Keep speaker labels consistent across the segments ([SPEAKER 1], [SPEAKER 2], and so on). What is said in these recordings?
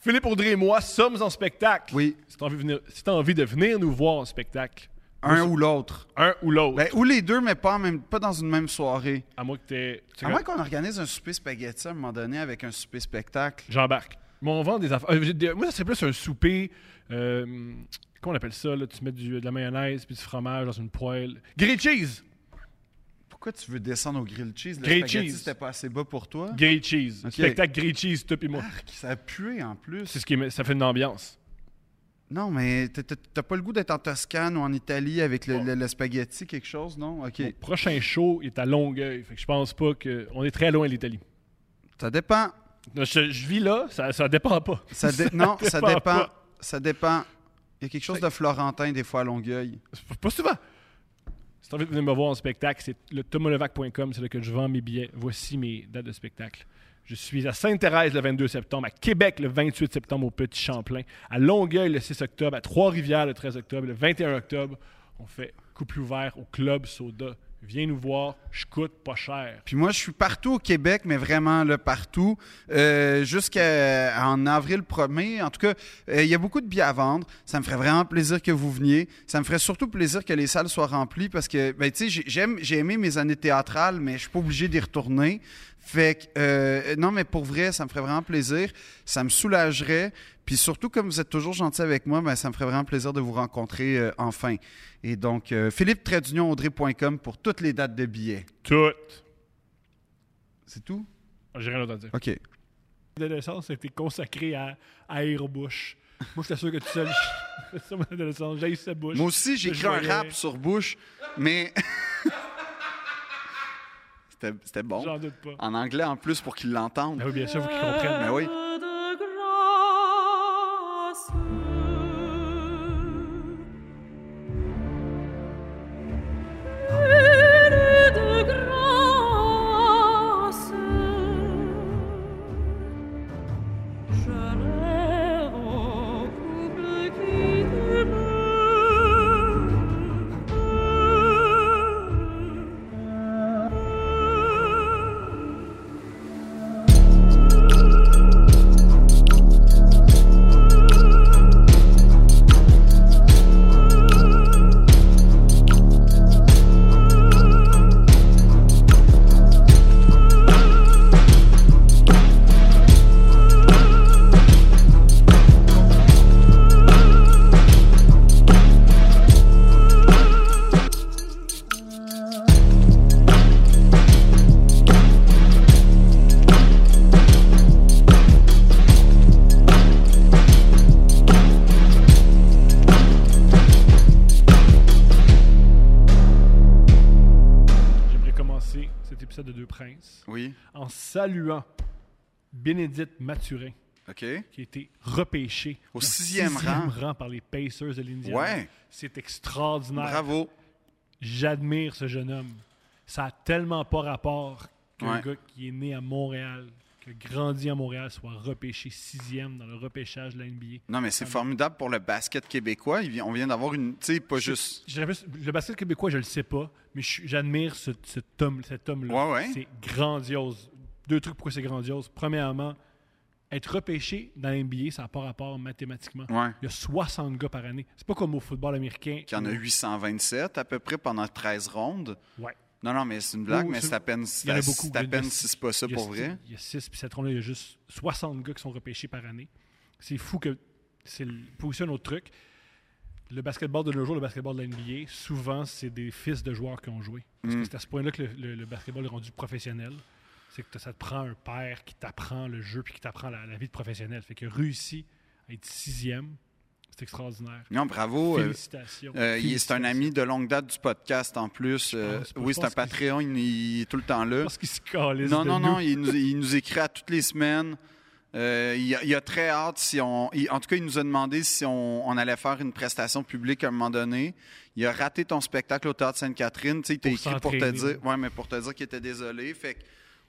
[SPEAKER 1] Philippe Audrey et moi sommes en spectacle.
[SPEAKER 2] Oui.
[SPEAKER 1] Si t'as envie, de venir- si t'as envie de venir nous voir en spectacle,
[SPEAKER 2] Un ou l'autre.
[SPEAKER 1] un ou l'autre,
[SPEAKER 2] Ben, ou les deux, mais pas, en même, pas dans une même soirée.
[SPEAKER 1] à moins que t'aies. tu
[SPEAKER 2] À
[SPEAKER 1] sais,
[SPEAKER 2] moins qu'on organise un souper spaghetti à un moment donné avec un souper spectacle.
[SPEAKER 1] J'embarque. Moi, on vend des affaires. euh, j'ai des- Moi, ça serait plus un souper. euh, Comment on appelle ça? Là? Tu mets du- de la mayonnaise puis du fromage dans une poêle. Grilled cheese!
[SPEAKER 2] Pourquoi tu veux descendre au grilled cheese? Le
[SPEAKER 1] Grilled
[SPEAKER 2] spaghetti,
[SPEAKER 1] cheese.
[SPEAKER 2] c'était pas assez bas pour toi?
[SPEAKER 1] Grilled cheese.
[SPEAKER 2] Ok. Ah.
[SPEAKER 1] Spectacle grilled cheese, toi et moi.
[SPEAKER 2] Ça a pué en plus.
[SPEAKER 1] C'est ce qui est- ça fait une ambiance.
[SPEAKER 2] Non, mais t'as- t'as t'as pas le goût d'être en Toscane ou en Italie avec le, le- le spaghetti, quelque chose, non? OK.
[SPEAKER 1] Mon prochain show est à Longueuil. Fait que je pense pas que. On est très loin de l'Italie.
[SPEAKER 2] Ça dépend.
[SPEAKER 1] Je, je vis là, ça, ça dépend pas.
[SPEAKER 2] Ça dé- non, ça
[SPEAKER 1] dépend
[SPEAKER 2] dépend.
[SPEAKER 1] pas.
[SPEAKER 2] Ça dépend. Il y a quelque chose de florentin des fois à Longueuil.
[SPEAKER 1] C'est Pas souvent. Si t'as envie de venir me voir en spectacle, c'est le tomolevac.com, c'est là que je vends mes billets. Voici mes dates de spectacle. Je suis à Sainte-Thérèse le 22 septembre, à Québec le 28 septembre au Petit Champlain, à Longueuil le 6 octobre, à Trois-Rivières le 13 octobre, le 21 octobre, on fait couple ouvert au Club Soda. Viens nous voir, je coûte pas cher.
[SPEAKER 2] Puis moi, je suis partout au Québec, mais vraiment là, partout. Euh, Jusqu'en avril 1er. En tout cas, euh, il y a beaucoup de billets à vendre. Ça me ferait vraiment plaisir que vous veniez. Ça me ferait surtout plaisir que les salles soient remplies parce que, ben, tu sais, j'ai- j'aime- j'ai aimé mes années théâtrales, mais je suis pas obligé d'y retourner. Fait que, euh, non, mais pour vrai, ça me ferait vraiment plaisir. Ça me soulagerait. Puis surtout, comme vous êtes toujours gentil avec moi, ben, ça me ferait vraiment plaisir de vous rencontrer euh, enfin. Et donc, euh, philippe-audrey.com pour toutes les dates de billets.
[SPEAKER 1] Tout.
[SPEAKER 2] C'est tout?
[SPEAKER 1] Ah, J'ai rien d'autre à dire.
[SPEAKER 2] OK.
[SPEAKER 1] de naissance a été consacré à, à Aérobush. Moi, j'étais sûr que tu sais le- ça, mon adolescence. J'ai sa bouche.
[SPEAKER 2] Moi aussi, j'ai
[SPEAKER 1] Je
[SPEAKER 2] écrit un
[SPEAKER 1] voyais-
[SPEAKER 2] rap sur Bush, mais. C'était- C'était bon.
[SPEAKER 1] J'en doute pas.
[SPEAKER 2] En anglais en plus pour qu'ils l'entendent.
[SPEAKER 1] Ah oui, bien sûr, faut qu'ils
[SPEAKER 3] Euh.
[SPEAKER 1] comprennent.
[SPEAKER 2] Ben oui.
[SPEAKER 3] de grâce. Père de grâce. Je rêve au couple qui t'aime.
[SPEAKER 1] hein. J'aimerais commencer cet épisode de Deux Princes
[SPEAKER 2] Oui.
[SPEAKER 1] en saluant Bénédicte Mathurin,
[SPEAKER 2] OK.
[SPEAKER 1] qui a été repêché
[SPEAKER 2] Au sixième rang.
[SPEAKER 1] par les Pacers de l'Indiana.
[SPEAKER 2] Ouais.
[SPEAKER 1] C'est extraordinaire.
[SPEAKER 2] Bravo.
[SPEAKER 1] J'admire ce jeune homme. Ça a tellement pas rapport qu'un
[SPEAKER 2] Ouais.
[SPEAKER 1] gars qui est né à Montréal, qui a grandi à Montréal, soit repêché sixième dans le repêchage de la NBA.
[SPEAKER 2] Non, mais c'est formidable pour le basket québécois. Il vient- On vient d'avoir une. Tu sais, pas juste.
[SPEAKER 1] Je dirais plus- le basket québécois, je le sais pas, mais je suis- j'admire ce, ce tome, cet homme-là.
[SPEAKER 2] Ouais, ouais.
[SPEAKER 1] C'est grandiose. Deux trucs pourquoi c'est grandiose. Premièrement, être repêché dans l'NBA, ça n'a pas rapport mathématiquement.
[SPEAKER 2] Ouais.
[SPEAKER 1] Il y a 60 gars par année. C'est pas comme au football américain.
[SPEAKER 2] Qu'il y en a 827 à peu près pendant 13 rondes.
[SPEAKER 1] Ouais.
[SPEAKER 2] Non, non, mais c'est une blague,
[SPEAKER 1] Oh,
[SPEAKER 2] mais
[SPEAKER 1] c'est-
[SPEAKER 2] c'est à peine,
[SPEAKER 1] Il y en a
[SPEAKER 2] c'est
[SPEAKER 1] beaucoup.
[SPEAKER 2] c'est à
[SPEAKER 1] Il y a-
[SPEAKER 2] peine si c'est pas ça
[SPEAKER 1] il y a
[SPEAKER 2] pour
[SPEAKER 1] six-
[SPEAKER 2] vrai.
[SPEAKER 1] Il y a 6 puis cette ronde-là, il y a juste 60 gars qui sont repêchés par année. C'est fou que c'est le- pour aussi un autre truc. Le basketball de nos jours, le basketball de la NBA, souvent, c'est des fils de joueurs qui ont joué. Parce
[SPEAKER 2] Hmm.
[SPEAKER 1] que c'est à ce point-là que le, le- le basketball est rendu professionnel. C'est que t- ça te prend un père qui t'apprend le jeu puis qui t'apprend la, la vie de professionnel. Fait que réussi à être sixième, c'est extraordinaire.
[SPEAKER 2] Non, bravo. euh,
[SPEAKER 1] Félicitations.
[SPEAKER 2] Euh, il- c'est un
[SPEAKER 1] Félicitations.
[SPEAKER 2] ami de longue date du podcast en plus. Euh,
[SPEAKER 1] pense pas,
[SPEAKER 2] oui,
[SPEAKER 1] je
[SPEAKER 2] c'est un
[SPEAKER 1] pense que-
[SPEAKER 2] Patreon, il, il est tout le temps là.
[SPEAKER 1] Je pense qu'il se calisse
[SPEAKER 2] Non,
[SPEAKER 1] de
[SPEAKER 2] non,
[SPEAKER 1] nous.
[SPEAKER 2] non, il nous, il nous écrit à toutes les semaines. Euh, il, a, il a très hâte si on. il- en tout cas, il nous a demandé si on, on allait faire une prestation publique à un moment donné. Il a raté ton spectacle au Théâtre Sainte-Catherine. Tu sais, il t'a
[SPEAKER 1] Pour
[SPEAKER 2] écrit pour te
[SPEAKER 1] s'entraîner.
[SPEAKER 2] dire. Ouais, mais pour te dire qu'il était désolé. Fait que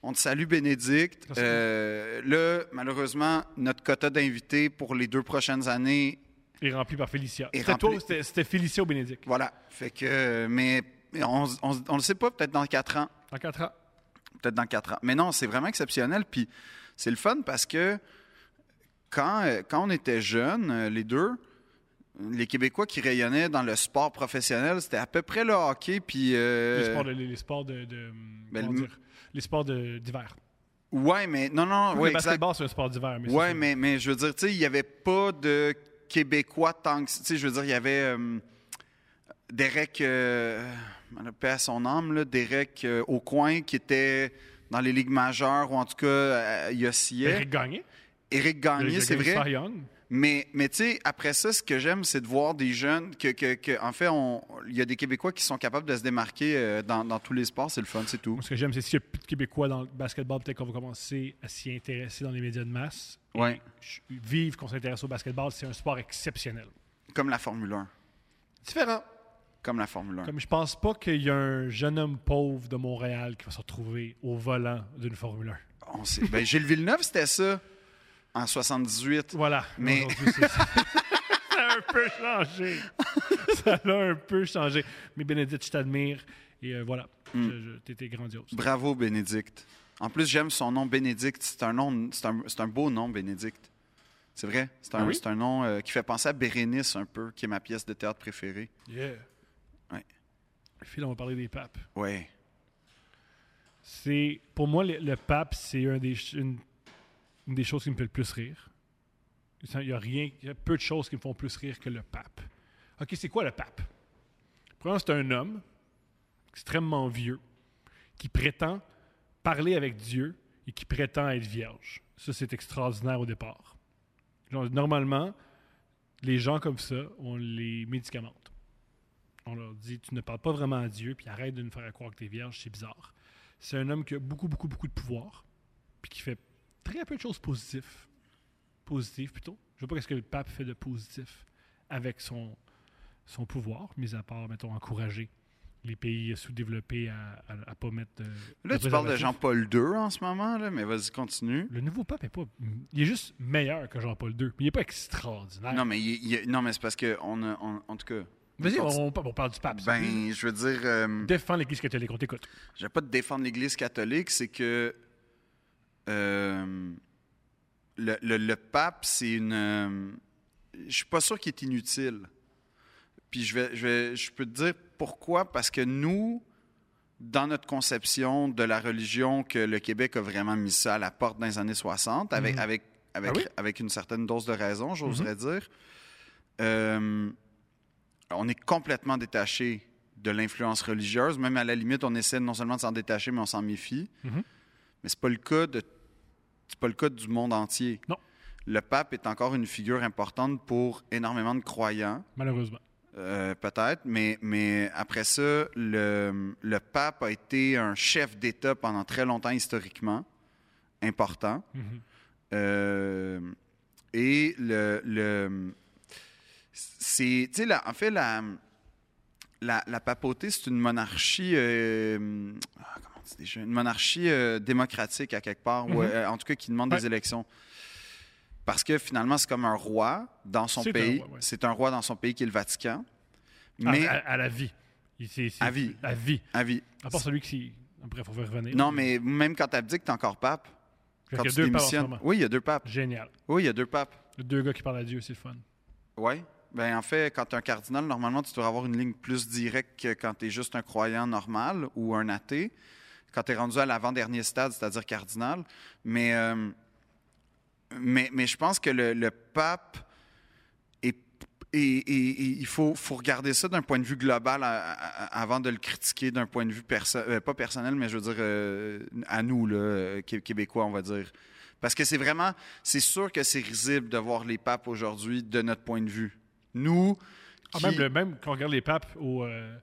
[SPEAKER 2] on te salue, Bénédicte.
[SPEAKER 1] Merci.
[SPEAKER 2] Euh, là, malheureusement, notre quota d'invités pour les deux prochaines années
[SPEAKER 1] Il est rempli par Félicia.
[SPEAKER 2] Est
[SPEAKER 1] C'était
[SPEAKER 2] rempli-
[SPEAKER 1] toi, c'était- c'était Félicia au Bénédicte.
[SPEAKER 2] Voilà. Fait que, euh, mais on, on, on le sait pas, peut-être dans quatre ans.
[SPEAKER 1] Dans 4 ans.
[SPEAKER 2] Peut-être dans quatre ans. Mais non, c'est vraiment exceptionnel. Puis c'est le fun parce que quand, euh, quand on était jeunes, euh, les deux, les Québécois qui rayonnaient dans le sport professionnel, c'était à peu près le hockey, puis... euh,
[SPEAKER 1] les sports de. Les les sports de, de-
[SPEAKER 2] ben,
[SPEAKER 1] comment
[SPEAKER 2] le-
[SPEAKER 1] dire? Les sports de- d'hiver.
[SPEAKER 2] Ouais, mais... Non, non,
[SPEAKER 1] le
[SPEAKER 2] Ah, ouais, exact.
[SPEAKER 1] basketball, c'est un sport d'hiver. Mais
[SPEAKER 2] Ouais,
[SPEAKER 1] c'est-
[SPEAKER 2] mais, mais je veux dire, tu sais, il n'y avait pas de Québécois tant que. Tu sais, je veux dire, il y avait euh, Derek, euh, la paix à son âme, là, Derek euh, au coin qui était dans les ligues majeures ou en tout cas, euh, il oscillait.
[SPEAKER 1] Eric Gagné.
[SPEAKER 2] Éric
[SPEAKER 1] Il
[SPEAKER 2] Gagné,
[SPEAKER 1] a
[SPEAKER 2] Ah, c'est
[SPEAKER 1] gagné
[SPEAKER 2] vrai.
[SPEAKER 1] Cy Young.
[SPEAKER 2] Mais, mais tu sais, après ça, ce que j'aime, c'est de voir des jeunes que, que, que- en fait, on- il y a des Québécois qui sont capables de se démarquer euh, dans, dans tous les sports. C'est le fun, c'est tout.
[SPEAKER 1] Moi, ce que j'aime, c'est s'il n'y a plus de Québécois dans le basketball, peut-être qu'on va commencer à s'y intéresser dans les médias de masse.
[SPEAKER 2] Ouais.
[SPEAKER 1] Je- Vivre qu'on s'intéresse au basketball, c'est un sport exceptionnel.
[SPEAKER 2] Comme la Formule 1.
[SPEAKER 1] Différent.
[SPEAKER 2] Comme la Formule 1.
[SPEAKER 1] Comme je pense pas qu'il y a un jeune homme pauvre de Montréal qui va se retrouver au volant d'une Formule 1.
[SPEAKER 2] On sait- ben, Gilles Villeneuve, c'était ça, en 78.
[SPEAKER 1] Voilà.
[SPEAKER 2] Mais-
[SPEAKER 1] Aujourd'hui, c'est- ça a un peu changé. ça a un peu changé. Mais Bénédicte, je t'admire. Et euh, voilà, Je- je- t'étais grandiose.
[SPEAKER 2] Bravo, Bénédicte. En plus, j'aime son nom, Bénédicte. C'est un, nom, c'est un, c'est un beau nom, Bénédicte. C'est vrai. C'est un,
[SPEAKER 1] Ah oui?
[SPEAKER 2] c'est un nom euh, qui fait penser à Bérénice un peu, qui est ma pièce de théâtre préférée.
[SPEAKER 1] Yeah.
[SPEAKER 2] Ouais.
[SPEAKER 1] Phil, on va parler des papes.
[SPEAKER 2] Ouais.
[SPEAKER 1] C'est, pour moi, le, le pape, c'est un des ch- une, une des choses qui me fait le plus rire. Ça, Il y a rien, il y a peu de choses qui me font plus rire que le pape. OK, c'est quoi le pape? Premièrement, c'est un homme extrêmement vieux qui prétend parler avec Dieu et qui prétend être vierge. Ça, c'est extraordinaire au départ. Genre, normalement, les gens comme ça, on les médicamente. On leur dit, tu ne parles pas vraiment à Dieu, puis arrête de nous faire croire que tu es vierge, c'est bizarre c'est un homme qui a beaucoup, beaucoup, beaucoup de pouvoir, puis qui fait très peu de choses positives. Positives plutôt. Je ne sais pas ce que le pape fait de positif avec son, son pouvoir, mis à part, mettons, encourager les pays sous-développés à ne pas mettre de.
[SPEAKER 2] Là,
[SPEAKER 1] de
[SPEAKER 2] tu parles de
[SPEAKER 1] préservatif.
[SPEAKER 2] Jean-Paul II en ce moment, là, mais vas-y, continue.
[SPEAKER 1] Le nouveau pape est pas. Il est juste meilleur que Jean-Paul II, mais il n'est pas extraordinaire.
[SPEAKER 2] Non, mais, il- il- non, mais c'est parce que, on a- on- en tout cas.
[SPEAKER 1] Ah. Vas-y,
[SPEAKER 2] on-
[SPEAKER 1] on, on parle du pape. ça.
[SPEAKER 2] Ben, je veux dire. euh,
[SPEAKER 1] Défends l'Église catholique, on t'écoute.
[SPEAKER 2] Je vais pas te défendre l'Église catholique, c'est que euh, le, le- le pape, c'est une. euh, je suis pas sûr qu'il est inutile. Puis je vais, je vais- je peux te dire pourquoi, parce que nous, dans notre conception de la religion, que le Québec a vraiment mis ça à la porte dans les années 60, avec,
[SPEAKER 1] Mhm.
[SPEAKER 2] avec, avec,
[SPEAKER 1] Ah oui? Mhm.
[SPEAKER 2] avec une certaine dose de raison, j'oserais dire, euh, on est complètement détaché de l'influence religieuse. Même à la limite, on essaie non seulement de s'en détacher, mais on s'en méfie.
[SPEAKER 1] Mhm.
[SPEAKER 2] Mais c'est pas le cas de c'est pas le cas du monde entier.
[SPEAKER 1] Non.
[SPEAKER 2] Le pape est encore une figure importante pour énormément de croyants,
[SPEAKER 1] Malheureusement.
[SPEAKER 2] euh, peut-être, mais, mais après ça, le, le pape a été un chef d'État pendant très longtemps historiquement, important.
[SPEAKER 1] Mhm.
[SPEAKER 2] Euh, et le. le- c'est. Tu sais, la- en fait, la, la, la papauté, c'est une monarchie. euh, ah, comment on dit déjà? Une monarchie euh, démocratique, à quelque part,
[SPEAKER 1] Mhm.
[SPEAKER 2] ou euh, en tout cas, qui demande
[SPEAKER 1] Ouais.
[SPEAKER 2] des élections. Parce que finalement, c'est comme un roi dans son
[SPEAKER 1] C'est un
[SPEAKER 2] pays.
[SPEAKER 1] roi, ouais. Ah,
[SPEAKER 2] C'est un roi dans son pays qui est le Vatican.
[SPEAKER 1] À-
[SPEAKER 2] Mais.
[SPEAKER 1] À, à la vie. Il- c'est- c'est-
[SPEAKER 2] À vie.
[SPEAKER 1] À vie.
[SPEAKER 2] à vie.
[SPEAKER 1] À part celui qui. Bref, on va revenir.
[SPEAKER 2] Non, mais même quand t'abdiques, t'es encore pape.
[SPEAKER 1] Fait
[SPEAKER 2] Quand
[SPEAKER 1] qu'il y a
[SPEAKER 2] tu
[SPEAKER 1] deux parts en ce
[SPEAKER 2] démissionnes.
[SPEAKER 1] moment.
[SPEAKER 2] Oui, il y a deux papes.
[SPEAKER 1] Génial.
[SPEAKER 2] Oui, il y a deux papes.
[SPEAKER 1] Deux gars qui parlent à Dieu, c'est le fun.
[SPEAKER 2] Oui. Ben, en fait, quand tu es un cardinal, normalement, tu devrais avoir une ligne plus directe que quand tu es juste un croyant normal ou un athée. Quand tu es rendu à l'avant-dernier stade, c'est-à-dire cardinal. Mais, euh, mais, mais je pense que le, le pape est. Et, il faut, faut regarder ça d'un point de vue global à- à- avant de le critiquer d'un point de vue personnel, pas personnel, mais je veux dire euh, à nous, là, euh, Qué- québécois, on va dire. Parce que c'est vraiment, c'est sûr que c'est risible de voir les papes aujourd'hui de notre point de vue. Nous,
[SPEAKER 1] Ah,
[SPEAKER 2] qui-
[SPEAKER 1] même, le- même quand on regarde les papes au, euh,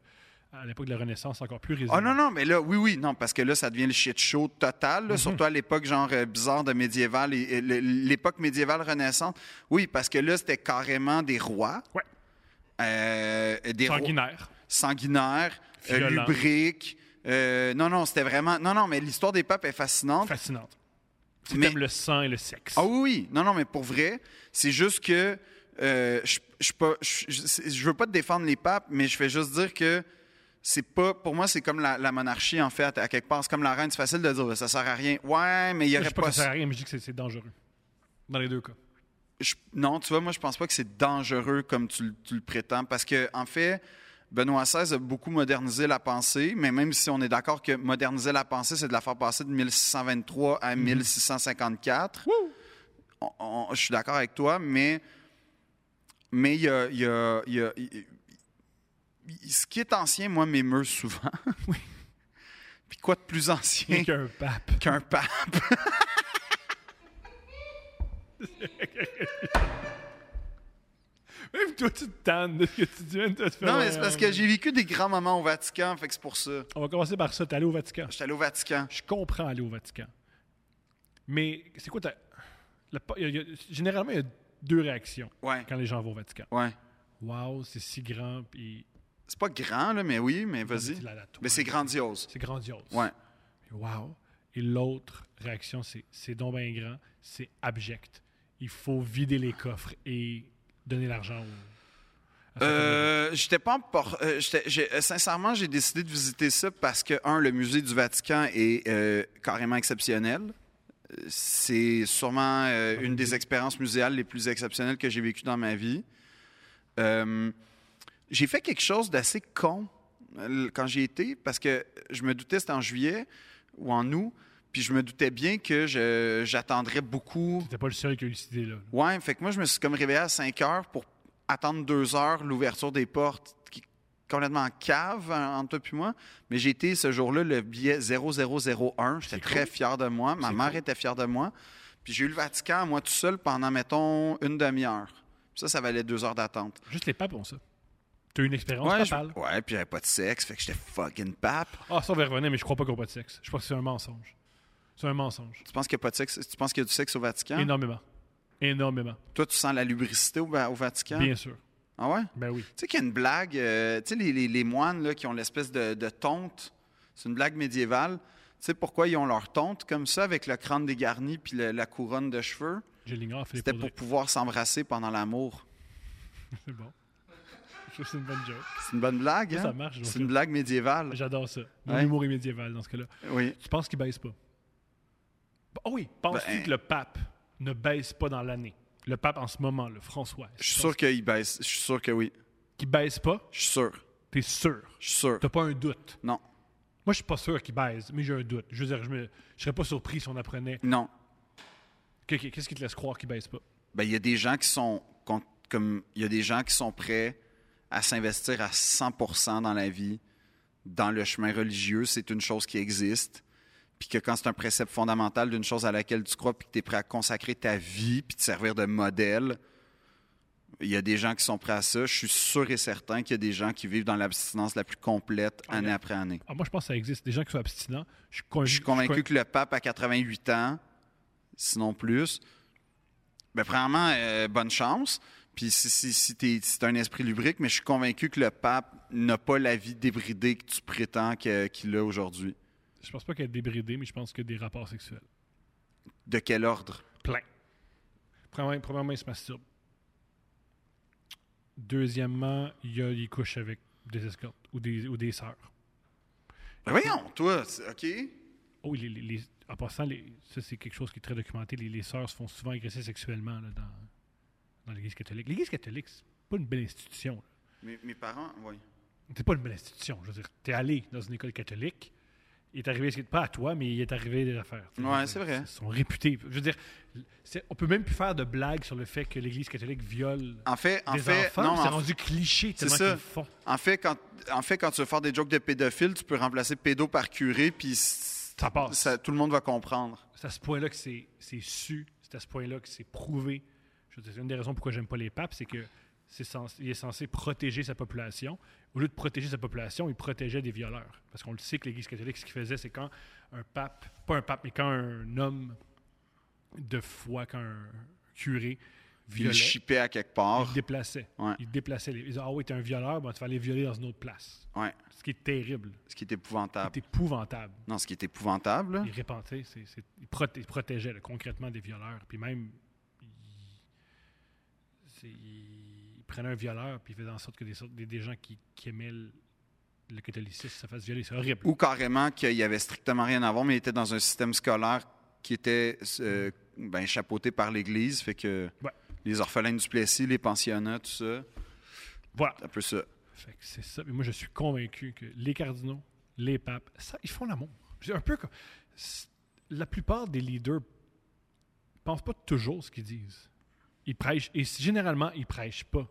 [SPEAKER 1] à l'époque de la Renaissance, c'est encore plus résumé.
[SPEAKER 2] Oh non, non, mais là, oui, oui, non, parce que là, ça devient le shit show total, là, surtout à l'époque, genre, euh, bizarre de médiéval, et, et le- l'époque médiévale renaissante. Oui, parce que là, c'était carrément des rois.
[SPEAKER 1] Ouais.
[SPEAKER 2] Euh, des rois-
[SPEAKER 1] Sanguinaire.
[SPEAKER 2] sanguinaires, euh,
[SPEAKER 1] Violents.
[SPEAKER 2] lubriques. Euh, non, non, c'était vraiment. Non, non, mais l'histoire des papes est fascinante.
[SPEAKER 1] Fascinante. C'est
[SPEAKER 2] Mais-
[SPEAKER 1] comme le sang et le sexe.
[SPEAKER 2] Ah oui, oui. Non, non, mais pour vrai, c'est juste que euh, je je pas- je- je- je veux pas te défendre les papes, mais je vais juste dire que c'est pas. Pour moi, c'est comme la, la monarchie, en fait, à quelque part. C'est comme la reine, c'est facile de dire ça ben, sert à rien. Ouais, mais il y
[SPEAKER 1] je
[SPEAKER 2] aurait
[SPEAKER 1] sais pas
[SPEAKER 2] pas.
[SPEAKER 1] que ça sert à rien, mais je dis que c'est- c'est dangereux. Dans les deux cas.
[SPEAKER 2] je- non, tu vois, moi, je pense pas que c'est dangereux comme tu, le- tu le prétends. Parce que, en fait, Benoît XVI a beaucoup modernisé la pensée, mais même si on est d'accord que moderniser la pensée, c'est de la faire passer de 1623
[SPEAKER 1] Mhm.
[SPEAKER 2] à 1654, on- on- je suis d'accord avec toi, mais mais il y a. il y a- il y a- il- il- ce qui est ancien, moi, m'émeut souvent.
[SPEAKER 1] Oui.
[SPEAKER 2] Puis quoi de plus ancien
[SPEAKER 1] Rien qu'un pape.
[SPEAKER 2] qu'un pape?
[SPEAKER 1] Même toi, tu te tannes de ce que tu dis. même toi, tu fais,
[SPEAKER 2] Non, mais
[SPEAKER 1] ouais,
[SPEAKER 2] c'est parce
[SPEAKER 1] ouais,
[SPEAKER 2] que
[SPEAKER 1] ouais.
[SPEAKER 2] j'ai vécu des grands moments au Vatican, fait que c'est pour ça.
[SPEAKER 1] On va commencer par ça. T'es allé au Vatican.
[SPEAKER 2] J'étais allé au Vatican.
[SPEAKER 1] Je comprends aller au Vatican. Mais c'est quoi ta. la pa- il y a- il y a- généralement, il y a deux réactions
[SPEAKER 2] Ouais,
[SPEAKER 1] quand les gens vont au Vatican.
[SPEAKER 2] ouais.
[SPEAKER 1] Waouh, c'est si grand. Puis.
[SPEAKER 2] C'est pas grand, là, mais oui, mais vas-y.
[SPEAKER 1] La- la toile.
[SPEAKER 2] Mais c'est grandiose.
[SPEAKER 1] C'est grandiose.
[SPEAKER 2] Ouais.
[SPEAKER 1] Wow. Et l'autre réaction, c'est c'est donc bien grand, c'est abject. Il faut vider les coffres et donner l'argent au- à certaines religions.
[SPEAKER 2] Euh, j'étais pas en por- euh, j'étais- j'ai- euh, sincèrement, j'ai décidé de visiter ça parce que, un, le musée du Vatican est euh, carrément exceptionnel. Euh, C'est sûrement euh,
[SPEAKER 1] Ah,
[SPEAKER 2] une des expériences muséales les plus exceptionnelles que j'ai vécues dans ma vie. Euh, j'ai fait quelque chose d'assez con euh, quand j'y étais parce que je me doutais, c'était en juillet ou en août, puis je me doutais bien que je- j'attendrais beaucoup.
[SPEAKER 1] T'étais pas le seul qui a eu cette idée-là.
[SPEAKER 2] Ouais, fait que moi, je me suis comme réveillé à 5 heures pour attendre deux heures l'ouverture des portes, qui est complètement en cave hein, entre toi et moi. Mais j'ai été ce jour-là le billet 0001. J'étais
[SPEAKER 1] C'est
[SPEAKER 2] très
[SPEAKER 1] cool.
[SPEAKER 2] fier de moi. Ma
[SPEAKER 1] C'est
[SPEAKER 2] mère
[SPEAKER 1] cool.
[SPEAKER 2] était fière de moi. Puis j'ai eu le Vatican, moi, tout seul pendant, mettons, une demi-heure. Puis ça, ça valait deux heures d'attente.
[SPEAKER 1] Juste les papes ont ça. T'as eu une expérience
[SPEAKER 2] ouais, je-
[SPEAKER 1] papale.
[SPEAKER 2] ouais, puis j'avais pas de sexe, fait que j'étais fucking pape.
[SPEAKER 1] Ah, ça, on va y revenir, mais je crois pas qu'on n'a pas de sexe. Je pense que c'est un mensonge. C'est un mensonge.
[SPEAKER 2] Tu penses qu'il y a pas de sexe? Tu penses qu'il y a du sexe au Vatican?
[SPEAKER 1] Énormément. Énormément.
[SPEAKER 2] Toi, tu sens la lubricité au, au Vatican?
[SPEAKER 1] Bien sûr.
[SPEAKER 2] Ah ouais?
[SPEAKER 1] Ben oui.
[SPEAKER 2] Tu sais qu'il y a une blague, euh, tu sais, les, les- les moines là, qui ont l'espèce de, de tonte, c'est une blague médiévale. Tu sais pourquoi ils ont leur tonte comme ça, avec le crâne dégarni puis le- la couronne de cheveux?
[SPEAKER 1] Je l'ignore, Philippe
[SPEAKER 2] C'était pour
[SPEAKER 1] Audrey.
[SPEAKER 2] pouvoir s'embrasser pendant l'amour.
[SPEAKER 1] C'est bon. Je trouve que c'est une bonne joke.
[SPEAKER 2] C'est une bonne blague,
[SPEAKER 1] Ça, ça
[SPEAKER 2] hein?
[SPEAKER 1] marche, donc.
[SPEAKER 2] C'est une blague médiévale.
[SPEAKER 1] J'adore ça. Mon
[SPEAKER 2] Ouais.
[SPEAKER 1] humour est médiéval dans ce cas-là.
[SPEAKER 2] Oui.
[SPEAKER 1] Tu penses qu'il baisse pas? Ah oui, penses-tu
[SPEAKER 2] Ben-
[SPEAKER 1] que le pape ne baisse pas dans l'année? Le pape en ce moment, le François.
[SPEAKER 2] Je suis sûr qu'il baisse. Je suis sûr que oui.
[SPEAKER 1] Qu'il baisse pas?
[SPEAKER 2] Je suis sûr.
[SPEAKER 1] T'es sûr?
[SPEAKER 2] Je suis sûr.
[SPEAKER 1] T'as pas un doute?
[SPEAKER 2] Non.
[SPEAKER 1] Moi, je suis pas sûr qu'il baise, mais j'ai un doute. Je veux dire, je, me... je serais pas surpris si on apprenait.
[SPEAKER 2] Non.
[SPEAKER 1] Que- que- Qu'est-ce qui te laisse croire qu'il baisse pas?
[SPEAKER 2] Ben, il y a des gens qui sont con- comme il y a des gens qui sont prêts à s'investir à 100% dans la vie, dans le chemin religieux, c'est une chose qui existe. Puis que quand c'est un précepte fondamental d'une chose à laquelle tu crois, puis que tu es prêt à consacrer ta vie, puis te servir de modèle, il y a des gens qui sont prêts à ça. Je suis sûr et certain qu'il y a des gens qui vivent dans l'abstinence la plus complète
[SPEAKER 1] Ah,
[SPEAKER 2] année
[SPEAKER 1] là.
[SPEAKER 2] après année.
[SPEAKER 1] Ah, moi, je pense que ça existe. Des gens qui sont abstinents. Je suis convaincu.
[SPEAKER 2] Je suis convaincu que le pape à 88 ans, sinon plus, ben, premièrement, euh, bonne chance. Puis si, si, si t'es si t'as un esprit lubrique, mais je suis convaincu que le pape n'a pas la vie débridée que tu prétends que- qu'il a aujourd'hui.
[SPEAKER 1] Je pense pas qu'elle est débridée, mais je pense que des rapports sexuels.
[SPEAKER 2] De quel ordre?
[SPEAKER 1] Plein. Premièrement, premièrement, il se masturbe. Deuxièmement, il, y a- il couche avec des escortes ou des, ou des sœurs.
[SPEAKER 2] Ben voyons, toi, c'est- OK?
[SPEAKER 1] Oh, les- les- les- en passant, les- ça c'est quelque chose qui est très documenté. Les, les sœurs se font souvent agresser sexuellement là, dans, dans l'Église catholique. L'Église catholique, c'est pas une belle institution. là.
[SPEAKER 2] Mes, mes parents, oui.
[SPEAKER 1] C'est pas une belle institution. Je veux dire, t'es allé dans une école catholique, il est arrivé, ce qui- pas à toi, mais il est arrivé des affaires. tu sais.
[SPEAKER 2] Ouais, c'est vrai.
[SPEAKER 1] Ils sont réputés. Je veux dire, c'est- on peut même plus faire de blagues sur le fait que l'Église catholique viole
[SPEAKER 2] En fait, en
[SPEAKER 1] des
[SPEAKER 2] fait,
[SPEAKER 1] enfants.
[SPEAKER 2] non,
[SPEAKER 1] c'est
[SPEAKER 2] en,
[SPEAKER 1] rendu cliché tellement qu'ils
[SPEAKER 2] ça.
[SPEAKER 1] le font.
[SPEAKER 2] en fait, quand, en fait, quand tu veux faire des jokes de pédophile, tu peux remplacer pédo par curé, puis c-
[SPEAKER 1] Ça passe.
[SPEAKER 2] ça- tout le monde va comprendre.
[SPEAKER 1] C'est à ce point-là que c'est, c'est su, c'est à ce point-là que c'est prouvé. Je veux dire, c'est une des raisons pourquoi j'aime pas les papes, c'est que c'est cens- il est censé protéger sa population. Au lieu de protéger sa population, il protégeait des violeurs. Parce qu'on le sait que l'Église catholique, ce qu'il faisait, c'est quand un pape, pas un pape, mais quand un homme de foi, quand un curé
[SPEAKER 2] Il
[SPEAKER 1] violait,
[SPEAKER 2] chipait à quelque part.
[SPEAKER 1] il déplaçait.
[SPEAKER 2] Ouais.
[SPEAKER 1] Il déplaçait les. Il disait, ah oui, t'es un violeur, ben, tu vas aller violer dans une autre place.
[SPEAKER 2] Ouais. Ah.
[SPEAKER 1] Ce qui est terrible.
[SPEAKER 2] Ce qui est épouvantable.
[SPEAKER 1] C'est épouvantable.
[SPEAKER 2] Non, ce qui est épouvantable. là.
[SPEAKER 1] Il répentait, c'est, c'est- il, proté- il protégeait là, concrètement des violeurs. Puis même, il, c'est- il- il prenait un violeur puis il faisait en sorte que des, sortes- des, des gens qui, qui aimaient le, le catholicisme se fassent violer. C'est horrible.
[SPEAKER 2] Ou carrément qu'il y avait strictement rien à voir, mais il était dans un système scolaire qui était euh, ben, chapeauté par l'Église, fait que
[SPEAKER 1] Ouais.
[SPEAKER 2] les orphelins du Plessis, les pensionnats, tout ça.
[SPEAKER 1] Voilà.
[SPEAKER 2] Un peu ça.
[SPEAKER 1] Fait que c'est ça. Mais moi, je suis convaincu que les cardinaux, les papes, ça, ils font l'amour. C'est un peu comme. c'est- La plupart des leaders pensent pas toujours ce qu'ils disent. Ils prêchent. Et c- généralement, ils prêchent pas.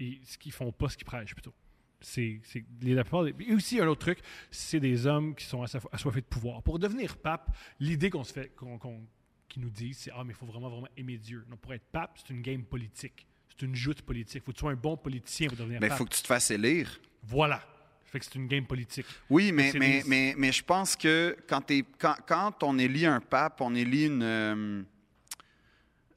[SPEAKER 1] Et ce qu'ils font pas, ce qu'ils prêchent plutôt. C'est, c'est les- la plupart des- Et aussi, un autre truc, c'est des hommes qui sont assoif- assoiffés de pouvoir. Pour devenir pape, l'idée qu'on se fait. qu'on, qu'on- qu'ils nous disent, c'est Ah, mais il faut vraiment, vraiment aimer Dieu. Non, pour être pape, c'est une game politique. C'est une joute politique. Faut que tu sois un bon politicien pour devenir
[SPEAKER 2] Mais il
[SPEAKER 1] pape.
[SPEAKER 2] Ben, faut que tu te fasses élire.
[SPEAKER 1] Voilà. Fait que c'est une game politique.
[SPEAKER 2] Oui, mais,
[SPEAKER 1] C'est
[SPEAKER 2] mais,
[SPEAKER 1] des-
[SPEAKER 2] mais, mais je pense que quand, t'es- quand, quand on élit un pape, on élit une. euh,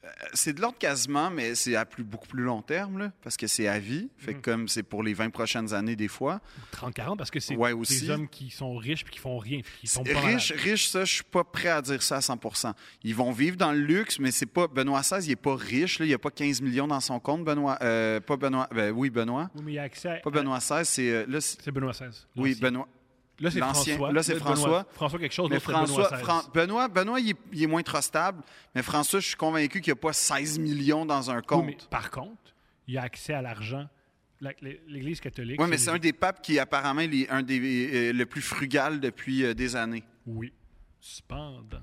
[SPEAKER 2] euh, c'est de l'ordre quasiment, mais c'est à plus, beaucoup plus long terme, là, parce que c'est à vie. Fait que comme c'est pour les 20 prochaines années, des fois.
[SPEAKER 1] 30-40, parce que c'est
[SPEAKER 2] Ouais, aussi.
[SPEAKER 1] des hommes qui sont riches puis qui font rien. puis qui sont pas
[SPEAKER 2] Riche,
[SPEAKER 1] malades.
[SPEAKER 2] riche, ça, je suis pas prêt à dire ça à 100 Ils vont vivre dans le luxe, mais c'est pas. Benoît XVI, il est pas riche, là, il n'y a pas 15 millions dans son compte, Benoît. euh, pas Benoît. ben oui, Benoît.
[SPEAKER 1] Oui, mais il y a accès à-
[SPEAKER 2] Pas Benoît XVI, c'est. euh, là, c'est-
[SPEAKER 1] C'est Benoît XVI.
[SPEAKER 2] oui,
[SPEAKER 1] l'ancien.
[SPEAKER 2] Benoît.
[SPEAKER 1] Là, c'est
[SPEAKER 2] l'ancien.
[SPEAKER 1] François.
[SPEAKER 2] Là, c'est
[SPEAKER 1] Benoît-
[SPEAKER 2] François.
[SPEAKER 1] François quelque chose,
[SPEAKER 2] Mais
[SPEAKER 1] l'autre, c'est Benoît
[SPEAKER 2] François,
[SPEAKER 1] XVI.
[SPEAKER 2] Fran- Benoît, Benoît il, est, il est moins trustable, mais François, je suis convaincu qu'il n'y a pas 16 millions dans un
[SPEAKER 1] Oui,
[SPEAKER 2] compte.
[SPEAKER 1] mais par contre, il y a accès à l'argent. La- L'Église catholique.
[SPEAKER 2] Oui, mais c'est un des papes qui apparemment il est un des, euh, le plus frugal depuis euh, des années.
[SPEAKER 1] Oui. Cependant,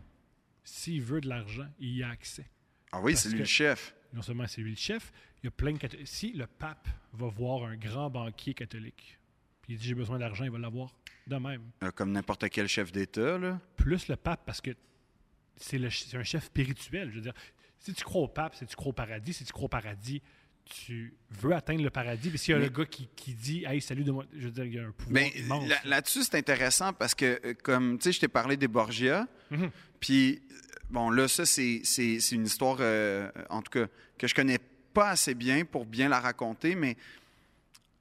[SPEAKER 1] s'il veut de l'argent, il y a accès.
[SPEAKER 2] Ah oui,
[SPEAKER 1] Parce
[SPEAKER 2] c'est lui
[SPEAKER 1] que-
[SPEAKER 2] le chef.
[SPEAKER 1] non seulement c'est lui le chef, il y a plein de catholiques. Si le pape va voir un grand banquier catholique, puis il dit j'ai besoin d'argent, il va l'avoir de même.
[SPEAKER 2] Euh, comme n'importe quel chef d'État, là.
[SPEAKER 1] Plus le pape, parce que c'est le ch- c'est un chef spirituel. Je veux dire, si tu crois au pape, si tu crois au paradis, si tu crois au paradis, tu veux atteindre le paradis. Mais s'il y a
[SPEAKER 2] Mais-
[SPEAKER 1] un gars qui, qui dit Hey, salut de moi, je veux dire, il y a un pouvoir
[SPEAKER 2] Ben,
[SPEAKER 1] immense.
[SPEAKER 2] là- là-dessus, c'est intéressant parce que, euh, comme, tu sais, je t'ai parlé des Borgia.
[SPEAKER 1] Mhm.
[SPEAKER 2] Puis, euh, bon, là, ça, c'est c'est- c'est une histoire, euh, en tout cas, que je connais pas assez bien pour bien la raconter, mais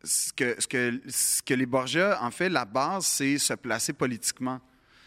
[SPEAKER 2] ce que, ce que, ce que les Borgia, en fait, la base, c'est se placer politiquement.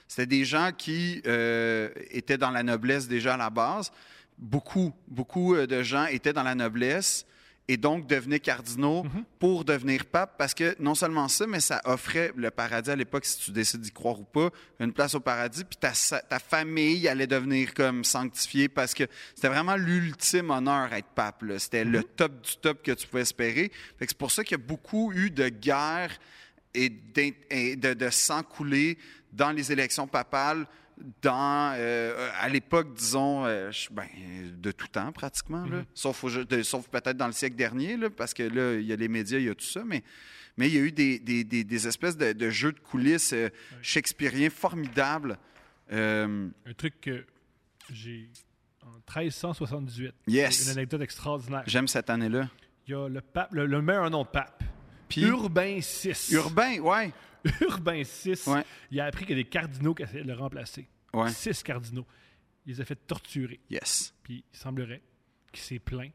[SPEAKER 2] C'était des gens qui euh, étaient dans la noblesse déjà à la base. Beaucoup, beaucoup euh, de gens étaient dans la noblesse et donc devenaient cardinaux pour devenir pape parce que non seulement ça, mais ça offrait le paradis à l'époque, si tu décides d'y croire ou pas, une place au paradis, puis ta, sa- ta famille allait devenir comme sanctifiée parce que c'était vraiment l'ultime honneur être pape. là. C'était le top du top que tu pouvais espérer. Fait que C'est pour ça qu'il y a beaucoup eu de guerres et, d'in- et de, de sang coulé dans les élections papales dans, euh, à l'époque, disons, euh, je- ben, de tout temps pratiquement, là.
[SPEAKER 1] Mhm.
[SPEAKER 2] sauf, au- de- sauf peut-être dans le siècle dernier, là, parce que là, il y a les médias, il y a tout ça, mais, mais il y a eu des, des- des- des espèces de, de jeux de coulisses euh, shakespeariens formidables. Euh,
[SPEAKER 1] Un truc que j'ai en 1378.
[SPEAKER 2] Yes.
[SPEAKER 1] Une anecdote extraordinaire.
[SPEAKER 2] J'aime cette année-là.
[SPEAKER 1] Il y a le pape, le, le meilleur nom de pape.
[SPEAKER 2] Puis-
[SPEAKER 1] Urbain VI.
[SPEAKER 2] Urbain, ouais.
[SPEAKER 1] Urbain VI,
[SPEAKER 2] Ouais.
[SPEAKER 1] il a appris qu'il y a des cardinaux qui essayaient de le remplacer.
[SPEAKER 2] Ouais.
[SPEAKER 1] Six cardinaux. Il les a fait torturer.
[SPEAKER 2] Yes.
[SPEAKER 1] Puis il semblerait qu'il s'est plaint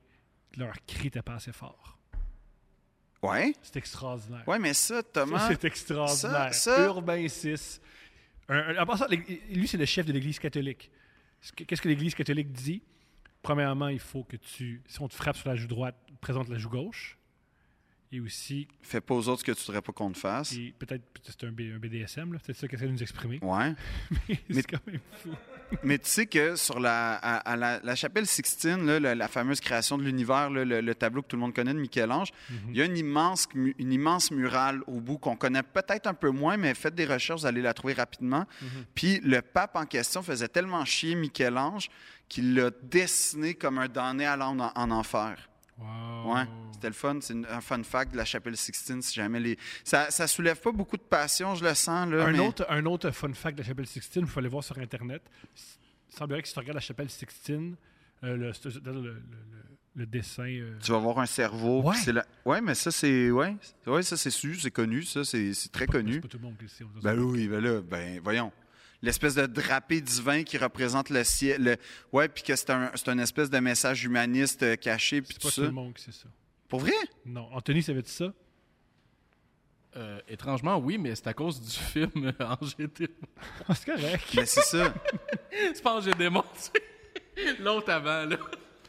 [SPEAKER 1] que leur cri n'était pas assez fort.
[SPEAKER 2] Ouais.
[SPEAKER 1] C'est extraordinaire.
[SPEAKER 2] Ouais, mais ça,
[SPEAKER 1] Ça,
[SPEAKER 2] Thomas.
[SPEAKER 1] c'est extraordinaire.
[SPEAKER 2] Ça, ça-
[SPEAKER 1] Urbain VI. Un- un- en passant, l'Ég- lui, c'est le chef de l'Église catholique. Ce que- Qu'est-ce que l'Église catholique dit? Premièrement, il faut que tu, si on te frappe sur la joue droite, présente la joue gauche. Et aussi,
[SPEAKER 2] Fais pas aux autres ce que tu voudrais pas qu'on te fasse.
[SPEAKER 1] et peut-être c'est un, B- un BDSM, là, c'est ça qu'essaie de nous exprimer.
[SPEAKER 2] Ouais.
[SPEAKER 1] c'est quand même fou.
[SPEAKER 2] Mais tu sais que sur la, à, à la, la chapelle Sixtine, là, la, la fameuse création de l'univers, là, le, le tableau que tout le monde connaît de Michel-Ange,
[SPEAKER 1] Mhm.
[SPEAKER 2] il y a une immense, mu- une immense murale au bout qu'on connaît peut-être un peu moins, mais faites des recherches, vous allez la trouver rapidement.
[SPEAKER 1] Mhm.
[SPEAKER 2] Puis le pape en question faisait tellement chier Michel-Ange qu'il l'a dessiné comme un damné allant en, en enfer.
[SPEAKER 1] Wow.
[SPEAKER 2] Ouais, c'était le fun. C'est une- un fun fact de la chapelle Sixtine, si jamais les... Ça, ça soulève pas beaucoup de passion, je le sens, là,
[SPEAKER 1] Un,
[SPEAKER 2] Ah, mais-
[SPEAKER 1] autre, un autre fun fact de la chapelle Sixtine, vous pouvez aller voir sur Internet. S- Il semblerait que si tu regardes la chapelle Sixtine, euh, le, c'est- c'est- le- le- le- le dessin. euh,
[SPEAKER 2] Tu vas voir un cerveau.
[SPEAKER 1] Ouais.
[SPEAKER 2] puis c'est la- ouais mais ça, c'est. Ouais, ouais ça, c'est su, c'est connu, ça, c'est c'est très
[SPEAKER 1] pas- C'est
[SPEAKER 2] connu.
[SPEAKER 1] pas tout le monde qui le sait. on-
[SPEAKER 2] Ben oui, ben là, ben voyons. L'espèce de drapé divin qui représente le ciel. le- Ouais, puis que c'est un, c'est une espèce de message humaniste euh, caché, puis
[SPEAKER 1] c'est
[SPEAKER 2] tout
[SPEAKER 1] pas tout
[SPEAKER 2] ça.
[SPEAKER 1] le monde qui sait ça.
[SPEAKER 2] Pour vrai?
[SPEAKER 1] Non. Anthony, ça veut dire ça?
[SPEAKER 4] Euh, étrangement, oui, mais c'est à cause du film euh, Angers Démon.
[SPEAKER 1] Ah, c'est correct.
[SPEAKER 2] Mais Ben, c'est ça.
[SPEAKER 4] C'est pas Angers Démon, c'est l'autre avant, là.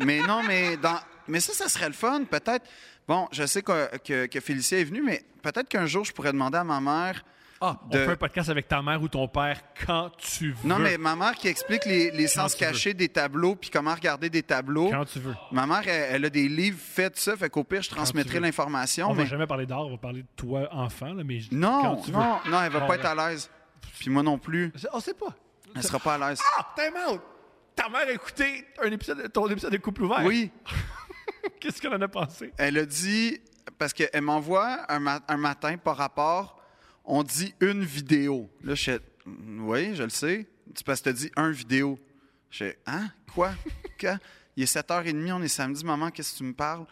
[SPEAKER 2] mais non, mais dans. Mais ça, ça serait le fun, peut-être. Bon, je sais que, que, que Félicie est venue, mais peut-être qu'un jour, je pourrais demander à ma mère
[SPEAKER 1] Ah, on
[SPEAKER 2] de-
[SPEAKER 1] fait un podcast avec ta mère ou ton père quand tu veux.
[SPEAKER 2] Non, mais ma mère qui explique les, les
[SPEAKER 1] Quand
[SPEAKER 2] sens
[SPEAKER 1] tu veux.
[SPEAKER 2] cachés des tableaux puis comment regarder des tableaux.
[SPEAKER 1] Quand tu veux.
[SPEAKER 2] Ma mère, elle, elle a des livres faits de ça, fait qu'au pire, je transmettrai
[SPEAKER 1] veux.
[SPEAKER 2] l'information.
[SPEAKER 1] On
[SPEAKER 2] Mais...
[SPEAKER 1] va jamais parler d'art, on va parler de toi enfant, là, mais quand
[SPEAKER 2] Non,
[SPEAKER 1] tu veux.
[SPEAKER 2] non, non, elle va
[SPEAKER 1] Ah,
[SPEAKER 2] pas
[SPEAKER 1] ouais.
[SPEAKER 2] être à l'aise. Puis moi non plus,
[SPEAKER 1] Je- On sait pas.
[SPEAKER 2] elle sera pas à l'aise.
[SPEAKER 1] Ah, time out! Ta mère a écouté un épisode, de- ton épisode de couple ouvert.
[SPEAKER 2] Oui,
[SPEAKER 1] Qu'est-ce qu'elle en a pensé?
[SPEAKER 2] elle a dit, parce qu'elle m'envoie un, ma- un matin par rapport, on dit une vidéo. Là, je fais, Mm, oui, je le sais. C'est parce que tu dit un vidéo. Je fais, hein? Quoi? Quand? Il est 7h30, on est samedi, maman, qu'est-ce que tu me parles?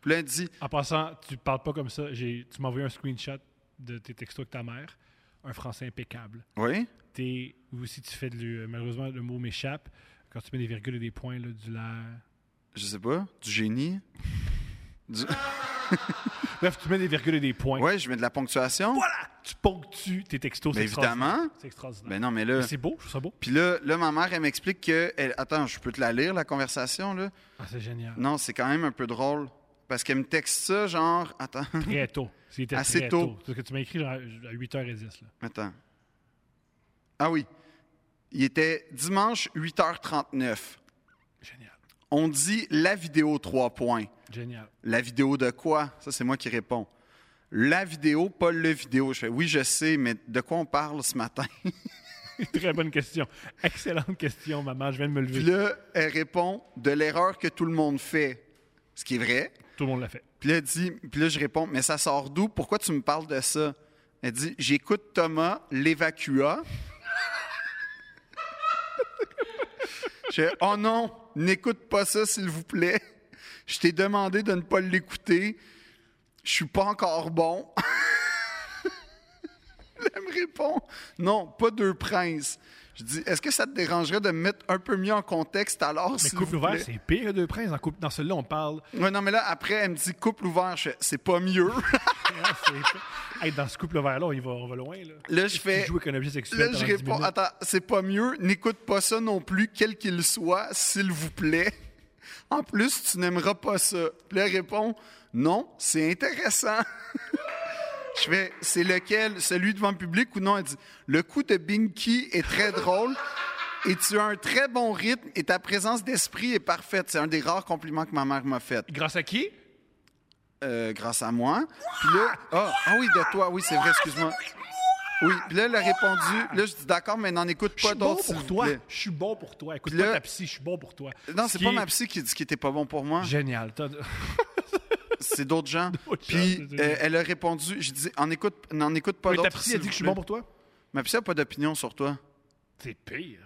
[SPEAKER 2] Puis là, elle dit,
[SPEAKER 1] En passant, tu parles pas comme ça. J'ai- Tu m'as envoyé un screenshot de tes textos avec ta mère. Un français impeccable.
[SPEAKER 2] oui?
[SPEAKER 1] T'es, ou si tu fais du. Malheureusement, le mot m'échappe. Quand tu mets des virgules et des points, là, du la.
[SPEAKER 2] Je sais pas, du génie. Du-
[SPEAKER 1] Bref, tu mets des virgules et des points.
[SPEAKER 2] Ouais, je mets de la ponctuation.
[SPEAKER 1] Voilà! Tu ponctues tes textos.
[SPEAKER 2] Ben
[SPEAKER 1] c'est extraordinaire.
[SPEAKER 2] évidemment.
[SPEAKER 1] C'est extraordinaire.
[SPEAKER 2] Ben non, mais là.
[SPEAKER 1] Mais c'est beau, je trouve ça beau.
[SPEAKER 2] Puis là, là, ma mère, elle m'explique que. elle- Attends, je peux te la lire, la conversation, là?
[SPEAKER 1] Ah, c'est génial.
[SPEAKER 2] Non, c'est quand même un peu drôle. Parce qu'elle me texte ça, genre. Attends,
[SPEAKER 1] Très tôt. C'était
[SPEAKER 2] Assez
[SPEAKER 1] très
[SPEAKER 2] tôt.
[SPEAKER 1] tôt. Parce que tu m'as écrit genre à 8h10. Là.
[SPEAKER 2] attends. Ah oui. Il était dimanche 8h39.
[SPEAKER 1] Génial.
[SPEAKER 2] On dit la vidéo 3 points.
[SPEAKER 1] Génial.
[SPEAKER 2] La vidéo de quoi? Ça, c'est moi qui réponds. La vidéo, pas le vidéo. Je fais, oui, je sais, mais de quoi on parle ce matin?
[SPEAKER 1] Très bonne question. Excellente question, maman. Je viens de me lever.
[SPEAKER 2] Puis là, elle répond de l'erreur que tout le monde fait, ce qui est vrai.
[SPEAKER 1] Tout le monde l'a fait.
[SPEAKER 2] Puis là, elle dit, puis là, je réponds, mais ça sort d'où? Pourquoi tu me parles de ça? Elle dit, j'écoute Thomas, l'évacua. je fais, oh non, n'écoute pas ça, s'il vous plaît. Je t'ai demandé de ne pas l'écouter. Je suis pas encore bon. elle me répond, non, pas deux princes. Je dis, est-ce que ça te dérangerait de me mettre un peu mieux en contexte alors,
[SPEAKER 1] Mais
[SPEAKER 2] s'il
[SPEAKER 1] couple
[SPEAKER 2] vous
[SPEAKER 1] ouvert,
[SPEAKER 2] plaît?
[SPEAKER 1] c'est pire que deux princes. En couple... Dans celui-là, on parle.
[SPEAKER 2] Ouais, non, mais là, après, elle me dit couple ouvert. Je fais, c'est pas mieux.
[SPEAKER 1] Ah, c'est- Hey, dans ce couple ouvert-là, on, y va- on va loin. Là.
[SPEAKER 2] Là, je
[SPEAKER 1] Tu
[SPEAKER 2] fais.
[SPEAKER 1] joues avec un objet sexuel.
[SPEAKER 2] Là,
[SPEAKER 1] pendant
[SPEAKER 2] je
[SPEAKER 1] 10
[SPEAKER 2] réponds,
[SPEAKER 1] minutes.
[SPEAKER 2] attends, c'est pas mieux. N'écoute pas ça non plus, quel qu'il soit, s'il vous plaît. En plus, tu n'aimeras pas ça. Puis là, elle répond, non, c'est intéressant. je fais, c'est lequel, celui devant le public ou non? Elle dit, le coup de Binky est très drôle. Et tu as un très bon rythme et ta présence d'esprit est parfaite. C'est un des rares compliments que ma mère m'a fait.
[SPEAKER 1] Grâce à qui?
[SPEAKER 2] Euh, grâce à moi. Puis là, ah, ah oui, de toi, oui, c'est vrai, excuse-moi. Oui, puis là, elle a répondu. Là, je dis d'accord, mais n'en écoute
[SPEAKER 1] Je
[SPEAKER 2] pas
[SPEAKER 1] suis bon
[SPEAKER 2] d'autres. s'il
[SPEAKER 1] pour
[SPEAKER 2] vous
[SPEAKER 1] toi.
[SPEAKER 2] plaît.
[SPEAKER 1] Je suis bon pour toi. Écoute
[SPEAKER 2] Puis
[SPEAKER 1] pas
[SPEAKER 2] là-
[SPEAKER 1] ta psy, je suis bon pour toi.
[SPEAKER 2] Non,
[SPEAKER 1] Ce
[SPEAKER 2] c'est
[SPEAKER 1] qui
[SPEAKER 2] pas
[SPEAKER 1] est
[SPEAKER 2] ma psy qui dit qu'il était pas bon pour moi,
[SPEAKER 1] Génial. T'as-
[SPEAKER 2] c'est d'autres gens.
[SPEAKER 1] D'autres gens,
[SPEAKER 2] Puis
[SPEAKER 1] c'est
[SPEAKER 2] euh,
[SPEAKER 1] génial.
[SPEAKER 2] elle a répondu, je dis en écoute, n'en écoute pas
[SPEAKER 1] Mais
[SPEAKER 2] d'autres.
[SPEAKER 1] ta psy a
[SPEAKER 2] s'il
[SPEAKER 1] dit que
[SPEAKER 2] vous
[SPEAKER 1] je suis
[SPEAKER 2] plaît.
[SPEAKER 1] bon pour toi?
[SPEAKER 2] Ma psy a pas d'opinion sur toi.
[SPEAKER 1] C'est pire.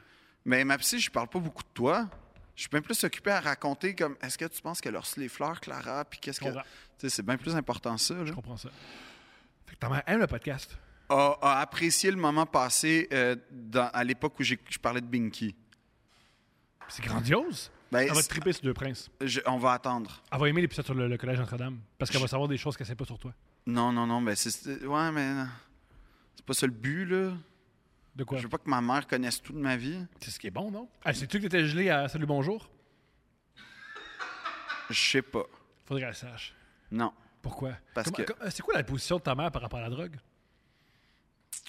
[SPEAKER 2] Mais ma psy, je parle pas beaucoup de toi. Je suis bien plus occupé à raconter comme est-ce que tu penses qu'elle a reçu les fleurs, Clara, puis
[SPEAKER 1] Je
[SPEAKER 2] qu'est-ce que. hein? Tu
[SPEAKER 1] comprends.
[SPEAKER 2] sais, c'est bien plus important ça. Là.
[SPEAKER 1] Je comprends ça. Fait que ta mère aime le podcast.
[SPEAKER 2] a, a apprécié le moment passé euh, dans- à l'époque où j'ai- je parlais de Binky.
[SPEAKER 1] C'est grandiose.
[SPEAKER 2] Ben,
[SPEAKER 1] Elle va
[SPEAKER 2] c'est-
[SPEAKER 1] te triper sur deux princes.
[SPEAKER 2] Je- on va attendre.
[SPEAKER 1] Elle va aimer l'épisode sur le, le collège Notre-Dame parce qu'elle va savoir des choses qu'elle sait pas sur toi.
[SPEAKER 2] Non, non, non, ben c'est. c'est- Ouais, mais. non. C'est pas ça le but, là.
[SPEAKER 1] De quoi
[SPEAKER 2] Je veux pas que ma mère connaisse tout de ma vie.
[SPEAKER 1] C'est ce qui est bon, non ah, Sais-tu que t'étais gelé à Salut Bonjour
[SPEAKER 2] Je sais pas.
[SPEAKER 1] Faudrait qu'elle sache.
[SPEAKER 2] Non.
[SPEAKER 1] Pourquoi
[SPEAKER 2] Parce
[SPEAKER 1] Comment-
[SPEAKER 2] que-
[SPEAKER 1] com- C'est quoi la position de ta mère par rapport à la drogue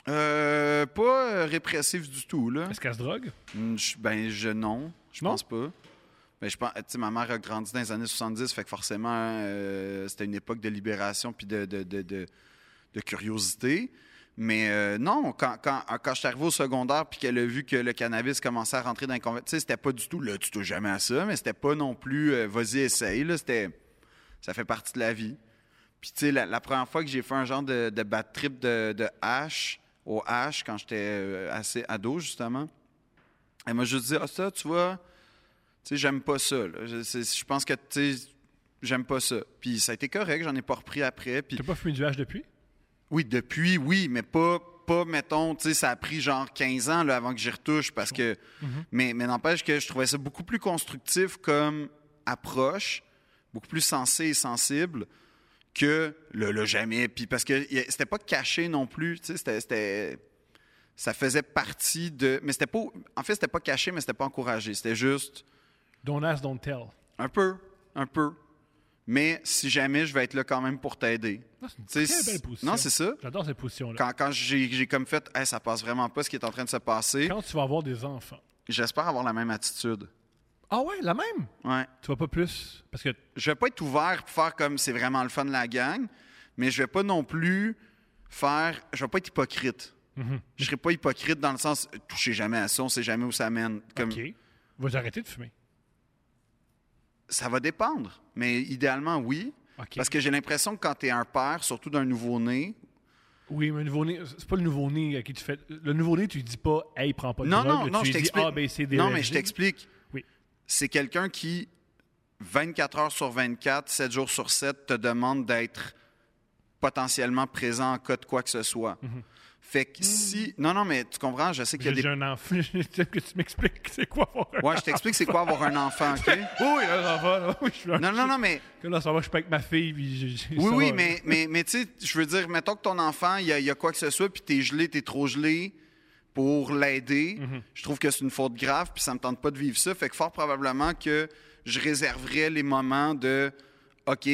[SPEAKER 2] Euh, pas euh, répressif du tout, là.
[SPEAKER 1] Est-ce qu'elle se drogue
[SPEAKER 2] Mm, je- ben, je. Non. Je
[SPEAKER 1] Non?
[SPEAKER 2] pense pas. Mais je pense. Tu sais, ma mère a grandi dans les années 70, fait que forcément, euh, c'était une époque de libération puis de, de, de, de- de curiosité. Mais euh, non, quand, quand, quand je suis arrivé au secondaire puis qu'elle a vu que le cannabis commençait à rentrer dans les conver- tu sais, c'était pas du tout là, tu touches jamais à ça, mais c'était pas non plus euh, vas-y, essaye. Là, c'était, ça fait partie de la vie. Puis, tu sais, la, la première fois que j'ai fait un genre de, de bad trip de, de hache au hache quand j'étais euh, assez ado, justement, elle m'a juste dit Ah, ça, tu vois, tu sais, j'aime pas ça. là. Je, c'est- je pense que, tu sais, j'aime pas ça. Puis, ça a été correct, j'en ai pas repris après. Puis,
[SPEAKER 1] T'as pas fumé du hash depuis
[SPEAKER 2] oui, depuis, oui, mais pas, pas mettons, tu sais, ça a pris genre 15 ans là, avant que j'y retouche parce que.
[SPEAKER 1] Mhm.
[SPEAKER 2] Mais, mais n'empêche que je trouvais ça beaucoup plus constructif comme approche, beaucoup plus sensé et sensible que le, le jamais. Puis parce que y a- c'était pas caché non plus, tu sais, c'était- c'était. Ça faisait partie de. Mais c'était pas. En fait, c'était pas caché, mais c'était pas encouragé. C'était juste
[SPEAKER 1] Don't ask, don't tell.
[SPEAKER 2] un peu, un peu. mais si jamais, je vais être là quand même pour t'aider.
[SPEAKER 1] Non, c'est une
[SPEAKER 2] Tu sais,
[SPEAKER 1] très belle
[SPEAKER 2] c'est-
[SPEAKER 1] position.
[SPEAKER 2] Non, c'est ça.
[SPEAKER 1] J'adore cette position-là. Quand...
[SPEAKER 2] Quand, quand j'ai j'ai comme fait, Hey, ça passe vraiment pas ce qui est en train de se passer,
[SPEAKER 1] tu vas avoir des enfants.
[SPEAKER 2] j'espère avoir la même attitude.
[SPEAKER 1] Ah ouais, la même?
[SPEAKER 2] Ouais.
[SPEAKER 1] Tu vas pas plus. Parce que
[SPEAKER 2] Je vais pas être ouvert pour faire comme c'est vraiment le fun la gang, mais je vais pas non plus faire. Je vais pas être hypocrite.
[SPEAKER 1] Mhm.
[SPEAKER 2] Je serai pas hypocrite dans le sens touchez jamais à ça, on sait jamais où ça mène. Comme,
[SPEAKER 1] OK. Vas-tu arrêter de fumer?
[SPEAKER 2] Ça va dépendre, mais idéalement, oui.
[SPEAKER 1] OK.
[SPEAKER 2] Parce que j'ai l'impression que quand tu es un père, surtout d'un nouveau-né,
[SPEAKER 1] Oui, mais le nouveau-né, c'est pas le nouveau-né à qui tu fais. Le nouveau-né, tu lui dis pas, hey, prends pas de
[SPEAKER 2] Non,
[SPEAKER 1] drogue.
[SPEAKER 2] non,
[SPEAKER 1] tu
[SPEAKER 2] non,
[SPEAKER 1] lui
[SPEAKER 2] je
[SPEAKER 1] dis,
[SPEAKER 2] t'explique.
[SPEAKER 1] Ah, ben, c'est des
[SPEAKER 2] non, mais je
[SPEAKER 1] régines.
[SPEAKER 2] t'explique.
[SPEAKER 1] Oui.
[SPEAKER 2] C'est quelqu'un qui, 24 heures sur 24, 7 jours sur 7, te demande d'être potentiellement présent en cas de quoi que ce soit. Fait que si. Non, non, mais tu comprends, je sais qu'il y
[SPEAKER 1] Mhm. J'ai
[SPEAKER 2] a des.
[SPEAKER 1] un enfant. J'aime que tu m'expliques c'est quoi avoir un
[SPEAKER 2] Ouais, je t'explique c'est quoi avoir un enfant, OK?
[SPEAKER 1] enfant. Oui, un enfant, là. Oui, je suis un-
[SPEAKER 2] Non, non, non, mais.
[SPEAKER 1] Comme là, ça va, je suis pas avec ma fille. Puis j'ai- j'ai-
[SPEAKER 2] Oui,
[SPEAKER 1] ça
[SPEAKER 2] oui,
[SPEAKER 1] va, là.
[SPEAKER 2] mais, mais, mais tu sais, je veux dire, mettons que ton enfant, il y, a- il y a quoi que ce soit, puis t'es gelé, t'es trop gelé pour l'aider.
[SPEAKER 1] Mhm.
[SPEAKER 2] Je trouve que c'est une faute grave, puis ça me tente pas de vivre ça. Fait que fort probablement que je réserverais les moments de OK, là,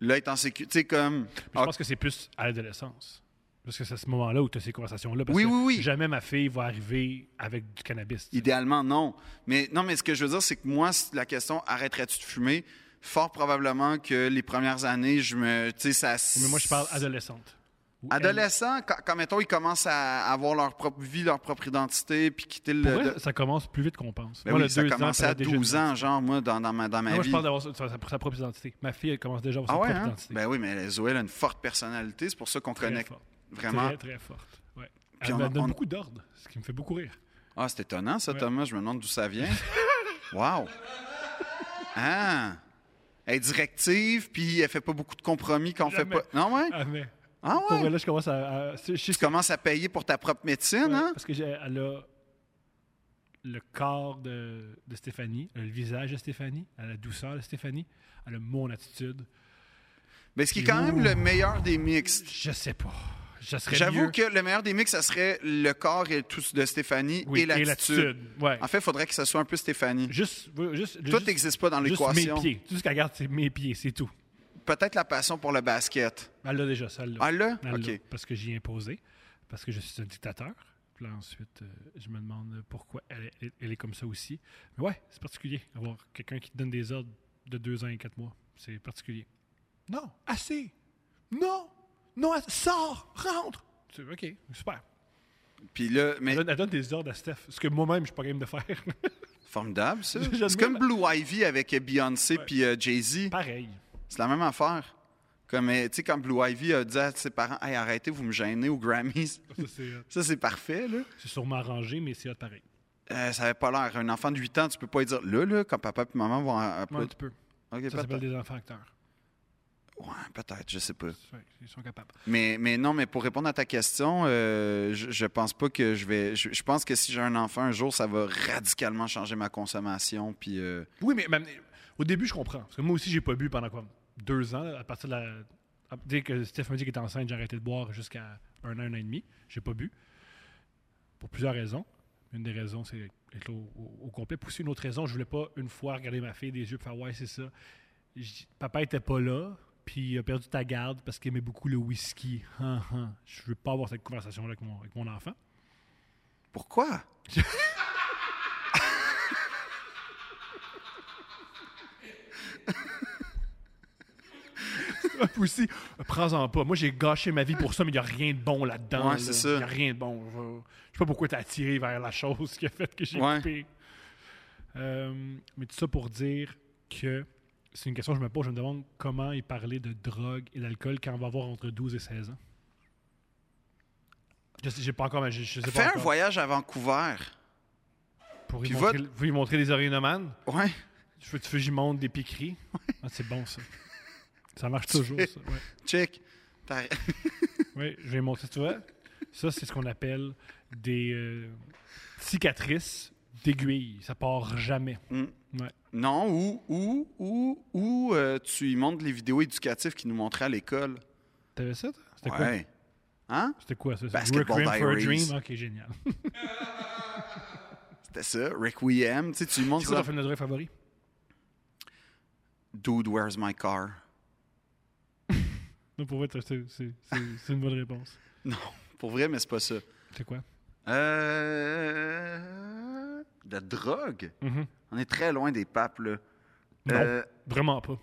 [SPEAKER 2] il est en sécurité. Tu sais, comme. ah,
[SPEAKER 1] Je pense que c'est plus à l'adolescence. Parce que c'est à ce moment-là où tu as ces conversations-là. parce
[SPEAKER 2] Oui,
[SPEAKER 1] que
[SPEAKER 2] oui, oui.
[SPEAKER 1] Jamais ma fille va arriver avec du cannabis. tu sais.
[SPEAKER 2] Idéalement, non. Mais non, mais ce que je veux dire, c'est que moi, si la question arrêterais-tu de fumer, fort probablement que les premières années, je me. Tu sais, ça.
[SPEAKER 1] Mais moi, je parle adolescente. Ou
[SPEAKER 2] Adolescents, quand, quand, mettons, ils commencent à avoir leur propre vie, leur propre identité, puis quitter le.
[SPEAKER 1] elle. Pour vrai,
[SPEAKER 2] de-
[SPEAKER 1] ça commence plus vite qu'on pense.
[SPEAKER 2] Ben
[SPEAKER 1] Moi,
[SPEAKER 2] oui,
[SPEAKER 1] le
[SPEAKER 2] ça
[SPEAKER 1] deux ans,
[SPEAKER 2] commençait
[SPEAKER 1] ça
[SPEAKER 2] à
[SPEAKER 1] l'a déjà
[SPEAKER 2] 12
[SPEAKER 1] dit.
[SPEAKER 2] ans, genre, moi, dans, dans ma, dans ma
[SPEAKER 1] Moi, je
[SPEAKER 2] vie.
[SPEAKER 1] parle d'avoir sa, sa- sa propre identité. Ma fille, elle commence déjà à avoir
[SPEAKER 2] ah
[SPEAKER 1] sa
[SPEAKER 2] ouais,
[SPEAKER 1] propre
[SPEAKER 2] hein?
[SPEAKER 1] identité.
[SPEAKER 2] Ben oui, mais Zoé elle a une forte personnalité, c'est pour ça qu'on
[SPEAKER 1] Très
[SPEAKER 2] connecte
[SPEAKER 1] forte.
[SPEAKER 2] vraiment.
[SPEAKER 1] Très, très forte. Ouais.
[SPEAKER 2] Puis
[SPEAKER 1] Elle
[SPEAKER 2] on
[SPEAKER 1] me
[SPEAKER 2] a-
[SPEAKER 1] donne
[SPEAKER 2] on-
[SPEAKER 1] beaucoup d'ordre, ce qui me fait beaucoup rire.
[SPEAKER 2] Ah, c'est étonnant, ça,
[SPEAKER 1] Ouais.
[SPEAKER 2] Thomas, je me demande d'où ça vient. wow! Ah! Elle est directive, puis elle fait pas beaucoup de compromis quand on fait
[SPEAKER 1] Jamais.
[SPEAKER 2] pas. Non, ouais?
[SPEAKER 1] Ah, mais.
[SPEAKER 2] Ah
[SPEAKER 1] Pour vrai,
[SPEAKER 2] ouais?
[SPEAKER 1] là, je commence à. à- c'est- je sais
[SPEAKER 2] Tu commences à payer pour ta propre médecine,
[SPEAKER 1] Ouais,
[SPEAKER 2] hein?
[SPEAKER 1] Parce que j'ai- elle a le corps de, de Stéphanie, elle a le visage de Stéphanie, elle a la douceur de Stéphanie, elle a mon attitude.
[SPEAKER 2] Mais Ben, ce qui est quand même le meilleur des mix.
[SPEAKER 1] Je sais pas. Je serais
[SPEAKER 2] J'avoue
[SPEAKER 1] mieux-
[SPEAKER 2] que le meilleur des mix, ça serait le corps et tout de Stéphanie
[SPEAKER 1] Oui,
[SPEAKER 2] et l'attitude.
[SPEAKER 1] Ouais.
[SPEAKER 2] En fait, il faudrait que ce soit un peu Stéphanie.
[SPEAKER 1] Juste, juste,
[SPEAKER 2] Tout
[SPEAKER 1] juste-
[SPEAKER 2] n'existe pas dans
[SPEAKER 1] juste mes
[SPEAKER 2] l'équation.
[SPEAKER 1] pieds. Tout ce qu'elle garde, c'est mes pieds, c'est tout.
[SPEAKER 2] Peut-être la passion pour le basket.
[SPEAKER 1] Elle l'a déjà, celle-là.
[SPEAKER 2] Ah là?
[SPEAKER 1] Elle l'a,
[SPEAKER 2] OK.
[SPEAKER 1] Parce que j'y ai imposé, parce que je suis un dictateur. Puis là, ensuite, euh, je me demande pourquoi elle est, elle est- elle est comme ça aussi. Mais ouais, c'est particulier, avoir quelqu'un qui te donne des ordres de deux ans et quatre mois. C'est particulier. Non, assez. Non, non, assez. sors, rentre. Eh. Tu- OK, super.
[SPEAKER 2] Puis là, mais
[SPEAKER 1] Elle donne, elle donne des ordres à Steph, ce que moi-même, je suis pas game de faire.
[SPEAKER 2] formidable, ça.
[SPEAKER 1] J'admire
[SPEAKER 2] C'est comme
[SPEAKER 1] la-
[SPEAKER 2] Blue Ivy avec Beyoncé puis euh, Jay-Z.
[SPEAKER 1] Pareil.
[SPEAKER 2] C'est la même affaire. Comme, euh, tu sais, quand Blue Ivy a dit à ses parents, « Hey, arrêtez, vous me gênez aux Grammys.
[SPEAKER 1] Ça, c'est, euh, »
[SPEAKER 2] Ça, c'est parfait, là.
[SPEAKER 1] c'est sûrement arrangé, mais c'est hot pareil.
[SPEAKER 2] Euh, ça avait pas l'air. Un enfant de 8 ans, tu peux pas lui dire, « Là, là, quand papa et maman vont... à- à-
[SPEAKER 1] Ouais, un petit peu.
[SPEAKER 2] Ok,
[SPEAKER 1] Ça s'appelle
[SPEAKER 2] peut-être.
[SPEAKER 1] des enfants acteurs.
[SPEAKER 2] Ouais, peut-être, je sais pas.
[SPEAKER 1] Ouais, ils sont capables.
[SPEAKER 2] Mais, mais non, mais pour répondre à ta question, euh, je, je pense pas que je vais. Je, je pense que si j'ai un enfant un jour, ça va radicalement changer ma consommation. Puis euh,
[SPEAKER 1] Oui, mais, mais au début, je comprends. Parce que moi aussi, j'ai pas bu pendant quoi Deux ans, là, à partir de la. à- Dès que Steph m'a dit qu'il était enceinte, j'ai arrêté de boire jusqu'à un an, un an et demi. J'ai pas bu. Pour plusieurs raisons. Une des raisons, c'est être là au, au- au complet. Puis aussi, une autre raison, je voulais pas une fois regarder ma fille des yeux et faire Ouais, c'est ça. J- Papa était pas là, puis il a perdu ta garde parce qu'il aimait beaucoup le whisky. Hein, hein. Je veux pas avoir cette conversation-là avec mon, avec mon enfant.
[SPEAKER 2] pourquoi?
[SPEAKER 1] Puis aussi, prends-en pas. Moi, j'ai gâché ma vie pour ça, mais il n'y a rien de bon là-dedans.
[SPEAKER 2] Ouais,
[SPEAKER 1] là.
[SPEAKER 2] c'est ça.
[SPEAKER 1] Il n'y a rien de bon. Je ne sais pas pourquoi tu attiré vers la chose qui a fait que j'ai
[SPEAKER 2] Ouais.
[SPEAKER 1] coupé. Euh, mais tout ça pour dire que c'est une question que je me pose. Je me demande comment il parlait de drogue et d'alcool quand on va avoir entre 12 et 16 ans. Je sais, j'ai pas encore, mais je, je sais pas
[SPEAKER 2] Fais un
[SPEAKER 1] encore.
[SPEAKER 2] voyage à Vancouver.
[SPEAKER 1] Pour y
[SPEAKER 2] puis
[SPEAKER 1] montrer,
[SPEAKER 2] vote.
[SPEAKER 1] pour y montrer des orinomanes.
[SPEAKER 2] Ouais.
[SPEAKER 1] Tu veux, tu veux que j'y monte des piqueries? Ah, c'est bon, ça. Ça marche toujours, ça. Ouais.
[SPEAKER 2] Check. T'as-
[SPEAKER 1] Oui, je vais montrer, tu vois. Ça, c'est ce qu'on appelle des euh, cicatrices d'aiguilles. Ça part jamais.
[SPEAKER 2] Mm.
[SPEAKER 1] Ouais.
[SPEAKER 2] Non, ou, ou, ou, ou euh, tu y montres les vidéos éducatives qu'ils nous montraient à l'école.
[SPEAKER 1] T'avais ça, toi? C'était quoi?
[SPEAKER 2] Ouais. Hein?
[SPEAKER 1] C'était quoi, ça?
[SPEAKER 2] Basketball
[SPEAKER 1] Requiem for a
[SPEAKER 2] Diaries.
[SPEAKER 1] Dream? OK, génial.
[SPEAKER 2] C'était ça. Requiem. Tu sais, tu y montres.
[SPEAKER 1] C'est quoi ton
[SPEAKER 2] ça.
[SPEAKER 1] film de drogue favori?
[SPEAKER 2] Dude, where's my car?
[SPEAKER 1] Non, pour vrai, c'est- c'est c'est- c'est- c'est une bonne réponse.
[SPEAKER 2] Non, pour vrai, mais c'est pas ça.
[SPEAKER 1] C'est quoi?
[SPEAKER 2] Euh. De la drogue?
[SPEAKER 1] Mhm.
[SPEAKER 2] On est très loin des papes, là.
[SPEAKER 1] Non,
[SPEAKER 2] Euh,
[SPEAKER 1] vraiment pas.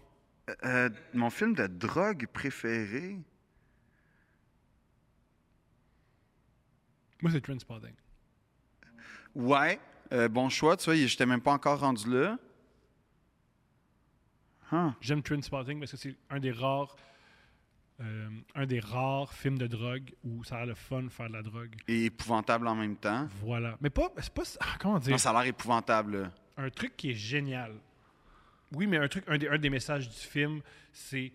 [SPEAKER 2] euh, mon film de drogue préféré?
[SPEAKER 1] Moi, c'est Trainspotting.
[SPEAKER 2] Ouais, euh, bon choix, tu vois, j'étais même pas encore rendu là. Huh.
[SPEAKER 1] J'aime Trainspotting parce que c'est un des rares euh, un des rares films de drogue où ça a le fun de faire de la drogue.
[SPEAKER 2] Et épouvantable en même temps.
[SPEAKER 1] Voilà. Mais pas. C'est pas. ah, comment dire?
[SPEAKER 2] Non, ça a l'air épouvantable, là.
[SPEAKER 1] un truc qui est génial. Oui, mais un truc, un des, un des messages du film, c'est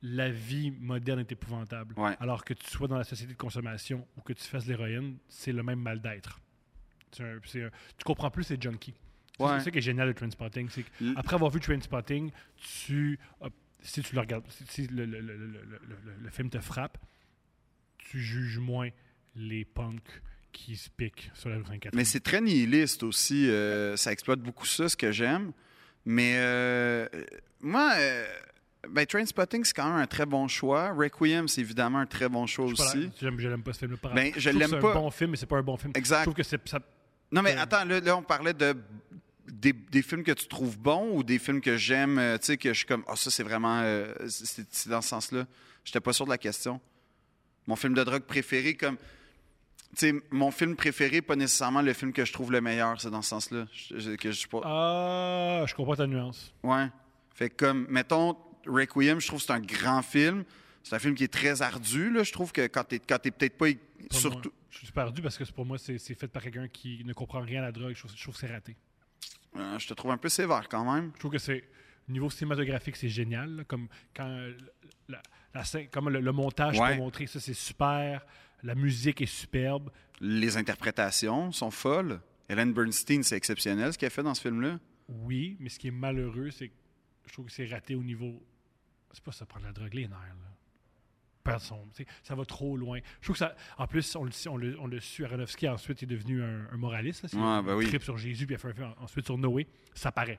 [SPEAKER 1] la vie moderne est épouvantable.
[SPEAKER 2] Ouais.
[SPEAKER 1] Alors que tu sois dans la société de consommation ou que tu fasses de l'héroïne, c'est le même mal d'être. C'est un- c'est un- Tu comprends plus ces junkies. C'est
[SPEAKER 2] Ouais.
[SPEAKER 1] C'est ça qui est génial de Trainspotting. C'est
[SPEAKER 2] L-
[SPEAKER 1] qu'après avoir vu Trainspotting, tu, ah, si tu le regardes, si, si le, le- le- le- le- le- le film te frappe, tu juges moins les punks qui se piquent sur la 24.
[SPEAKER 2] Mais c'est très nihiliste aussi. euh, ça exploite beaucoup ça, ce que j'aime. Mais euh, moi, euh, ben, Trainspotting, c'est quand même un très bon choix. Requiem, c'est évidemment un très bon choix
[SPEAKER 1] Je suis pas
[SPEAKER 2] aussi.
[SPEAKER 1] d'accord. J'aime, je l'aime pas ce film-là. par
[SPEAKER 2] Ben,
[SPEAKER 1] rapport-
[SPEAKER 2] je
[SPEAKER 1] trouve que
[SPEAKER 2] l'aime pas.
[SPEAKER 1] C'est un bon film, mais c'est pas un bon film.
[SPEAKER 2] Exact.
[SPEAKER 1] Je trouve que c'est ça.
[SPEAKER 2] Non, mais
[SPEAKER 1] Euh,
[SPEAKER 2] attends, là, là, on parlait de des, des films que tu trouves bons ou des films que j'aime, euh, tu sais, que je suis comme, ah, ça, c'est vraiment. euh, c'est c'est dans ce sens-là. J'étais pas sûr de la question. Mon film de drogue préféré, comme. Tu sais, mon film préféré, pas nécessairement le film que je trouve le meilleur, c'est dans ce sens-là. Je- je- que je suis pas.
[SPEAKER 1] Ah, je comprends ta nuance.
[SPEAKER 2] Ouais. Fait que comme, mettons, Requiem, je trouve que c'est un grand film. C'est un film qui est très ardu, là. Je trouve que quand t'es, quand t'es peut-être pas.
[SPEAKER 1] Pour
[SPEAKER 2] Surtout.
[SPEAKER 1] moi. Je suis perdu parce que c'est- pour moi, c'est, c'est fait par quelqu'un qui ne comprend rien à la drogue. Je trouve, je trouve que c'est raté.
[SPEAKER 2] Euh, je te trouve un peu sévère quand même.
[SPEAKER 1] Je trouve que c'est. au Niveau cinématographique, c'est génial. là, comme quand euh, la, la scène- comme le, le montage
[SPEAKER 2] Ouais.
[SPEAKER 1] pour montrer ça, c'est super. La musique est superbe.
[SPEAKER 2] Les interprétations sont folles. Hélène Bernstein, c'est exceptionnel ce qu'elle fait dans ce film-là.
[SPEAKER 1] Oui, mais ce qui est malheureux, c'est que je trouve que c'est raté au niveau. C'est pas ça prendre la drogue, les nerfs, là. Perdre son- tu sais, Ça va trop loin. Je trouve que ça. En plus, on le, sait- on le, on le suit, Aronofsky ensuite est devenu un, un moraliste. Là, C'est-
[SPEAKER 2] Ouais, ben
[SPEAKER 1] il
[SPEAKER 2] oui.
[SPEAKER 1] tripe sur Jésus, puis il a fait un film en- ensuite sur Noé. Ça paraît.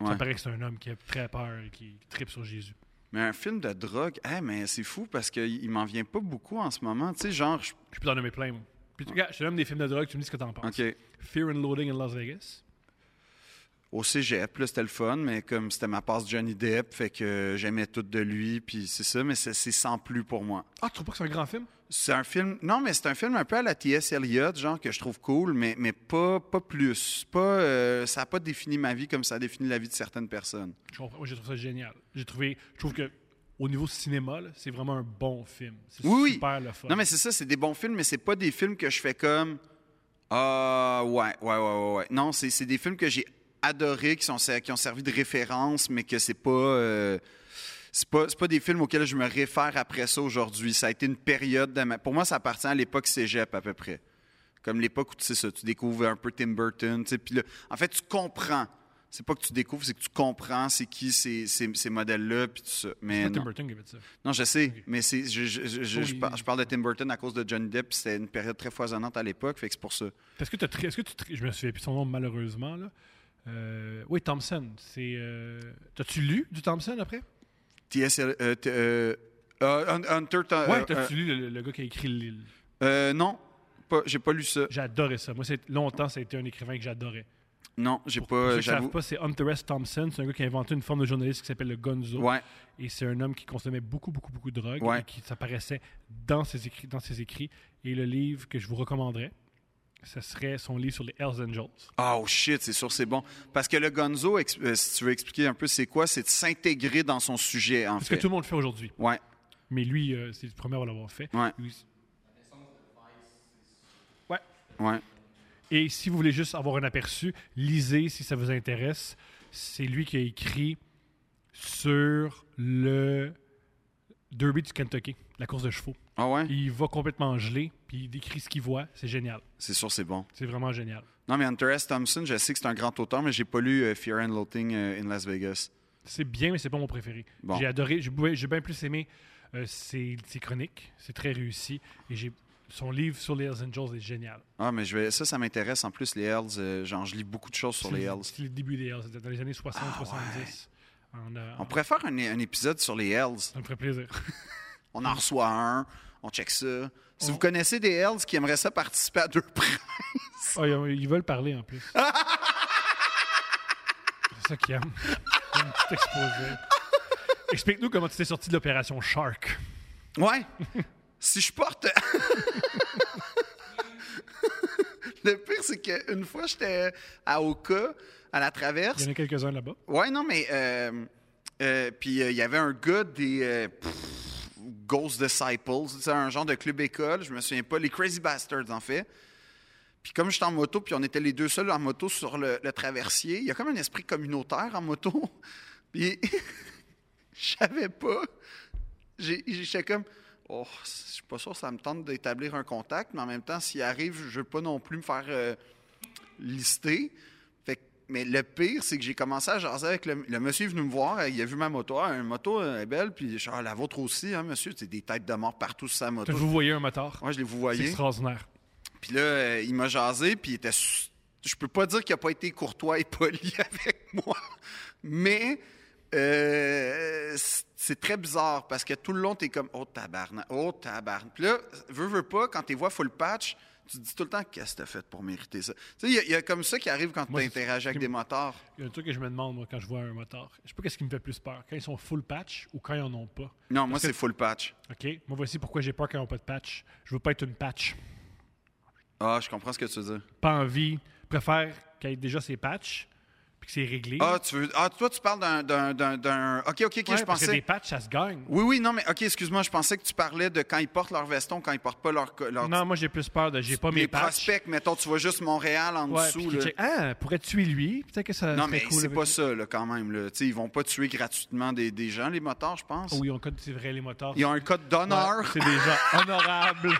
[SPEAKER 1] Ça
[SPEAKER 2] Ouais.
[SPEAKER 1] paraît que c'est un homme qui a très peur et qui tripe sur Jésus.
[SPEAKER 2] Mais un film de drogue, eh mais c'est fou parce qu'il il m'en vient pas beaucoup en ce moment. Tu sais, genre, je-
[SPEAKER 1] Je peux t'en nommer plein, moi. Puis, tu- regarde, je te nomme des films de drogue, tu me dis ce que t'en penses.
[SPEAKER 2] OK,
[SPEAKER 1] Fear and Loading in Las Vegas.
[SPEAKER 2] au cégep, là, c'était le fun, mais comme c'était ma passe Johnny Depp, fait que j'aimais tout de lui, puis c'est ça, mais c'est- c'est sans plus pour moi.
[SPEAKER 1] Ah, tu trouves pas que c'est un grand film?
[SPEAKER 2] C'est un film. Non, mais c'est un film un peu à la T.S. Eliot, genre que je trouve cool, mais, mais pas, pas plus. Pas, euh, ça n'a pas défini ma vie comme ça a défini la vie de certaines personnes.
[SPEAKER 1] Je comprends. Moi, j'ai trouvé ça génial. J'ai trouvé, je trouve que au niveau cinéma, là, c'est vraiment un bon film. C'est
[SPEAKER 2] Oui, oui.
[SPEAKER 1] super le fun.
[SPEAKER 2] Non, mais c'est ça, c'est des bons films, mais c'est pas des films que je fais comme. Ah, ouais, ouais, ouais, ouais, ouais. Non, c'est c'est des films que j'ai adorés, qui, sont, qui ont servi de référence, mais que c'est pas. euh, c'est pas, c'est pas des films auxquels je me réfère après ça aujourd'hui. Ça a été une période. de ma- Pour moi, ça appartient à l'époque cégep à peu près. Comme l'époque où tu sais ça, tu découvres un peu Tim Burton. tu sais, Puis là, en fait, tu comprends. C'est pas que tu découvres, c'est que tu comprends c'est qui ces, ces, ces modèles-là. Puis tout ça.
[SPEAKER 1] C'est
[SPEAKER 2] Mais
[SPEAKER 1] pas Tim
[SPEAKER 2] non.
[SPEAKER 1] Burton qui avait dit ça.
[SPEAKER 2] Non, je sais, mais c'est, je, je, je, je- je
[SPEAKER 1] Oui.
[SPEAKER 2] par- je parle de Tim Burton à cause de Johnny Depp, puis c'était une période très foisonnante à l'époque, fait que c'est pour ça.
[SPEAKER 1] Est-ce que, est que tu. tri- Je me souviens plus son nom, malheureusement. Là. Euh, oui, Thompson. C'est. euh, T'as-tu lu du Thompson après
[SPEAKER 2] T.S. Eliot, euh, t- euh, euh, Hun- Hunter. t'as-
[SPEAKER 1] Ouais,
[SPEAKER 2] euh,
[SPEAKER 1] t'as-tu lu le, le gars qui a écrit L'île
[SPEAKER 2] euh, non, pas- j'ai pas lu ça.
[SPEAKER 1] J'ai adoré ça. Moi, c'est- longtemps, ça a été un écrivain que j'adorais.
[SPEAKER 2] Non, j'ai
[SPEAKER 1] Pour, pour
[SPEAKER 2] pas.
[SPEAKER 1] ceux qui ne savent
[SPEAKER 2] J'avoue.
[SPEAKER 1] pas, c'est Hunter S. Thompson. C'est un gars qui a inventé une forme de journaliste qui s'appelle le Gonzo.
[SPEAKER 2] Ouais,
[SPEAKER 1] Et c'est un homme qui consommait beaucoup, beaucoup, beaucoup de drogue
[SPEAKER 2] Ouais.
[SPEAKER 1] et qui s'apparaissait dans ses écrits. Dans ses écrits. Et le livre que je vous recommanderais, ce serait son livre sur les Hells Angels.
[SPEAKER 2] Oh shit, c'est sûr, c'est bon. Parce que le Gonzo, ex- euh, si tu veux expliquer un peu c'est quoi, c'est de s'intégrer dans son sujet, en
[SPEAKER 1] Parce que
[SPEAKER 2] fait.
[SPEAKER 1] tout le monde le fait aujourd'hui.
[SPEAKER 2] Ouais,
[SPEAKER 1] Mais lui, euh, c'est le premier à l'avoir fait.
[SPEAKER 2] Ouais.
[SPEAKER 1] Lui-
[SPEAKER 2] ouais.
[SPEAKER 1] Et si vous voulez juste avoir un aperçu, lisez si ça vous intéresse. C'est lui qui a écrit sur le Derby du Kentucky, la course de chevaux.
[SPEAKER 2] Ah ouais?
[SPEAKER 1] Il va complètement gelé, puis il décrit ce qu'il voit. C'est génial.
[SPEAKER 2] C'est sûr, c'est bon.
[SPEAKER 1] C'est vraiment génial.
[SPEAKER 2] Non, mais Hunter S. Thompson, je sais que c'est un grand auteur, mais j'ai pas lu euh, Fear and Loathing euh, in Las Vegas.
[SPEAKER 1] C'est bien, mais c'est pas mon préféré.
[SPEAKER 2] Bon.
[SPEAKER 1] J'ai adoré, j'ai ouais, j'ai bien plus aimé euh, ses, ses chroniques. C'est très réussi. Et j'ai son livre sur les Hells Angels est génial.
[SPEAKER 2] Ah, mais je vais... ça, ça m'intéresse. En plus, les Hells, Ah euh, genre, je lis beaucoup de choses sur
[SPEAKER 1] C'est
[SPEAKER 2] les
[SPEAKER 1] le-
[SPEAKER 2] Hells.
[SPEAKER 1] C'est le début des Hells, dans les années 60-70. en, euh,
[SPEAKER 2] On pourrait faire un, un épisode sur les Hells.
[SPEAKER 1] Ça me ferait plaisir.
[SPEAKER 2] On en reçoit un, on check ça. Si
[SPEAKER 1] On-
[SPEAKER 2] vous connaissez des Hells qui aimeraient ça participer à deux prix,
[SPEAKER 1] Ah, ils, ils veulent parler en plus. C'est ça qu'ils aiment. Ils aiment tout exposer. Explique-nous comment tu t'es sorti de l'opération Shark.
[SPEAKER 2] Ouais. si je porte. Le pire, c'est qu'une fois, j'étais à Oka, à la
[SPEAKER 1] Il y
[SPEAKER 2] traverse.
[SPEAKER 1] en a quelques-uns là-bas.
[SPEAKER 2] Ouais, non, mais. euh, euh, puis euh, il y avait un gars des. euh, pff, Ghost Disciples, c'est un genre de club école, je me souviens pas, les Crazy Bastards en fait. Puis comme j'étais en moto, puis on était les deux seuls en moto sur le, le traversier, il y a comme un esprit communautaire en moto. Puis je savais pas. J'ai- J'étais comme, oh, je suis pas sûr, que ça me tente d'établir un contact, mais en même temps, s'il arrive, je veux pas non plus me faire euh, lister. Fait que- mais le pire, c'est que j'ai commencé à jaser avec le, le monsieur est venu me voir, euh, il a vu ma moto, ah, une moto euh, est belle, puis je suis, ah, la vôtre aussi, hein, monsieur, c'est des têtes de mort partout sur sa moto.
[SPEAKER 1] Vous voyez un moteur.
[SPEAKER 2] Moi, je les vous
[SPEAKER 1] C'est
[SPEAKER 2] voyais.
[SPEAKER 1] extraordinaire.
[SPEAKER 2] Puis là, euh, il m'a jasé, puis il était. su- Je peux pas dire qu'il a pas été courtois et poli avec moi, mais euh, c- c'est très bizarre parce que tout le long, t'es comme oh tabarnak, oh tabarnak. Puis là, veux, veux pas, quand t'es vois full patch, tu te dis tout le temps qu'est-ce que t'as fait pour mériter ça. Tu sais, il y a- il y, a comme ça qui arrive quand
[SPEAKER 1] Moi, c'est-
[SPEAKER 2] t'interagis avec des motards.
[SPEAKER 1] Il y a un truc que je me demande, moi, quand je vois un moteur. Je sais pas qu'est-ce qui me fait plus peur, quand ils sont full patch ou quand ils en ont pas.
[SPEAKER 2] Non, moi, c'est full patch.
[SPEAKER 1] OK? Moi, voici pourquoi j'ai peur quand ils n'ont pas de patch. Je veux pas être une patch.
[SPEAKER 2] Ah, je comprends ce que tu veux dire.
[SPEAKER 1] Pas envie. Préfère qu'il y ait déjà ses patchs, puis que c'est réglé.
[SPEAKER 2] Ah, tu veux. Ah, toi, tu parles d'un- d'un. d'un- d'un- Ok, ok, ok,
[SPEAKER 1] Ouais,
[SPEAKER 2] je
[SPEAKER 1] parce que
[SPEAKER 2] pensais.
[SPEAKER 1] des patchs, ça se gagne.
[SPEAKER 2] Oui, oui, non, mais OK, excuse-moi, je pensais que tu parlais de quand ils portent leur veston, quand ils portent pas leur. co- leur
[SPEAKER 1] Non, moi, j'ai plus peur de j'ai pas mes
[SPEAKER 2] les
[SPEAKER 1] patchs.
[SPEAKER 2] Ah, prospects, mettons, tu vois juste Montréal en
[SPEAKER 1] Ouais, puis
[SPEAKER 2] dessous.
[SPEAKER 1] qui
[SPEAKER 2] là.
[SPEAKER 1] check, ah, pourrait tuer lui. Peut-être que ça
[SPEAKER 2] Non,
[SPEAKER 1] serait
[SPEAKER 2] mais
[SPEAKER 1] cool.
[SPEAKER 2] c'est
[SPEAKER 1] avec
[SPEAKER 2] pas
[SPEAKER 1] lui.
[SPEAKER 2] ça, là, quand même. Là. Tu sais, Ils vont pas tuer gratuitement des, des gens, les motards, je pense.
[SPEAKER 1] Oui, on code, c'est vrai, les motards.
[SPEAKER 2] Ils ont un code
[SPEAKER 1] Ouais,
[SPEAKER 2] d'honneur.
[SPEAKER 1] c'est des gens honorables.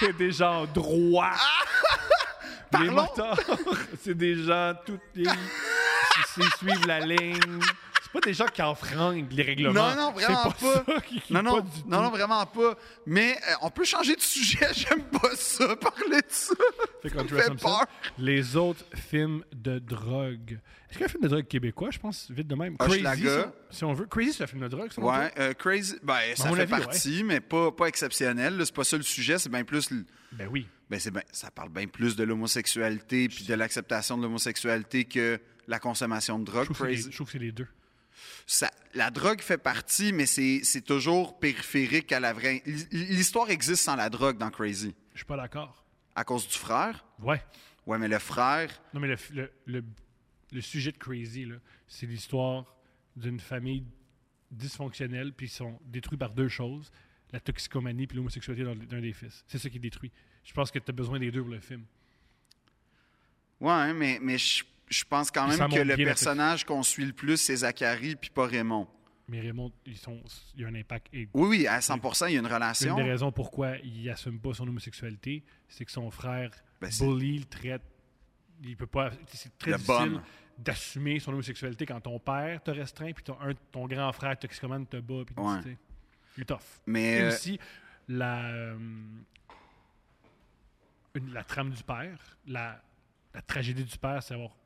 [SPEAKER 1] c'est des gens droits. les
[SPEAKER 2] Parlons.
[SPEAKER 1] motards, c'est des gens tout. Ils, ils suivent la ligne. C'est pas des gens qui enfreignent les règlements.
[SPEAKER 2] Non, non,
[SPEAKER 1] C'est
[SPEAKER 2] vraiment
[SPEAKER 1] pas.
[SPEAKER 2] pas.
[SPEAKER 1] ça qui- qui-
[SPEAKER 2] non, non,
[SPEAKER 1] pas du
[SPEAKER 2] non,
[SPEAKER 1] tout.
[SPEAKER 2] non, vraiment pas. Mais euh, on peut changer de sujet, j'aime pas ça, parler de ça.
[SPEAKER 1] Fait
[SPEAKER 2] Ça
[SPEAKER 1] qu'on
[SPEAKER 2] me
[SPEAKER 1] Dress
[SPEAKER 2] fait
[SPEAKER 1] Thompson.
[SPEAKER 2] peur.
[SPEAKER 1] Les autres films de drogue. Est-ce qu'il y a un film de drogue québécois, je pense, vite de même?
[SPEAKER 2] Hochelaga.
[SPEAKER 1] Crazy, si on- si on veut. Crazy, c'est un film de drogue, si on veut.
[SPEAKER 2] Ah, Ouais, euh, Crazy, ben, ça
[SPEAKER 1] mon
[SPEAKER 2] fait
[SPEAKER 1] avis, ouais.
[SPEAKER 2] partie, mais pas, pas exceptionnel. là. C'est pas ça le sujet, c'est bien plus. l-
[SPEAKER 1] Ben oui.
[SPEAKER 2] Ben, c'est ben- ça parle bien plus de l'homosexualité puis de l'acceptation de l'homosexualité que la consommation de drogue.
[SPEAKER 1] Je trouve que c'est
[SPEAKER 2] Crazy.
[SPEAKER 1] les- je trouve que c'est les deux.
[SPEAKER 2] Ça- la drogue fait partie, mais c'est c'est toujours périphérique à la vraie. l'hi- L'histoire existe sans la drogue dans Crazy.
[SPEAKER 1] Je suis pas d'accord.
[SPEAKER 2] À cause du frère?
[SPEAKER 1] Ouais.
[SPEAKER 2] Ouais, mais le frère.
[SPEAKER 1] Non, mais le, le, le, le sujet de Crazy, là, c'est l'histoire d'une famille dysfonctionnelle, puis ils sont détruits par deux choses la toxicomanie puis l'homosexualité dans- d'un des fils. C'est ça qui détruit. Je pense que tu as besoin des deux pour le film.
[SPEAKER 2] Ouais, mais, mais je je pense quand
[SPEAKER 1] Ça
[SPEAKER 2] même que
[SPEAKER 1] montre
[SPEAKER 2] le
[SPEAKER 1] bien la
[SPEAKER 2] personnage qu'on suit le plus, c'est Zachary puis pas Raymond.
[SPEAKER 1] Mais Raymond, ils sont, il y a un impact. é-
[SPEAKER 2] Oui, oui, à 100 il y a une relation.
[SPEAKER 1] Une des raisons pourquoi il assume pas son homosexualité, c'est que son frère
[SPEAKER 2] Ben, c'est-
[SPEAKER 1] bully le traite. Il peut pas. C'est très
[SPEAKER 2] Le
[SPEAKER 1] difficile
[SPEAKER 2] bum.
[SPEAKER 1] d'assumer son homosexualité quand ton père te restreint puis ton, un- ton grand frère toxicomane te bat puis
[SPEAKER 2] Ouais.
[SPEAKER 1] tu sais, il est tough.
[SPEAKER 2] Mais,
[SPEAKER 1] Et
[SPEAKER 2] euh,
[SPEAKER 1] aussi la euh, une- la trame du père, la, la tragédie du père, c'est avoir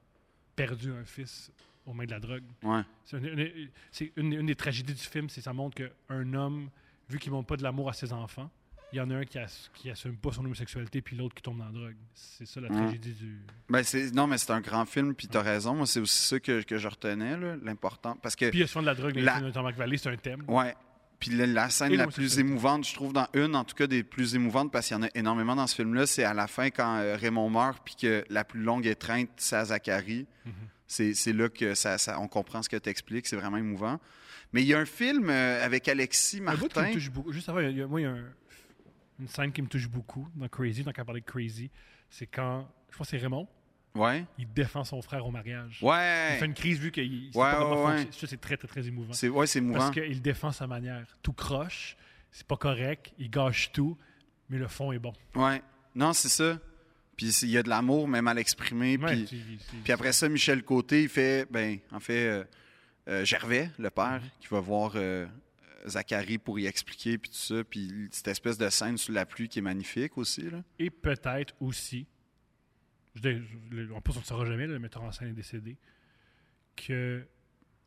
[SPEAKER 1] perdu un fils aux mains de la drogue.
[SPEAKER 2] Ouais.
[SPEAKER 1] C'est une, une- c'est une- une des tragédies du film, c'est ça montre qu'un homme, vu qu'il ne montre pas de l'amour à ses enfants, il y en a un qui, ass- qui assume pas son homosexualité, puis l'autre qui tombe dans la drogue. C'est ça la
[SPEAKER 2] Ouais.
[SPEAKER 1] tragédie du.
[SPEAKER 2] Ben, c'est- non, mais c'est un grand film, puis t'as raison. Moi, c'est aussi ça que, que je retenais, là, l'important. Parce que.
[SPEAKER 1] Puis il y a souvent de la drogue dans les
[SPEAKER 2] La-
[SPEAKER 1] films de Jean-Marc Vallée, c'est un thème.
[SPEAKER 2] Ouais. Puis la, la scène
[SPEAKER 1] Et
[SPEAKER 2] la plus
[SPEAKER 1] l'homosexualité.
[SPEAKER 2] émouvante, je trouve, dans une, en tout cas des plus émouvantes, parce qu'il y en a énormément dans ce film-là, c'est à la fin quand euh, Raymond meurt, puis que la plus longue étreinte, c'est à Zachary.
[SPEAKER 1] Mhm.
[SPEAKER 2] C'est- C'est là que ça, ça- on comprend ce que tu expliques, c'est vraiment émouvant. Mais il y a un film euh, avec Alexis
[SPEAKER 1] Un bout qui me
[SPEAKER 2] Martin.
[SPEAKER 1] touche beaucoup. Juste avant, il y a- il y a- moi, il y a un- une scène qui me touche beaucoup dans Crazy, donc à parler de Crazy. C'est quand, je pense que c'est Raymond,
[SPEAKER 2] Ouais.
[SPEAKER 1] il défend son frère au mariage. Il
[SPEAKER 2] Ouais.
[SPEAKER 1] fait une crise vu qu'il sait
[SPEAKER 2] Ouais,
[SPEAKER 1] pas comment
[SPEAKER 2] ouais, ouais.
[SPEAKER 1] fonctionner. Ça, c'est très, très, très émouvant.
[SPEAKER 2] C'est ouais, c'est émouvant.
[SPEAKER 1] Parce qu'il défend sa manière. Tout croche, c'est pas correct, il gâche tout, mais le fond est bon.
[SPEAKER 2] Ouais. Non, c'est ça. Puis c'est- il y a de l'amour, même à l'exprimer.
[SPEAKER 1] Ouais,
[SPEAKER 2] puis-
[SPEAKER 1] tu- tu-
[SPEAKER 2] Puis après ça, Michel Côté, il fait, ben, en fait, euh, euh, Gervais, le père, qui va voir euh, Zachary pour y expliquer, puis tout ça. Puis cette espèce de scène sous la pluie qui est magnifique aussi, là.
[SPEAKER 1] Et peut-être aussi, je dis- je- le- en plus on ne saura jamais, là, le metteur en scène est décédé, que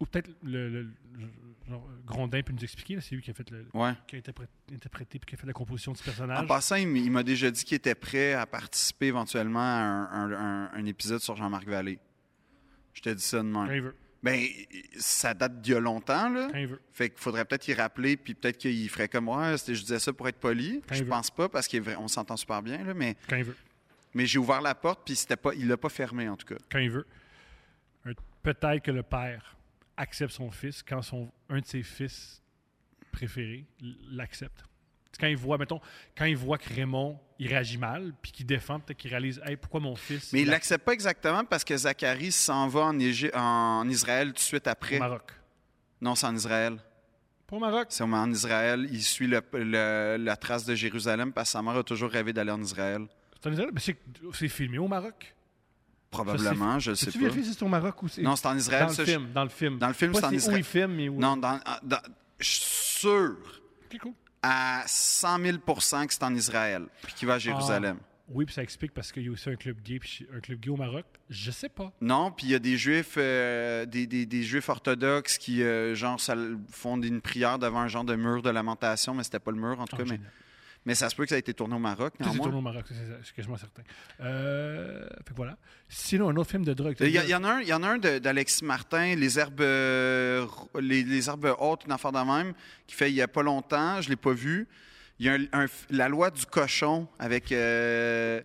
[SPEAKER 1] Ou peut-être le, le- le- genre, Grondin peut nous expliquer, là, c'est lui qui a fait le,
[SPEAKER 2] Ouais.
[SPEAKER 1] qui a interpré- interprété puis qui a fait la composition du
[SPEAKER 2] En
[SPEAKER 1] personnage.
[SPEAKER 2] passant, il m- il m'a déjà dit qu'il était prêt à participer éventuellement à un, un- un- un épisode sur Jean-Marc Vallée. Je te dis ça de
[SPEAKER 1] Quand
[SPEAKER 2] même.
[SPEAKER 1] il veut.
[SPEAKER 2] Ben, ça date d'il y a longtemps, là.
[SPEAKER 1] Quand il veut.
[SPEAKER 2] Fait qu'il faudrait peut-être y rappeler, puis peut-être qu'il ferait comme moi. je disais ça pour être poli.
[SPEAKER 1] Quand
[SPEAKER 2] je
[SPEAKER 1] il veut.
[SPEAKER 2] pense pas, parce qu'on s'entend super bien, là, mais,
[SPEAKER 1] Quand il veut.
[SPEAKER 2] mais j'ai ouvert la porte, puis c'était pas, il l'a pas fermé, en tout cas.
[SPEAKER 1] Quand il veut. Un- Euh, Peut-être que le père accepte son fils quand son, un de ses fils préférés l- l'accepte. C'est Quand il voit, mettons, quand il voit que Raymond, il réagit mal, puis qu'il défend, peut-être qu'il réalise, hey, pourquoi mon fils
[SPEAKER 2] Mais il
[SPEAKER 1] il a-
[SPEAKER 2] l'accepte pas exactement parce que Zacharie s'en va en, Égy- en Israël tout de suite
[SPEAKER 1] au
[SPEAKER 2] après.
[SPEAKER 1] Maroc.
[SPEAKER 2] Non, c'est en Israël.
[SPEAKER 1] Pas au Maroc.
[SPEAKER 2] C'est au- en Israël. Il suit le- le- la trace de Jérusalem parce que sa mère a toujours rêvé d'aller en Israël.
[SPEAKER 1] C'est en Israël, mais c'est- c'est filmé au Maroc.
[SPEAKER 2] Probablement, je ne sais
[SPEAKER 1] Tu
[SPEAKER 2] pas.
[SPEAKER 1] vérifies si c'est au Maroc ou c'est
[SPEAKER 2] Non, c'est en
[SPEAKER 1] dans
[SPEAKER 2] Israël.
[SPEAKER 1] le
[SPEAKER 2] ça, je-
[SPEAKER 1] film, dans le film.
[SPEAKER 2] Dans le film,
[SPEAKER 1] Pas
[SPEAKER 2] c'est en
[SPEAKER 1] si où
[SPEAKER 2] Israël.
[SPEAKER 1] il filme, mais où.
[SPEAKER 2] Non, dans- ah, dans- je suis sûr
[SPEAKER 1] Ok, cool.
[SPEAKER 2] à 100 000 que c'est en Israël puis qu'il va à Jérusalem.
[SPEAKER 1] Oui, puis ça explique parce qu'il y a aussi un club gay, puis un club gay au Maroc. Je sais pas.
[SPEAKER 2] Non, puis il y a des juifs, euh, des, des- des juifs orthodoxes qui, euh, genre, ça- font une prière devant un genre de mur de lamentation, mais c'était pas le mur, en tout
[SPEAKER 1] En
[SPEAKER 2] cas. Mais,
[SPEAKER 1] général.
[SPEAKER 2] mais ça se peut que Ah, ça ait été tourné au Maroc,
[SPEAKER 1] Tout est
[SPEAKER 2] néanmoins.
[SPEAKER 1] tourné au Maroc, c'est- c'est c'est quasiment certain. Euh, fait que voilà. Sinon, un autre film de drogue.
[SPEAKER 2] Il y, a- il y en a un, il y en a un de- d'Alexis Martin, les herbes, euh, ro- les, les herbes hautes, une affaire de même, qui fait il y a pas longtemps, je l'ai pas vu. Il y a un- un f- la loi du cochon avec euh,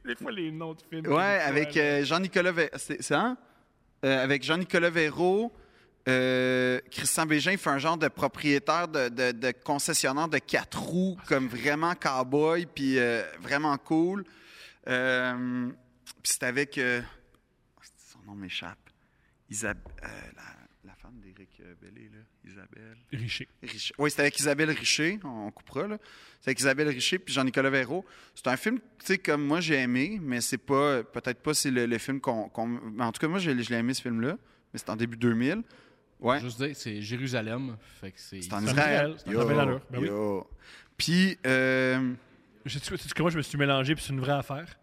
[SPEAKER 1] Des fois, les noms de films.
[SPEAKER 2] ouais avec euh, Jean-Nicolas Vé- c'est c'est ça Euh, avec Jean-Nicolas Véro, euh, Christian Bégin il fait un genre de propriétaire de, de- de concessionnaire de quatre roues comme vraiment cowboy puis euh, vraiment cool. Euh, puis c'est avec euh, son nom m'échappe. Isab euh, la, la femme d'Éric euh, Bellé là, Isabelle.
[SPEAKER 1] Richer.
[SPEAKER 2] Richer. Oui, c'était avec Isabelle Richer, on on coupera, là. C'est avec Isabelle Richer puis Jean-Nicolas Véro. C'est un film, tu sais, comme moi, j'ai aimé, mais c'est pas, peut-être pas c'est le, le film qu'on, qu'on- mais En tout cas, moi, je, l'ai- je l'ai aimé, ce film-là, mais c'est en début 2000. Ouais,
[SPEAKER 4] Juste dire, c'est Jérusalem. Fait que c'est.
[SPEAKER 2] c'est en
[SPEAKER 1] en
[SPEAKER 2] Israël.
[SPEAKER 1] Israël, c'est en Israël, alors. Ben oui.
[SPEAKER 2] yo. Puis, euh,
[SPEAKER 1] Je sais sais-tu que moi, je me suis mélangé, puis c'est une vraie affaire.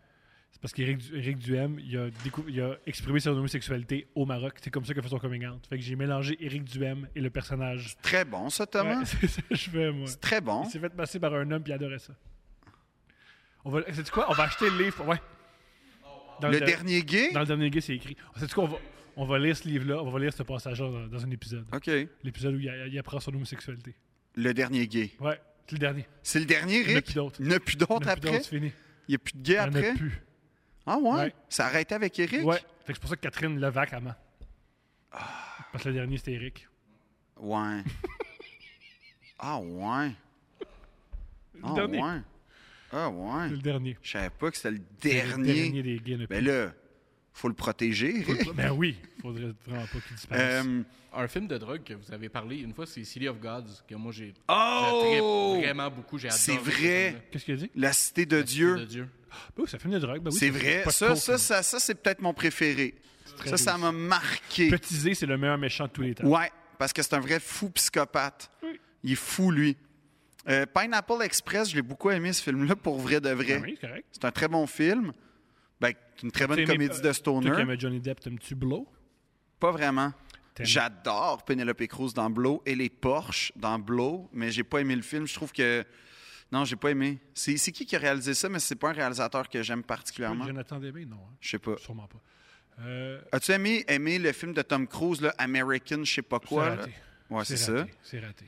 [SPEAKER 1] C'est parce qu'Éric Du- Éric Duhem, il a, décou- il a exprimé son homosexualité au Maroc. C'est comme ça qu'il a fait son coming out. Fait que j'ai mélangé Éric Duhem et le personnage.
[SPEAKER 2] très bon, ça, Thomas.
[SPEAKER 1] Ouais, c'est ça que je fais, moi.
[SPEAKER 2] C'est très bon.
[SPEAKER 1] Il s'est fait passer par un homme puis il adorait ça. On va, sais-tu quoi? On va acheter le livre. Ouais. Dans
[SPEAKER 2] Le
[SPEAKER 1] de-
[SPEAKER 2] dernier gay?
[SPEAKER 1] Dans le dernier gars, c'est écrit. Sais-tu quoi? On va, on va lire ce livre-là, on va lire ce passage-là dans, dans un épisode.
[SPEAKER 2] OK.
[SPEAKER 1] L'épisode où il, il apprend son homosexualité.
[SPEAKER 2] Le dernier gay.
[SPEAKER 1] Ouais, c'est le dernier.
[SPEAKER 2] C'est le dernier,
[SPEAKER 1] Il n'y en a
[SPEAKER 2] Rick?
[SPEAKER 1] plus d'autres.
[SPEAKER 2] Il n'y en a plus
[SPEAKER 1] Il y en
[SPEAKER 2] d'autres
[SPEAKER 1] a plus
[SPEAKER 2] après?
[SPEAKER 1] d'autres, c'est fini.
[SPEAKER 2] Il n'y a plus de gay
[SPEAKER 1] Il n'y en a
[SPEAKER 2] après?
[SPEAKER 1] plus.
[SPEAKER 2] Ah ouais?
[SPEAKER 1] Ouais.
[SPEAKER 2] Ça a arrêté avec Eric?
[SPEAKER 1] Ouais. Fait que c'est pour ça que Catherine Levac avant.
[SPEAKER 2] Ah.
[SPEAKER 1] Parce que le dernier, c'était Eric.
[SPEAKER 2] Ouais. ah ouais. Ah
[SPEAKER 1] dernier.
[SPEAKER 2] ouais. Ah
[SPEAKER 1] C'est le
[SPEAKER 2] ouais.
[SPEAKER 1] dernier.
[SPEAKER 2] Je savais pas que c'était le
[SPEAKER 1] C'est le dernier
[SPEAKER 2] dernier.
[SPEAKER 1] des gays. il y en a
[SPEAKER 2] Ben là, faut le protéger.
[SPEAKER 1] plus. Ben oui, faudrait vraiment pas qu'il disparaisse.
[SPEAKER 2] Euh,
[SPEAKER 4] Un film de drogue que vous avez parlé une fois, c'est City of Gods, que moi j'ai
[SPEAKER 2] Oh!
[SPEAKER 4] je trippe vraiment beaucoup. J'ai adoré
[SPEAKER 2] C'est
[SPEAKER 4] ce
[SPEAKER 2] vrai!
[SPEAKER 4] film-là.
[SPEAKER 1] Qu'est-ce qu'il a dit?
[SPEAKER 2] la cité de
[SPEAKER 4] De
[SPEAKER 2] Dieu.
[SPEAKER 4] Dieu.
[SPEAKER 1] Ben oui, c'est un film de drogue. Ben oui,
[SPEAKER 2] C'est
[SPEAKER 1] pas-
[SPEAKER 2] vrai.
[SPEAKER 1] pas de
[SPEAKER 2] Ça,
[SPEAKER 1] coke,
[SPEAKER 2] ça,
[SPEAKER 1] là.
[SPEAKER 2] ça, ça, c'est peut-être mon préféré.
[SPEAKER 1] très
[SPEAKER 2] Ça, ça
[SPEAKER 1] douce.
[SPEAKER 2] m'a marqué.
[SPEAKER 1] Petit Z, c'est le meilleur méchant de tous les temps.
[SPEAKER 2] Ouais, parce que c'est un vrai fou psychopathe. Il est fou, lui. Euh, Pineapple Express, je l'ai beaucoup aimé ce film-là pour vrai de
[SPEAKER 1] Ah
[SPEAKER 2] vrai.
[SPEAKER 1] oui, c'est correct.
[SPEAKER 2] C'est un très bon film. Ben, une très bonne
[SPEAKER 1] T'as aimé- euh,
[SPEAKER 2] comédie de
[SPEAKER 1] Toi qui
[SPEAKER 2] Stoner.
[SPEAKER 1] aimais Johnny Depp, t'aimes-tu Blow?
[SPEAKER 2] Pas vraiment.
[SPEAKER 1] T'aimes-
[SPEAKER 2] J'adore Penelope Cruz dans Blow et les Porsche dans Blow, mais j'ai pas aimé le film. Je trouve que. Non, j'ai pas aimé. C'est c'est qui qui a réalisé ça, mais c'est pas un réalisateur que j'aime particulièrement.
[SPEAKER 1] Jonathan Debé, non. hein?
[SPEAKER 2] Je sais pas.
[SPEAKER 1] Sûrement pas. Euh,
[SPEAKER 2] As-tu aimé, aimé le film de Tom Cruise, là, American, je sais pas quoi?
[SPEAKER 1] c'est
[SPEAKER 2] là?
[SPEAKER 1] raté.
[SPEAKER 2] Ouais, c'est ça.
[SPEAKER 1] raté, C'est raté.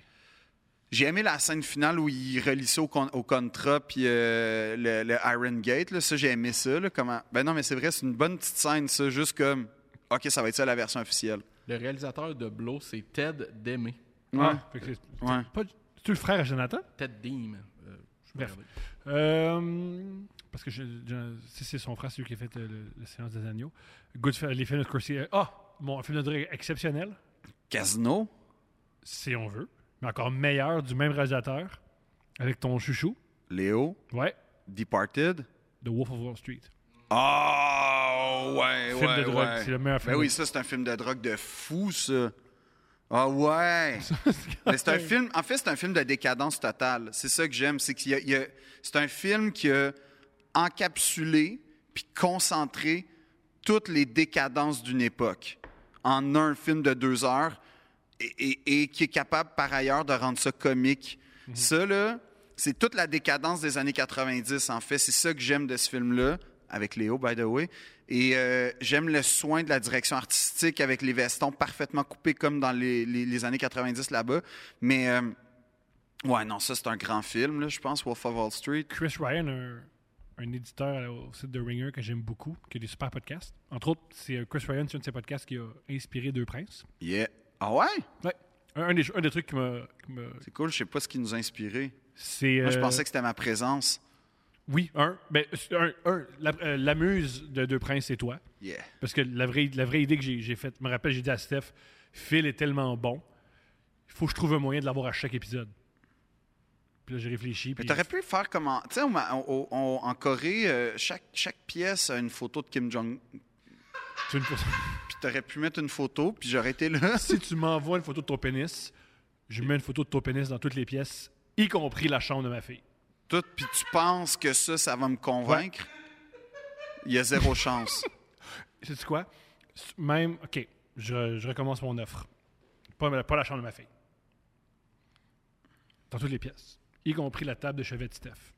[SPEAKER 2] J'ai aimé la scène finale où il relie ça au, con- au contrat puis euh, le, le Iron Gate. Là, ça, j'ai aimé ça. Là, comment... Ben non, mais c'est vrai, c'est une bonne petite scène, ça. Juste comme, OK, ça va être ça la version officielle.
[SPEAKER 4] Le réalisateur de Blow, c'est Ted Demme.
[SPEAKER 1] Ah, fait que c'est- c'est
[SPEAKER 2] Ouais.
[SPEAKER 1] pas- C'est-tu le frère à Jonathan?
[SPEAKER 4] Ted Deem. euh, je vais
[SPEAKER 1] Bref.
[SPEAKER 4] regarder.
[SPEAKER 1] Euh, parce que je, je- si c'est son frère, c'est lui qui a fait euh, le, la séance des agneaux. Goodf- les films de Scorsese. Ah! Mon film de drogue exceptionnel,
[SPEAKER 2] Casino?
[SPEAKER 1] si on veut, mais encore meilleur du même réalisateur, avec ton chouchou.
[SPEAKER 2] Léo?
[SPEAKER 1] Ouais.
[SPEAKER 2] Departed?
[SPEAKER 1] The Wolf of Wall Street.
[SPEAKER 2] Oh, ouais,
[SPEAKER 1] Film
[SPEAKER 2] ouais,
[SPEAKER 1] de drogue,
[SPEAKER 2] ouais.
[SPEAKER 1] c'est le meilleur film.
[SPEAKER 2] Ben oui, ça, c'est un film de drogue de fou, ça. Ah ouais! Mais c'est un film... En fait, c'est un film de décadence totale. C'est ça que j'aime, c'est qu'il y a... il y a- C'est un film qui a encapsulé puis concentré toutes les décadences d'une époque. en un film de deux heures et, et- et qui est capable par ailleurs de rendre ça comique. Ça, là, c'est toute la décadence des années 90, en fait. C'est ça que j'aime de ce film-là, avec Léo, by the way. Et euh, j'aime le soin de la direction artistique avec les vestons parfaitement coupés comme dans les, les- les années 90 là-bas. Mais, euh, ouais, non, ça, c'est un grand film, là, je pense, Wolf of Wall Street.
[SPEAKER 1] Chris Ryan, un, un éditeur à la- au site de Ringer que j'aime beaucoup, qui a des super podcasts. Entre autres, c'est euh, Chris Ryan, c'est un de ses podcasts qui a inspiré Deux Princes.
[SPEAKER 2] Yeah. Ah ouais?
[SPEAKER 1] Ouais. Un, un des, un des trucs qui m'a. qui m'a-
[SPEAKER 2] C'est cool, je sais pas ce qui nous a inspiré.
[SPEAKER 1] C'est.
[SPEAKER 2] Moi, je
[SPEAKER 1] euh,
[SPEAKER 2] pensais que c'était ma présence.
[SPEAKER 1] Oui, un. Ben, c'est un, un. la, euh, la muse de Deux Princes, c'est toi.
[SPEAKER 2] Yeah.
[SPEAKER 1] Parce que la vraie, la vraie idée que j'ai j'ai faite, je me rappelle, j'ai dit à Steph, Phil est tellement bon, il faut que je trouve un moyen de l'avoir à chaque épisode. Puis là, j'ai réfléchi.
[SPEAKER 2] Mais
[SPEAKER 1] Puis
[SPEAKER 2] t'aurais pu faire comme en... Tu sais, on m'a- on- on- en Corée, euh, chaque, chaque pièce a une photo de Kim Jong...
[SPEAKER 1] tu veux une photo-
[SPEAKER 2] Puis t'aurais pu mettre une photo, puis j'aurais été là.
[SPEAKER 1] si tu m'envoies une photo de ton pénis, je mets une photo de ton pénis dans toutes les pièces, y compris la chambre de ma fille.
[SPEAKER 2] Tout, puis tu penses que ça, ça va me convaincre. Il y a zéro chance.
[SPEAKER 1] Sais-tu quoi? S- Même, OK, je, je recommence mon offre. Pas, ma- pas la chambre de ma fille. Dans toutes les pièces. Y compris la table de chevet de Steph.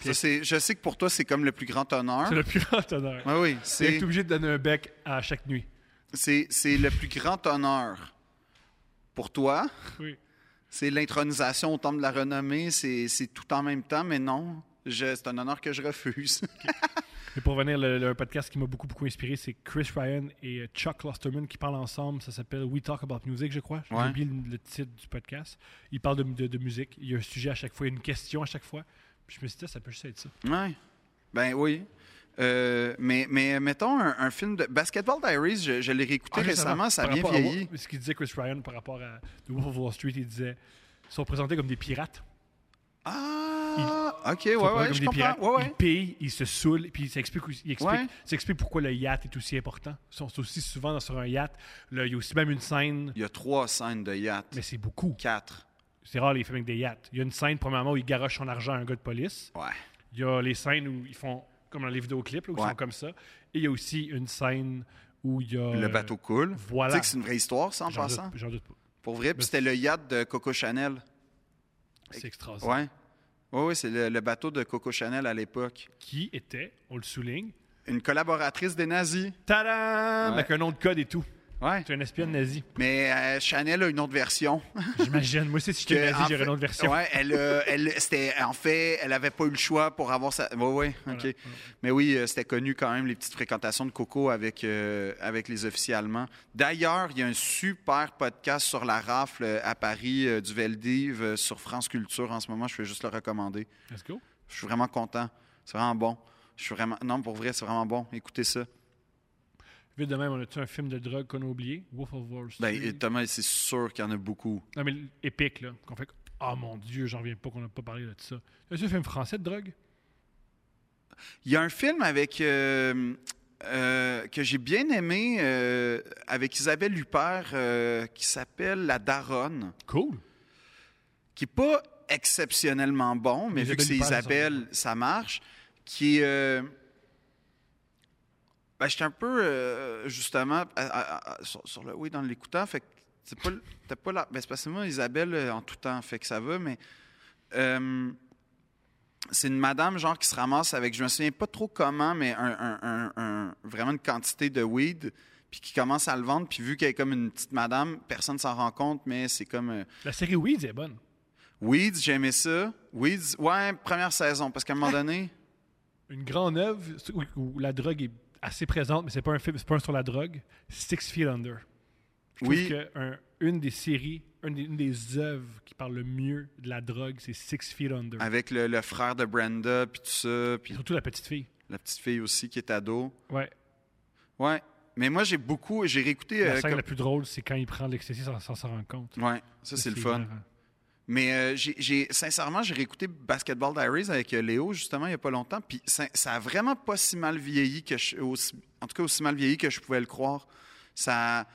[SPEAKER 2] Ça, c'est- je sais que pour toi, c'est comme le plus grand honneur.
[SPEAKER 1] C'est le plus grand honneur.
[SPEAKER 2] Oui, oui,
[SPEAKER 1] T'es
[SPEAKER 2] Hein? c'est,
[SPEAKER 1] obligé de donner un bec à chaque nuit.
[SPEAKER 2] c'est, c'est le plus grand honneur. Pour toi,
[SPEAKER 1] Oui.
[SPEAKER 2] c'est l'intronisation au temple de la renommée, c'est, c'est tout en même temps, mais non, je- c'est un honneur que je refuse.
[SPEAKER 1] Et pour revenir, le, le podcast qui m'a beaucoup, beaucoup inspiré, c'est Chris Ryan et euh, Chuck Klosterman qui parlent ensemble. Ça s'appelle We Talk About Music, je crois. J'ai
[SPEAKER 2] Ouais.
[SPEAKER 1] oublié le, le titre du podcast. Ils parlent de, de- de musique. Il y a un sujet à chaque fois, il y a une question à chaque fois. Puis je me suis dit, ah, ça peut juste être ça.
[SPEAKER 2] Ouais. Ben oui. Euh, mais, mais mettons un, un film de Basketball Diaries, je, je l'ai réécouté récemment, ça a
[SPEAKER 1] Ah, Par
[SPEAKER 2] bien
[SPEAKER 1] rapport à
[SPEAKER 2] vieilli.
[SPEAKER 1] Wa- ce qu'il disait Chris Ryan par rapport à The Wolf of Wall Street, il disait ils sont présentés comme des pirates.
[SPEAKER 2] Ah, ok, ouais,
[SPEAKER 1] Ils sont présentés
[SPEAKER 2] ouais,
[SPEAKER 1] comme
[SPEAKER 2] je
[SPEAKER 1] des pirates.
[SPEAKER 2] comprends. Ouais, ouais.
[SPEAKER 1] Ils pillent, ils se saoulent, puis ça explique, ils expliquent-
[SPEAKER 2] Ouais.
[SPEAKER 1] ça explique pourquoi le yacht est aussi important. Ils sont aussi souvent dans- sur un yacht. Là, il y a aussi même une scène,
[SPEAKER 2] Il y a trois scènes de yacht.
[SPEAKER 1] mais c'est beaucoup.
[SPEAKER 2] Quatre.
[SPEAKER 1] C'est rare les films avec des yachts. Il y a une scène, premièrement, où ils garochent son argent à un gars de police.
[SPEAKER 2] Ouais.
[SPEAKER 1] Il y a les scènes où ils font, comme dans les vidéoclips, là, où ils
[SPEAKER 2] Ouais.
[SPEAKER 1] sont comme ça. Et il y a aussi une scène où il y a.
[SPEAKER 2] Le bateau coule.
[SPEAKER 1] Euh, voilà.
[SPEAKER 2] Tu sais que c'est une vraie histoire, ça, en
[SPEAKER 1] J'en
[SPEAKER 2] passant.
[SPEAKER 1] doute, j'en doute pas.
[SPEAKER 2] Pour vrai, puis c'était le yacht de Coco Chanel.
[SPEAKER 1] C'est extraordinaire.
[SPEAKER 2] Ouais. Ouais, ouais, c'est le, le bateau de Coco Chanel à l'époque.
[SPEAKER 1] Qui était, on le souligne,
[SPEAKER 2] Une collaboratrice des nazis.
[SPEAKER 1] tadam,
[SPEAKER 2] Ouais.
[SPEAKER 1] avec un nom de code et tout.
[SPEAKER 2] Ouais.
[SPEAKER 1] C'est un espionne nazi.
[SPEAKER 2] Mais euh, Chanel a une autre version.
[SPEAKER 1] J'imagine. Moi aussi, si j'étais
[SPEAKER 2] Que,
[SPEAKER 1] nazi,
[SPEAKER 2] en
[SPEAKER 1] j'aurais
[SPEAKER 2] fait-
[SPEAKER 1] une autre version.
[SPEAKER 2] Ouais, elle, euh, elle- c'était, en fait, elle avait pas eu le choix pour avoir sa. Ouais, ouais,
[SPEAKER 1] Ah,
[SPEAKER 2] ok. Mais oui, euh, c'était connu quand même les petites fréquentations de Coco avec euh, avec les officiers allemands. D'ailleurs, il y a un super podcast sur la rafle euh, à Paris euh, du Veldiv euh, sur France Culture en ce moment. Je vais juste le recommander.
[SPEAKER 1] Let's go.
[SPEAKER 2] Je suis vraiment content. C'est vraiment bon. Je suis vraiment. Non, pour vrai, c'est vraiment bon. Écoutez ça.
[SPEAKER 1] Vite de même, on a-tu un film de drogue qu'on a oublié? Wolf of Wall
[SPEAKER 2] Ben,
[SPEAKER 1] Street.
[SPEAKER 2] et Thomas, c'est sûr qu'il y en a beaucoup.
[SPEAKER 1] non, mais épique, là. Qu'on fait. que, Oh mon Dieu, j'en reviens pas qu'on n'a pas parlé de ça. Est-ce un film français de drogue?
[SPEAKER 2] Il y a un film avec euh, euh, que j'ai bien aimé euh, avec Isabelle Huppert euh, qui s'appelle La Daronne,
[SPEAKER 1] Cool.
[SPEAKER 2] qui est pas exceptionnellement bon, mais vu
[SPEAKER 1] Isabelle
[SPEAKER 2] que c'est
[SPEAKER 1] Huppert, ça
[SPEAKER 2] Isabelle, ça marche. Qui est euh, ben, j'étais un peu euh, justement à- à- à- sur, sur le oui dans l'écoutant, fait que c'est pas le- t'as pas la ben, c'est parce que moi Isabelle euh, en tout temps fait que ça va, mais euh, c'est une madame genre qui se ramasse avec, je me souviens pas trop comment, mais un, un- un- un- vraiment une quantité de weed, puis qui commence à le vendre, puis vu qu'elle est comme une petite madame, personne s'en rend compte, mais c'est comme euh,
[SPEAKER 1] La série Weeds est bonne.
[SPEAKER 2] Weeds, j'aimais ça, Weeds, ouais première saison, parce qu'à un moment donné,
[SPEAKER 1] Une grande œuvre où, où la drogue est assez présente, mais c'est pas un film, c'est pas un sur la drogue. Six Feet Under. Je trouve
[SPEAKER 2] Oui.
[SPEAKER 1] que un- une des séries, une des, une des œuvres qui parle le mieux de la drogue, c'est Six Feet Under.
[SPEAKER 2] avec le, le frère de Brenda, puis tout ça,
[SPEAKER 1] Puis
[SPEAKER 2] puis
[SPEAKER 1] surtout la petite fille.
[SPEAKER 2] la petite fille aussi qui est ado.
[SPEAKER 1] Ouais.
[SPEAKER 2] Ouais. Mais moi, j'ai beaucoup. J'ai réécouté.
[SPEAKER 1] La
[SPEAKER 2] euh,
[SPEAKER 1] scène
[SPEAKER 2] comme-
[SPEAKER 1] la plus drôle, c'est quand il prend de l'ecstasy sans sans s'en rendre compte. hein.
[SPEAKER 2] Ouais, ça, c'est le fun.
[SPEAKER 1] hilarant.
[SPEAKER 2] Mais euh, j'ai- j'ai- sincèrement, j'ai réécouté Basketball Diaries avec euh, Léo, justement, il n'y a pas longtemps. Puis ça, ça a vraiment pas si mal vieilli que je. aussi- en tout cas, aussi mal vieilli que je pouvais le croire. Ça.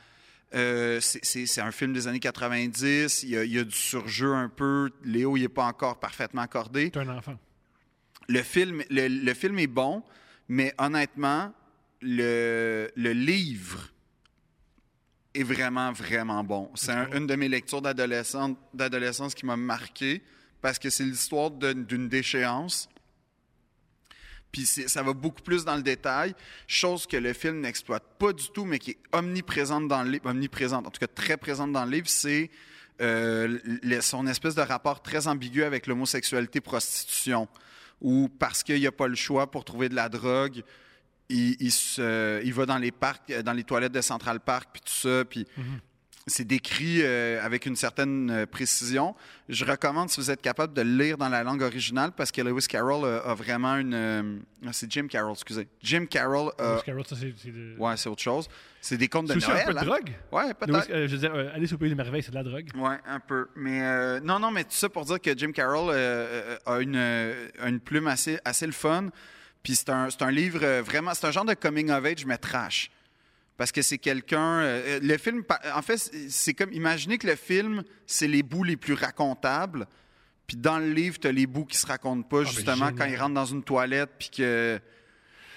[SPEAKER 2] euh, c'est- c'est c'est un film des années 90. Il y, a, il y a du surjeu un peu. Léo, il n'est pas encore parfaitement accordé.
[SPEAKER 1] T'es un enfant.
[SPEAKER 2] Le film, le, le film est bon, mais honnêtement, le, le livre est vraiment, vraiment bon. C'est un- une de mes lectures d'adolescente- d'adolescence qui m'a marqué parce que c'est l'histoire de- d'une déchéance. Puis c'est- ça va beaucoup plus dans le détail, chose que le film n'exploite pas du tout, mais qui est omniprésente dans le livre, omniprésente, en tout cas très présente dans le livre, c'est euh, le- son espèce de rapport très ambigu avec l'homosexualité-prostitution, où parce qu'il n'y a pas le choix pour trouver de la drogue, il, il se- il va dans les parcs, euh, dans les toilettes de Central Park, puis tout ça, puis
[SPEAKER 1] Mm-hmm.
[SPEAKER 2] c'est décrit euh, avec une certaine euh, précision. Je recommande, si vous êtes capable, de le lire dans la langue originale parce que Lewis Carroll a, a vraiment une... euh, ah, c'est Jim Carroll, excusez. Jim Carroll a...
[SPEAKER 1] Lewis Carroll, ça, c'est. C'est de-
[SPEAKER 2] Ouais, c'est autre chose. C'est des contes Euh, de
[SPEAKER 1] c'est aussi
[SPEAKER 2] Noël.
[SPEAKER 1] un peu de
[SPEAKER 2] hein?
[SPEAKER 1] drogue.
[SPEAKER 2] Ouais,
[SPEAKER 1] Lewis-
[SPEAKER 2] peut-être.
[SPEAKER 1] euh, je veux dire, euh, Alice au Pays des Merveilles, c'est de la drogue.
[SPEAKER 2] Ouais, un peu. Mais euh, non, non, mais tout ça pour dire que Jim Carroll euh, euh, a une, euh, a une plume assez, assez le fun. Puis c'est un, c'est un livre euh, vraiment, c'est un genre de coming of age, mais trash. Parce que c'est quelqu'un. euh, le film, pa- en fait, c'est- c'est comme. Imaginez que le film, c'est les bouts les plus racontables. Puis dans le livre, t'as les bouts qui se racontent pas,
[SPEAKER 1] ben,
[SPEAKER 2] justement, quand
[SPEAKER 1] génial.
[SPEAKER 2] il rentre dans une toilette, puis que.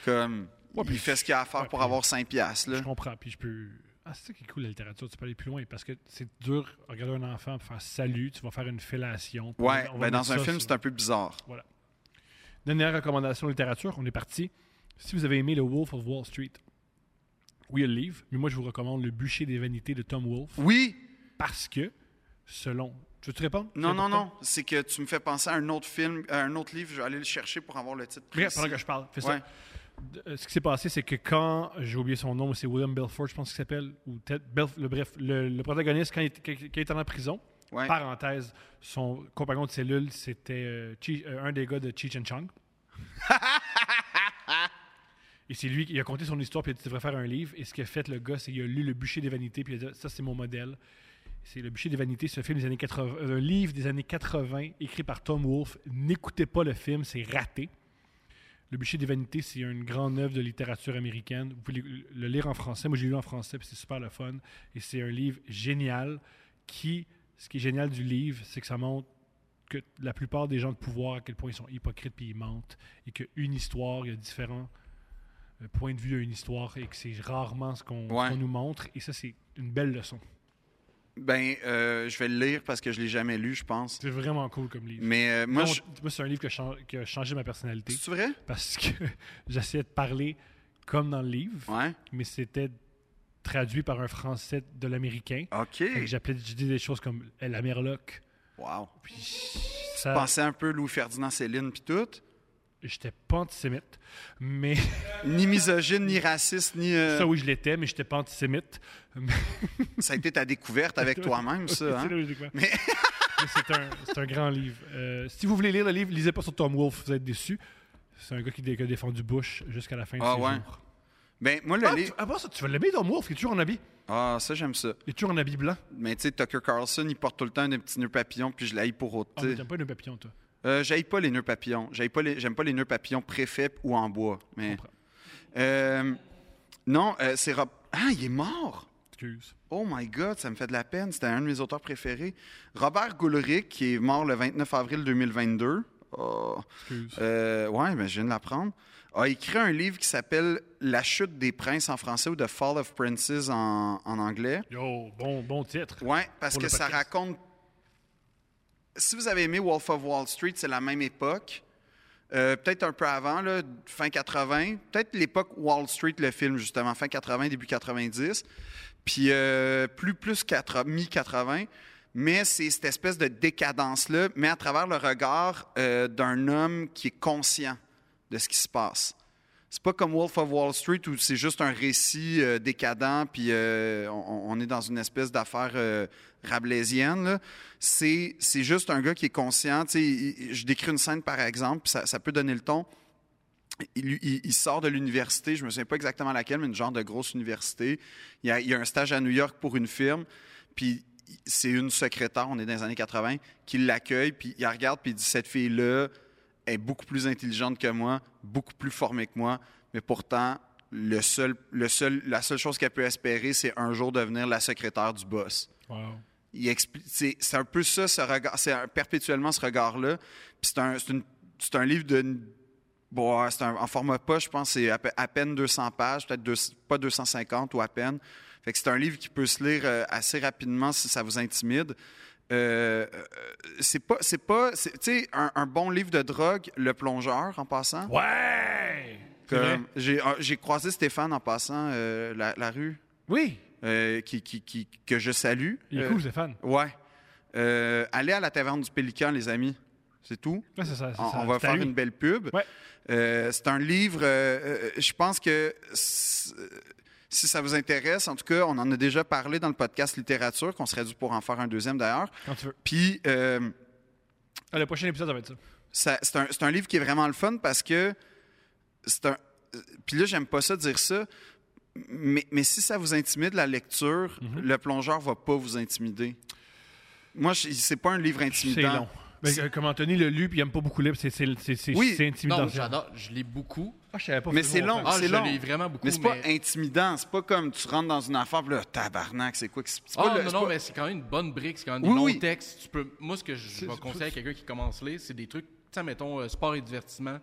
[SPEAKER 2] Comme.
[SPEAKER 1] Ouais,
[SPEAKER 2] il
[SPEAKER 1] puis-
[SPEAKER 2] fait ce qu'il a à faire
[SPEAKER 1] ouais,
[SPEAKER 2] pour
[SPEAKER 1] puis-
[SPEAKER 2] avoir 5 piastres, là.
[SPEAKER 1] Je comprends. Puis je peux. Ah, c'est ça qui est cool, la littérature. Tu peux aller plus loin parce que c'est dur. Regarder un enfant, faire salut, tu vas faire une fellation. puis
[SPEAKER 2] Ouais,
[SPEAKER 1] on va
[SPEAKER 2] ben,
[SPEAKER 1] mettre
[SPEAKER 2] dans un
[SPEAKER 1] ça
[SPEAKER 2] film,
[SPEAKER 1] sur-
[SPEAKER 2] c'est un peu bizarre.
[SPEAKER 1] Dernière recommandation littérature, on est parti. Si vous avez aimé Le Wolf of Wall Street, oui, il y a le livre, mais moi je vous recommande Le bûcher des vanités de Tom Wolfe
[SPEAKER 2] Oui,
[SPEAKER 1] parce que, selon. Tu veux-tu répondre
[SPEAKER 2] Non,
[SPEAKER 1] C'est
[SPEAKER 2] non,
[SPEAKER 1] important?
[SPEAKER 2] non. C'est que tu me fais penser à un autre film, à un autre livre. Je vais aller le chercher pour avoir le titre.
[SPEAKER 1] Regarde,
[SPEAKER 2] précis.
[SPEAKER 1] pendant que je parle, fais
[SPEAKER 2] Ouais.
[SPEAKER 1] ça. D- euh, ce qui s'est passé, c'est que quand, j'ai oublié son nom, c'est William Belfort, je pense qu'il s'appelle, ou Ted, Belf- le, bref, le, le protagoniste, quand il, est- quand il est en prison,
[SPEAKER 2] Ouais.
[SPEAKER 1] parenthèse, son compagnon de cellule, c'était euh, Chi- euh, un des gars de Cheech and Chong. et c'est lui qui il a conté son histoire, puis il a dit Tu devrais faire un livre. Et ce qu'a fait le gars, c'est qu'il a lu Le bûcher des vanités, puis il a dit Ça, c'est mon modèle. C'est Le bûcher des vanités, ce film des années 80, euh, un livre des années 80 écrit par Tom Wolfe. N'écoutez pas le film, c'est raté. Le bûcher des vanités, c'est une grande œuvre de littérature américaine. Vous pouvez le- le lire en français. Moi, j'ai lu en français, puis c'est super le fun. Et c'est un livre génial qui, ce qui est génial du livre, c'est que ça montre que la plupart des gens de pouvoir, à quel point ils sont hypocrites puis ils mentent, et qu'une histoire, il y a différents euh, points de vue à une histoire, et que c'est rarement ce qu'on ce
[SPEAKER 2] Ouais.
[SPEAKER 1] qu'on nous montre. Et ça, c'est une belle leçon.
[SPEAKER 2] Ben, euh, je vais le lire parce que je l'ai jamais lu, je pense.
[SPEAKER 1] C'est vraiment cool comme livre.
[SPEAKER 2] Mais euh, moi,
[SPEAKER 1] Non,
[SPEAKER 2] je...
[SPEAKER 1] moi, c'est un livre que chan- qui a changé ma personnalité
[SPEAKER 2] c'est vrai?
[SPEAKER 1] parce que j'essayais de parler comme dans le livre,
[SPEAKER 2] Ouais.
[SPEAKER 1] mais c'était traduit par un français de l'américain.
[SPEAKER 2] Ok.
[SPEAKER 1] Fait que J'appelais, je dis des choses comme eh, la merloc.
[SPEAKER 2] Wow.
[SPEAKER 1] Puis ça,
[SPEAKER 2] Pensez un peu Louis Ferdinand Céline puis tout.
[SPEAKER 1] j'étais pas antisémite, mais
[SPEAKER 2] Ni misogyne, ni raciste, ni. euh,
[SPEAKER 1] ça oui je l'étais, mais j'étais pas antisémite. Mais-
[SPEAKER 2] Ça a été ta découverte avec toi-même, ça.
[SPEAKER 1] C'est
[SPEAKER 2] Hein?
[SPEAKER 1] là où j'ai découvert. Mais c'est un, c'est un grand livre. Euh, si vous voulez lire le livre, lisez pas sur Tom Wolfe, vous êtes déçus. C'est un gars qui, dé- qui a défendu Bush jusqu'à la fin
[SPEAKER 2] Ah
[SPEAKER 1] de ses
[SPEAKER 2] ouais.
[SPEAKER 1] jours.
[SPEAKER 2] Ben, moi, le
[SPEAKER 1] Ah, tu,
[SPEAKER 2] livre.
[SPEAKER 1] ah, bon, ça, tu vas l'aimer Tom Wolfe, il est toujours en habit.
[SPEAKER 2] Ah, ça, j'aime ça.
[SPEAKER 1] Il est toujours en habit blanc.
[SPEAKER 2] Mais tu sais, Tucker Carlson, il porte tout le temps des petits nœuds papillons, puis je l'haïs pour autre.
[SPEAKER 1] Ah,
[SPEAKER 2] tu
[SPEAKER 1] mais
[SPEAKER 2] sais.
[SPEAKER 1] t'aimes pas le papillon, toi.
[SPEAKER 2] Euh, j'haïs pas les nœuds papillons. J'aime pas, les... j'aime pas les nœuds papillons préfets ou en bois. Mais... Euh, Non, euh, c'est Rob. Ah, il est mort!
[SPEAKER 1] Excuse.
[SPEAKER 2] Oh my God, ça me fait de la peine. C'était un de mes auteurs préférés. Robert Goulric, qui est mort le 29 avril 2022. Oh.
[SPEAKER 1] Excuse.
[SPEAKER 2] Euh, ouais, mais je viens de l'apprendre. A écrit un livre qui s'appelle La chute des princes en français ou The Fall of Princes en, en anglais.
[SPEAKER 1] Yo, bon, bon titre.
[SPEAKER 2] Ouais, parce
[SPEAKER 1] Pour
[SPEAKER 2] que
[SPEAKER 1] le
[SPEAKER 2] ça
[SPEAKER 1] podcast.
[SPEAKER 2] raconte. Si vous avez aimé Wolf of Wall Street, c'est la même époque. Euh, peut-être un peu avant, là, fin 80. Peut-être l'époque Wall Street, le film, justement, fin 80, début 90. Puis euh, plus, plus 80, mi-80. Mais c'est cette espèce de décadence-là, mais à travers le regard euh, d'un homme qui est conscient de ce qui se passe. C'est pas comme Wolf of Wall Street où c'est juste un récit euh, décadent, puis euh, on, on est dans une espèce d'affaire euh, rabelaisienne. là. C'est c'est juste un gars qui est conscient. Tu sais, il- il- je décris une scène, par exemple, puis ça, ça peut donner le ton. Il, il- il sort de l'université, je me souviens pas exactement laquelle, mais une genre de grosse université. Il y a, il y a un stage à New York pour une firme, puis c'est une secrétaire, on est dans les années 80, qui l'accueille, puis il la regarde, puis il dit Cette fille-là, est beaucoup plus intelligente que moi, beaucoup plus formée que moi, mais pourtant, le seul, le seul, la seule chose qu'elle peut espérer, c'est un jour devenir la secrétaire du boss.
[SPEAKER 1] Wow.
[SPEAKER 2] Il expli- c'est, c'est un peu ça, ce regard, c'est un- perpétuellement ce regard-là. Puis c'est un, c'est une- c'est un livre de. Bon, c'est un- en format poche, je pense, c'est à, pe- à peine 200 pages, peut-être deux- pas 250 ou à peine. Fait que c'est un livre qui peut se lire euh, assez rapidement si ça vous intimide. Euh, euh, c'est pas, c'est pas, c'est- tu sais, un, un bon livre de drogue, Le Plongeur, en passant.
[SPEAKER 1] Ouais! C'est vrai.
[SPEAKER 2] Comme- J'ai euh, j'ai croisé Stéphane en passant euh, la, la rue,
[SPEAKER 1] Oui!
[SPEAKER 2] euh, qui, qui- qui- que je salue.
[SPEAKER 1] Il est
[SPEAKER 2] Euh,
[SPEAKER 1] cool, Stéphane.
[SPEAKER 2] Ouais. Euh, allez à la taverne du Pélican, les amis. C'est tout.
[SPEAKER 1] Ouais, c'est ça, c'est
[SPEAKER 2] On,
[SPEAKER 1] ça.
[SPEAKER 2] on va
[SPEAKER 1] C'est à
[SPEAKER 2] faire
[SPEAKER 1] lui.
[SPEAKER 2] une belle pub.
[SPEAKER 1] Ouais.
[SPEAKER 2] Euh, c'est un livre, euh, euh, je pense que s- euh, si ça vous intéresse, en tout cas, on en a déjà parlé dans le podcast littérature, qu'on serait dû pour en faire un deuxième d'ailleurs.
[SPEAKER 1] Quand tu veux.
[SPEAKER 2] Puis, euh,
[SPEAKER 1] Ah, le prochain épisode, ça va être ça.
[SPEAKER 2] ça- c'est un, c'est un livre qui est vraiment le fun parce que c'est un. euh, Puis là, j'aime pas ça dire ça, mais, mais si ça vous intimide la lecture,
[SPEAKER 1] Mhm.
[SPEAKER 2] le plongeur va pas vous intimider. Moi, je- c'est pas un livre
[SPEAKER 1] C'est
[SPEAKER 2] intimidant.
[SPEAKER 1] long. Mais, euh, comme Anthony le lu, puis il aime pas beaucoup lire, c'est c'est- c'est- c'est-
[SPEAKER 2] Oui.
[SPEAKER 1] c'est intimidant.
[SPEAKER 4] Non, j'adore. Je l'ai beaucoup.
[SPEAKER 1] Ah, je savais pas
[SPEAKER 2] Mais
[SPEAKER 1] que
[SPEAKER 2] c'est
[SPEAKER 1] longtemps.
[SPEAKER 2] long.
[SPEAKER 4] Ah, je
[SPEAKER 2] long.
[SPEAKER 4] l'ai vraiment beaucoup.
[SPEAKER 2] Mais c'est pas intimidant, c'est pas comme tu rentres dans une affaire, puis là, tabarnak, c'est quoi que c'est c'est pas
[SPEAKER 4] Ah,
[SPEAKER 2] le-
[SPEAKER 4] non,
[SPEAKER 2] c'est
[SPEAKER 4] non,
[SPEAKER 2] pas-
[SPEAKER 4] mais c'est quand même une bonne brique, c'est quand même
[SPEAKER 2] Oui,
[SPEAKER 4] des longs
[SPEAKER 2] oui.
[SPEAKER 4] textes. Tu peux... Moi, ce que je vais
[SPEAKER 1] c'est-
[SPEAKER 4] conseiller à quelqu'un qui commence à lire, c'est des trucs, tu sais, mettons, euh, sport et divertissement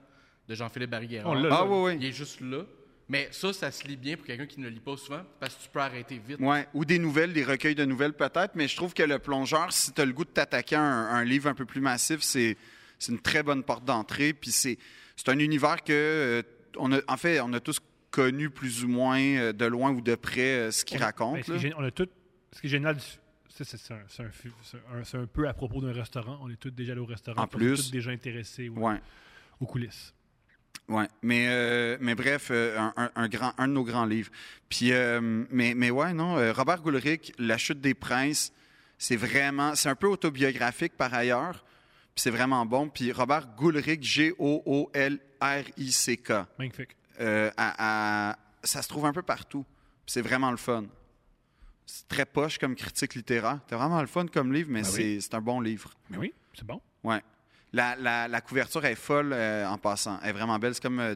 [SPEAKER 4] de Jean-Philippe Barrière.
[SPEAKER 1] On l'a, là.
[SPEAKER 2] Ah oui,
[SPEAKER 4] Il
[SPEAKER 2] oui.
[SPEAKER 4] est juste là. Mais ça, ça se lit bien pour quelqu'un qui ne le lit pas souvent parce que tu peux arrêter vite.
[SPEAKER 2] Ouais, ou des nouvelles, des recueils de nouvelles peut-être, mais je trouve que le plongeur, si tu as le goût de t'attaquer à un, un livre un peu plus massif, c'est c'est une très bonne porte d'entrée. Puis c'est c'est un univers que, euh, on a, en fait, on a tous connu plus ou moins euh, de loin ou de près euh, ce qu'il raconte.
[SPEAKER 1] Ben, ce, qui
[SPEAKER 2] là.
[SPEAKER 1] est gén- on a tout, ce qui est génial, du- c'est c'est- c'est un, c'est un fi- c'est un- c'est un peu à propos d'un restaurant. On est tous déjà allés au restaurant.
[SPEAKER 2] En
[SPEAKER 1] puis On est
[SPEAKER 2] plus.
[SPEAKER 1] tous déjà intéressés ouais,
[SPEAKER 2] Ouais.
[SPEAKER 1] aux coulisses.
[SPEAKER 2] Ouais, mais euh, mais bref, euh, un, un- un grand un de nos grands livres. Puis euh, mais mais ouais non, euh, Robert Goulric, La chute des princes, c'est vraiment c'est un peu autobiographique par ailleurs. Puis c'est vraiment bon. Puis Robert Goulric, G O O L R I C K,
[SPEAKER 1] Magnifique.
[SPEAKER 2] euh, à- à- ça se trouve un peu partout. Puis c'est vraiment le fun. C'est très poche comme critique littéraire. C'est vraiment le fun comme livre, mais
[SPEAKER 1] Ben
[SPEAKER 2] c'est c'est un bon livre.
[SPEAKER 1] Mais oui, c'est bon.
[SPEAKER 2] Ouais. La, la, la couverture est folle euh, en passant. Elle est vraiment belle. C'est comme euh,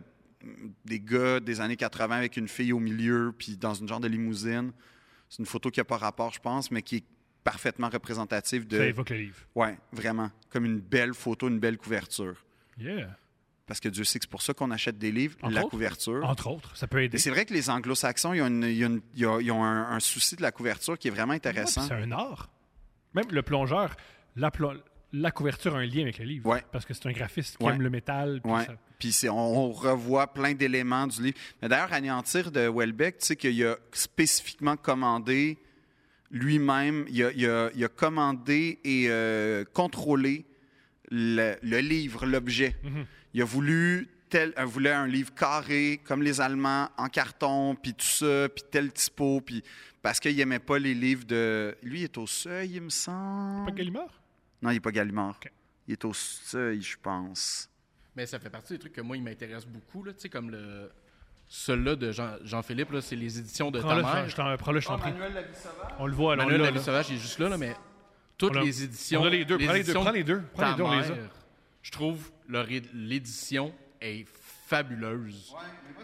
[SPEAKER 2] des gars des années 80 avec une fille au milieu, puis dans une genre de limousine. C'est une photo qui n'a pas rapport, je pense, mais qui est parfaitement représentative
[SPEAKER 1] Ça
[SPEAKER 2] de.
[SPEAKER 1] évoque le livre.
[SPEAKER 2] Ouais, vraiment. Comme une belle photo, une belle couverture.
[SPEAKER 1] Yeah.
[SPEAKER 2] Parce que Dieu sait que c'est pour ça qu'on achète des livres,
[SPEAKER 1] Entre
[SPEAKER 2] la
[SPEAKER 1] autres. Ah,
[SPEAKER 2] couverture.
[SPEAKER 1] Entre autres, ça peut aider.
[SPEAKER 2] Et c'est vrai que les anglo-saxons, ils ont, une- ils ont une- ils ont- ils ont un, un souci de la couverture qui est vraiment
[SPEAKER 1] Ouais, puis
[SPEAKER 2] intéressant.
[SPEAKER 1] C'est un art. Même le plongeur, la, plo- la couverture a un lien avec le livre.
[SPEAKER 2] Ouais.
[SPEAKER 1] Parce que c'est un graphiste qui
[SPEAKER 2] Ouais.
[SPEAKER 1] aime le métal. puis
[SPEAKER 2] Ouais.
[SPEAKER 1] ça-
[SPEAKER 2] Puis c'est- on, on revoit plein d'éléments du livre. Mais d'ailleurs, Anéantir de Welbeck, tu sais qu'il a spécifiquement commandé lui-même, il a, il a- il a commandé et euh, contrôlé le, le livre, l'objet.
[SPEAKER 1] Mm-hmm.
[SPEAKER 2] Il a voulu tel, euh, voulait un livre carré, comme les Allemands, en carton, puis tout ça, puis tel typo, puis parce qu'il aimait pas les livres de... Lui, il est au seuil, il me semble.
[SPEAKER 1] Pas Gallimard?
[SPEAKER 2] Non, il n'est pas Gallimard.
[SPEAKER 1] Ok.
[SPEAKER 2] Il est au seuil, je pense.
[SPEAKER 4] Mais ça fait partie des trucs que moi, il m'intéresse beaucoup. Là, tu sais, comme le... celui-là de Jean- Jean-Philippe, là, c'est les éditions de ta
[SPEAKER 1] Prends-le,
[SPEAKER 4] mère.
[SPEAKER 1] je t'en- prends-le, je t'en prie. On le voit, alors
[SPEAKER 4] Manuel
[SPEAKER 1] là,
[SPEAKER 4] la
[SPEAKER 1] là.
[SPEAKER 4] Vie Sauvage, il est juste là, là, mais toutes
[SPEAKER 1] On a-
[SPEAKER 4] les éditions.
[SPEAKER 1] on a les deux, prends les deux,
[SPEAKER 4] éditions
[SPEAKER 1] prends les deux,
[SPEAKER 4] de
[SPEAKER 1] prends les
[SPEAKER 4] ta
[SPEAKER 1] deux, on les a.
[SPEAKER 4] mère, Je trouve leur é- l'édition est fabuleuse.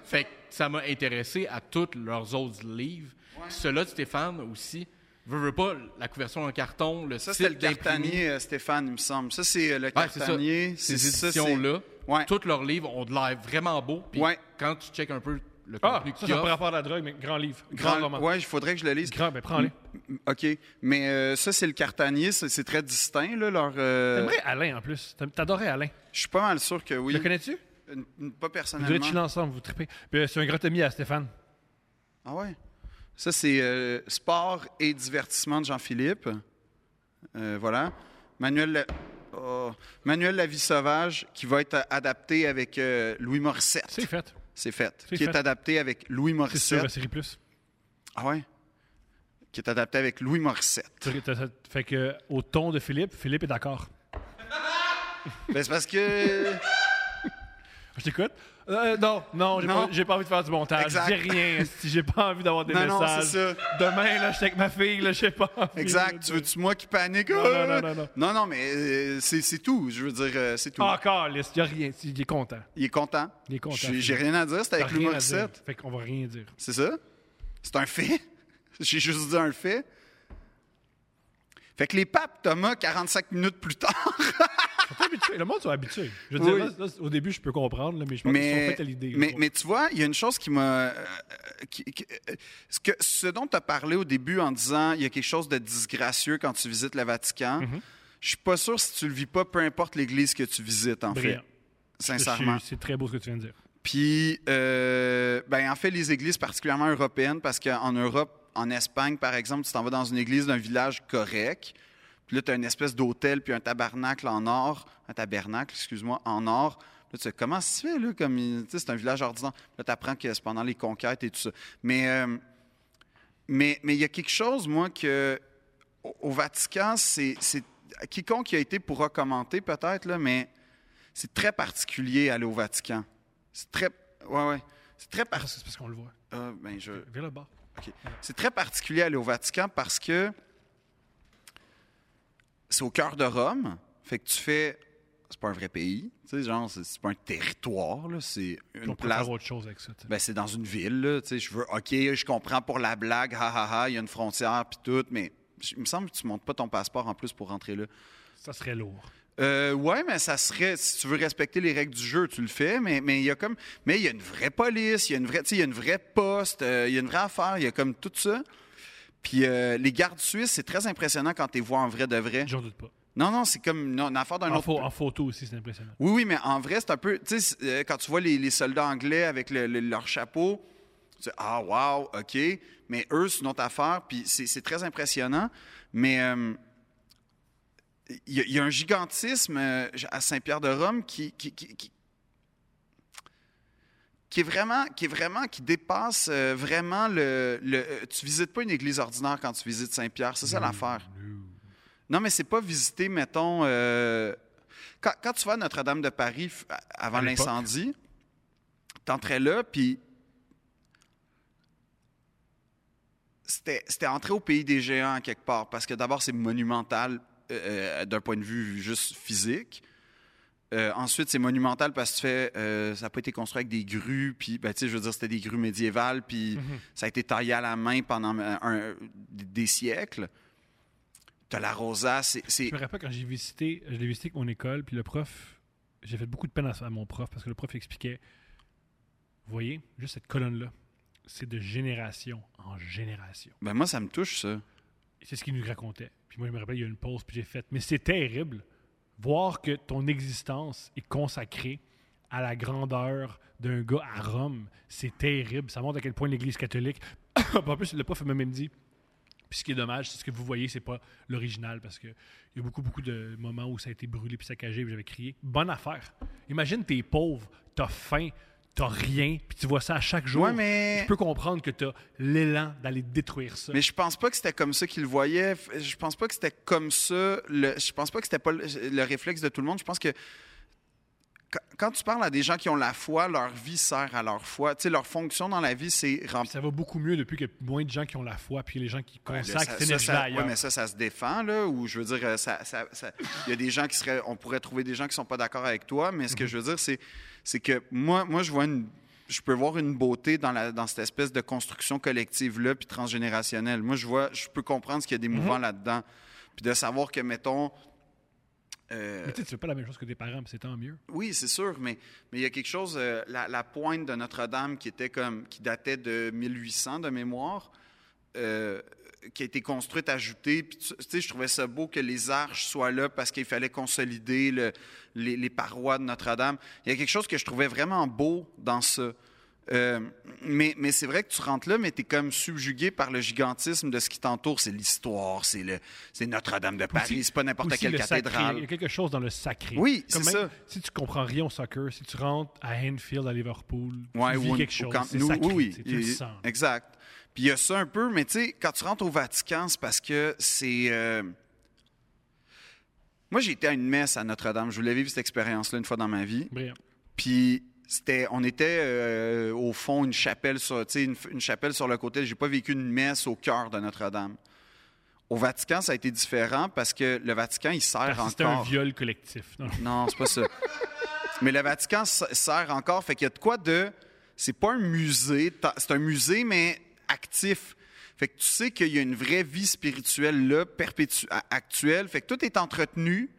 [SPEAKER 4] fait que ça m'a intéressé à tous leurs autres livres. Ceux-là de Stéphane aussi. Veux, veux pas, la couverture en carton, le
[SPEAKER 2] Ça,
[SPEAKER 4] style
[SPEAKER 2] c'était le
[SPEAKER 4] d'imprimer.
[SPEAKER 2] cartanier, euh, Stéphane, il me semble. Ça, c'est euh, le
[SPEAKER 4] Ouais, c'est ça.
[SPEAKER 2] cartanier. c'est
[SPEAKER 4] Ces
[SPEAKER 2] ça, c'est-
[SPEAKER 4] éditions-là,
[SPEAKER 2] Ouais.
[SPEAKER 4] tous leurs livres ont de l'air vraiment beau. Puis
[SPEAKER 2] Ouais.
[SPEAKER 4] quand tu checkes un peu le
[SPEAKER 1] Ah,
[SPEAKER 4] contenu
[SPEAKER 1] ça,
[SPEAKER 4] qu'il y
[SPEAKER 1] ça
[SPEAKER 4] a,
[SPEAKER 1] par rapport à la drogue, mais grand livre. Grand,
[SPEAKER 2] Grand,
[SPEAKER 1] roman.
[SPEAKER 2] ouais, Euh, il faudrait que je le lise.
[SPEAKER 1] Grand, ben prends-le.
[SPEAKER 2] M- OK. Mais euh, ça, c'est le cartanier. C'est c'est très distinct, là, leur... euh,
[SPEAKER 1] T'aimerais Alain, en plus. T'aim- T'adorais Alain.
[SPEAKER 2] Je suis pas mal sûr que oui.
[SPEAKER 1] Le connais-tu?
[SPEAKER 2] N- n- Pas
[SPEAKER 1] Vous devez
[SPEAKER 2] personnellement.
[SPEAKER 1] chiller ensemble, vous tripez. Puis, euh, c'est un grand ami à Stéphane.
[SPEAKER 2] ah ouais? Ça, c'est euh, Sport et divertissement de Jean-Philippe. Euh, voilà. Manuel... La... oh. Manuel La Vie Sauvage, qui va être euh, adapté avec euh, Louis Morissette.
[SPEAKER 1] C'est fait.
[SPEAKER 2] C'est fait.
[SPEAKER 1] C'est
[SPEAKER 2] Qui est
[SPEAKER 1] fait.
[SPEAKER 2] adapté avec Louis
[SPEAKER 1] C'est sur
[SPEAKER 2] Morissette.
[SPEAKER 1] la série plus.
[SPEAKER 2] Ah ouais? Qui est adapté avec Louis Morissette.
[SPEAKER 1] Tu- t'as- t'as- Fait que, euh, au ton de Philippe, Philippe est d'accord.
[SPEAKER 2] Ben, c'est parce que.
[SPEAKER 1] Je t'écoute. Euh, non, non, j'ai
[SPEAKER 2] Non.
[SPEAKER 1] pas, j'ai pas envie de faire du montage.
[SPEAKER 2] Exact.
[SPEAKER 1] J'ai rien. Si j'ai pas envie d'avoir des
[SPEAKER 2] Non, non,
[SPEAKER 1] messages.
[SPEAKER 2] c'est ça.
[SPEAKER 1] Demain, là, j'étais avec ma fille, là, j'ai pas envie. là,
[SPEAKER 2] Exact.
[SPEAKER 1] de-
[SPEAKER 2] Tu veux-tu moi qui panique?
[SPEAKER 1] Non,
[SPEAKER 2] Ah!
[SPEAKER 1] non, non, non, non.
[SPEAKER 2] non, mais euh, c'est c'est tout. Je veux dire, euh, c'est tout.
[SPEAKER 1] Encore, il Ah, y a rien. Il est content.
[SPEAKER 2] Il est content.
[SPEAKER 1] Il est content.
[SPEAKER 2] J'ai j'ai rien à dire. C'était
[SPEAKER 1] T'as
[SPEAKER 2] avec Louis
[SPEAKER 1] rien à dire.
[SPEAKER 2] Morissette.
[SPEAKER 1] Fait qu'on va rien dire.
[SPEAKER 2] C'est ça? C'est un fait. J'ai juste dit un fait. Fait que les papes, Thomas, 45 minutes plus tard.
[SPEAKER 1] sont habitués. Le monde sont habitués. Je veux dire,
[SPEAKER 2] Oui.
[SPEAKER 1] là, là, au début, je peux comprendre, là, mais je pense qu'ils sont
[SPEAKER 2] mais,
[SPEAKER 1] faits à l'idée.
[SPEAKER 2] mais,
[SPEAKER 1] là.
[SPEAKER 2] mais tu vois, il y a une chose qui m'a. euh, qui- qui- euh, ce, que, ce dont tu as parlé au début en disant il y a quelque chose de disgracieux quand tu visites le Vatican,
[SPEAKER 1] Mm-hmm.
[SPEAKER 2] je suis pas sûr si tu le vis pas, peu importe l'église que tu visites, en
[SPEAKER 1] Brillant.
[SPEAKER 2] fait.
[SPEAKER 1] Je-
[SPEAKER 2] Sincèrement.
[SPEAKER 1] je- C'est très beau ce que tu viens de dire.
[SPEAKER 2] Puis, euh, ben, en fait, les églises particulièrement européennes, parce qu'en Europe, en Espagne, par exemple, tu t'en vas dans une église d'un village correct. Puis là, tu as une espèce d'hôtel, puis un tabernacle en or. Un tabernacle, excuse-moi, en or. Là, tu sais, comment ça se fait, là, comme, il- tu sais, c'est un village ordinaire. Là, tu apprends que c'est pendant les conquêtes et tout ça. Mais euh, mais mais il y a quelque chose, moi, que au, au Vatican, c'est c'est- quiconque y a été pourra commenter peut-être, là, mais c'est très particulier aller au Vatican. C'est très. Ouais, ouais. C'est très, par-
[SPEAKER 1] Ah, c'est parce qu'on le voit.
[SPEAKER 2] ah, ben, je-
[SPEAKER 1] Viens là-bas.
[SPEAKER 2] c'est très particulier aller au Vatican parce que c'est au cœur de Rome. Fait que tu fais. C'est pas un vrai pays. Tu sais, genre, c'est c'est pas un territoire, là. C'est
[SPEAKER 1] Puis
[SPEAKER 2] une
[SPEAKER 1] On peut faire
[SPEAKER 2] place.
[SPEAKER 1] autre chose avec ça. tu sais.
[SPEAKER 2] Ben, c'est dans une ville, là. Tu sais, je veux. OK, je comprends pour la blague. Ha, ha, ha. Il y a une frontière, puis tout. Mais je- il me semble que tu montes pas ton passeport en plus pour rentrer là.
[SPEAKER 1] Ça serait lourd.
[SPEAKER 2] Euh, ouais, mais ça serait si tu veux respecter les règles du jeu, tu le fais. Mais mais il y a comme mais il y a une vraie police, il y a une vraie tu sais, il y a une vraie poste, euh, il y a une vraie affaire, il y a comme tout ça. Puis euh, les gardes suisses, c'est très impressionnant quand tu les vois en vrai de vrai.
[SPEAKER 1] J'en doute pas.
[SPEAKER 2] Non non, c'est comme une, une affaire d'un
[SPEAKER 1] En,
[SPEAKER 2] autre.
[SPEAKER 1] pho- en photo aussi, c'est impressionnant.
[SPEAKER 2] Oui oui, mais en vrai c'est un peu tu sais c'est, euh, quand tu vois les, les soldats anglais avec le- le- leur chapeau, tu dis ah wow ok, mais eux c'est une autre affaire. Puis c'est c'est très impressionnant, mais euh, il y, a- il y a un gigantisme euh, à Saint-Pierre-de-Rome qui, qui, qui- qui- qui est vraiment, qui est vraiment, qui dépasse euh, vraiment le, le- euh, Tu visites pas une église ordinaire quand tu visites Saint-Pierre, c'est ça l'affaire. Non, mais c'est pas visiter, mettons, euh, quand, quand tu vas à Notre-Dame de Paris f- à- avant
[SPEAKER 1] À l'époque.
[SPEAKER 2] l'incendie, t'entrais là, puis c'était c'était entrer au pays des géants à quelque part parce que d'abord c'est monumental euh, euh, d'un point de vue juste physique. Euh, ensuite, c'est monumental parce que tu fais, euh, ça n'a pas été construit avec des grues, puis, ben, tu sais, je veux dire, c'était des grues médiévales, puis
[SPEAKER 1] Mhm.
[SPEAKER 2] ça a été taillé à la main pendant euh, un- des siècles. T'as la rosace, c'est- c'est...
[SPEAKER 1] Je me rappelle quand j'ai visité, je l'ai visité avec mon école, puis le prof, j'ai fait beaucoup de peine à, à mon prof parce que le prof expliquait Vous voyez, juste cette colonne-là, c'est de génération en génération.
[SPEAKER 2] Ben moi, ça me touche, ça.
[SPEAKER 1] Et C'est ce qu'il nous racontait. Puis moi, je me rappelle, il y a eu une pause, puis j'ai fait Mais c'est terrible voir que ton existence est consacrée à la grandeur d'un gars à Rome. C'est terrible. Ça montre à quel point l'Église catholique. en plus, le prof m'a même dit puis ce qui est dommage, c'est ce que vous voyez, c'est pas l'original parce que il y a beaucoup beaucoup de moments où ça a été brûlé puis saccagé, puis j'avais crié bonne affaire. Imagine t'es pauvre, t'as faim, t'as rien, puis tu vois ça à chaque jour.
[SPEAKER 2] Ouais, mais-
[SPEAKER 1] Je peux comprendre que t'as l'élan d'aller détruire ça.
[SPEAKER 2] Mais je pense pas que c'était comme ça qu'il le voyait. F- Je pense pas que c'était comme ça. Le, je pense pas que c'était pas le, le réflexe de tout le monde. Je pense que quand, quand tu parles à des gens qui ont la foi, leur vie sert à leur foi. Tu sais, leur fonction dans la vie, c'est
[SPEAKER 1] Puis
[SPEAKER 2] remplir.
[SPEAKER 1] ça va beaucoup mieux depuis que moins de gens qui ont la foi puis les gens qui consacrent cette
[SPEAKER 2] ça,
[SPEAKER 1] énergie
[SPEAKER 2] ça,
[SPEAKER 1] ailleurs.
[SPEAKER 2] ouais, mais ça, ça se défend, là. Ou je veux dire, euh, ça, ça- ça- il y a des gens qui seraient. On pourrait trouver des gens qui sont pas d'accord avec toi, mais ce
[SPEAKER 1] Mhm.
[SPEAKER 2] que je veux dire, c'est, c'est que moi, moi, je vois une. Je peux voir une beauté dans, la, dans cette espèce de construction collective-là, puis transgénérationnelle. Moi, je vois, je peux comprendre ce qu'il y a des
[SPEAKER 1] Mhm.
[SPEAKER 2] mouvements là-dedans. Puis de savoir que, mettons. euh,
[SPEAKER 1] Mais tu sais, tu fais pas la même chose que tes parents, puis c'est tant mieux.
[SPEAKER 2] oui, c'est sûr, mais mais il y a quelque chose, euh, la, la pointe de Notre-Dame qui était comme qui datait de 1800 de mémoire, euh, qui a été construite, ajoutée. Puis tu tu sais, je trouvais ça beau que les arches soient là parce qu'il fallait consolider le- les, les parois de Notre-Dame. Il y a quelque chose que je trouvais vraiment beau dans ça. Euh, mais mais c'est vrai que tu rentres là, mais tu es comme subjugué par le gigantisme de ce qui t'entoure. C'est l'histoire, c'est le c'est Notre-Dame de Paris, c'est pas n'importe
[SPEAKER 1] Aussi,
[SPEAKER 2] quelle
[SPEAKER 1] le sacré.
[SPEAKER 2] cathédrale.
[SPEAKER 1] Il y a quelque chose dans le sacré.
[SPEAKER 2] Oui,
[SPEAKER 1] Comme
[SPEAKER 2] c'est
[SPEAKER 1] même
[SPEAKER 2] ça.
[SPEAKER 1] Si tu comprends rien au soccer, si tu rentres à Anfield, à Liverpool,
[SPEAKER 2] Ouais,
[SPEAKER 1] tu vis
[SPEAKER 2] ou-
[SPEAKER 1] quelque
[SPEAKER 2] ou
[SPEAKER 1] chose.
[SPEAKER 2] Camp
[SPEAKER 1] C'est
[SPEAKER 2] Nou,
[SPEAKER 1] sacré,
[SPEAKER 2] oui,
[SPEAKER 1] tu sais,
[SPEAKER 2] oui,
[SPEAKER 1] tu le
[SPEAKER 2] il-
[SPEAKER 1] sens.
[SPEAKER 2] Exact. Puis il y a ça un peu, mais tu sais, quand tu rentres au Vatican, c'est parce que c'est. euh, Moi, j'ai été à une messe à Notre-Dame. Je voulais vivre cette expérience-là une fois dans ma vie.
[SPEAKER 1] Brillant.
[SPEAKER 2] Puis c'était, on était euh, au fond une chapelle sur, tu sais, une, une chapelle sur le côté. J'ai pas vécu une messe au cœur de Notre-Dame. Au Vatican, ça a été différent parce que le Vatican, il sert
[SPEAKER 1] Parce que C'était un
[SPEAKER 2] encore.
[SPEAKER 1] viol collectif. Non, non.
[SPEAKER 2] Non, c'est pas ça. mais le Vatican s- sert encore. Fait qu'il y a de quoi de. C'est pas un musée. ta- C'est un musée, mais actif. Fait que tu sais qu'il y a une vraie vie spirituelle là, perpétue, a- actuelle. Fait que tout est entretenu.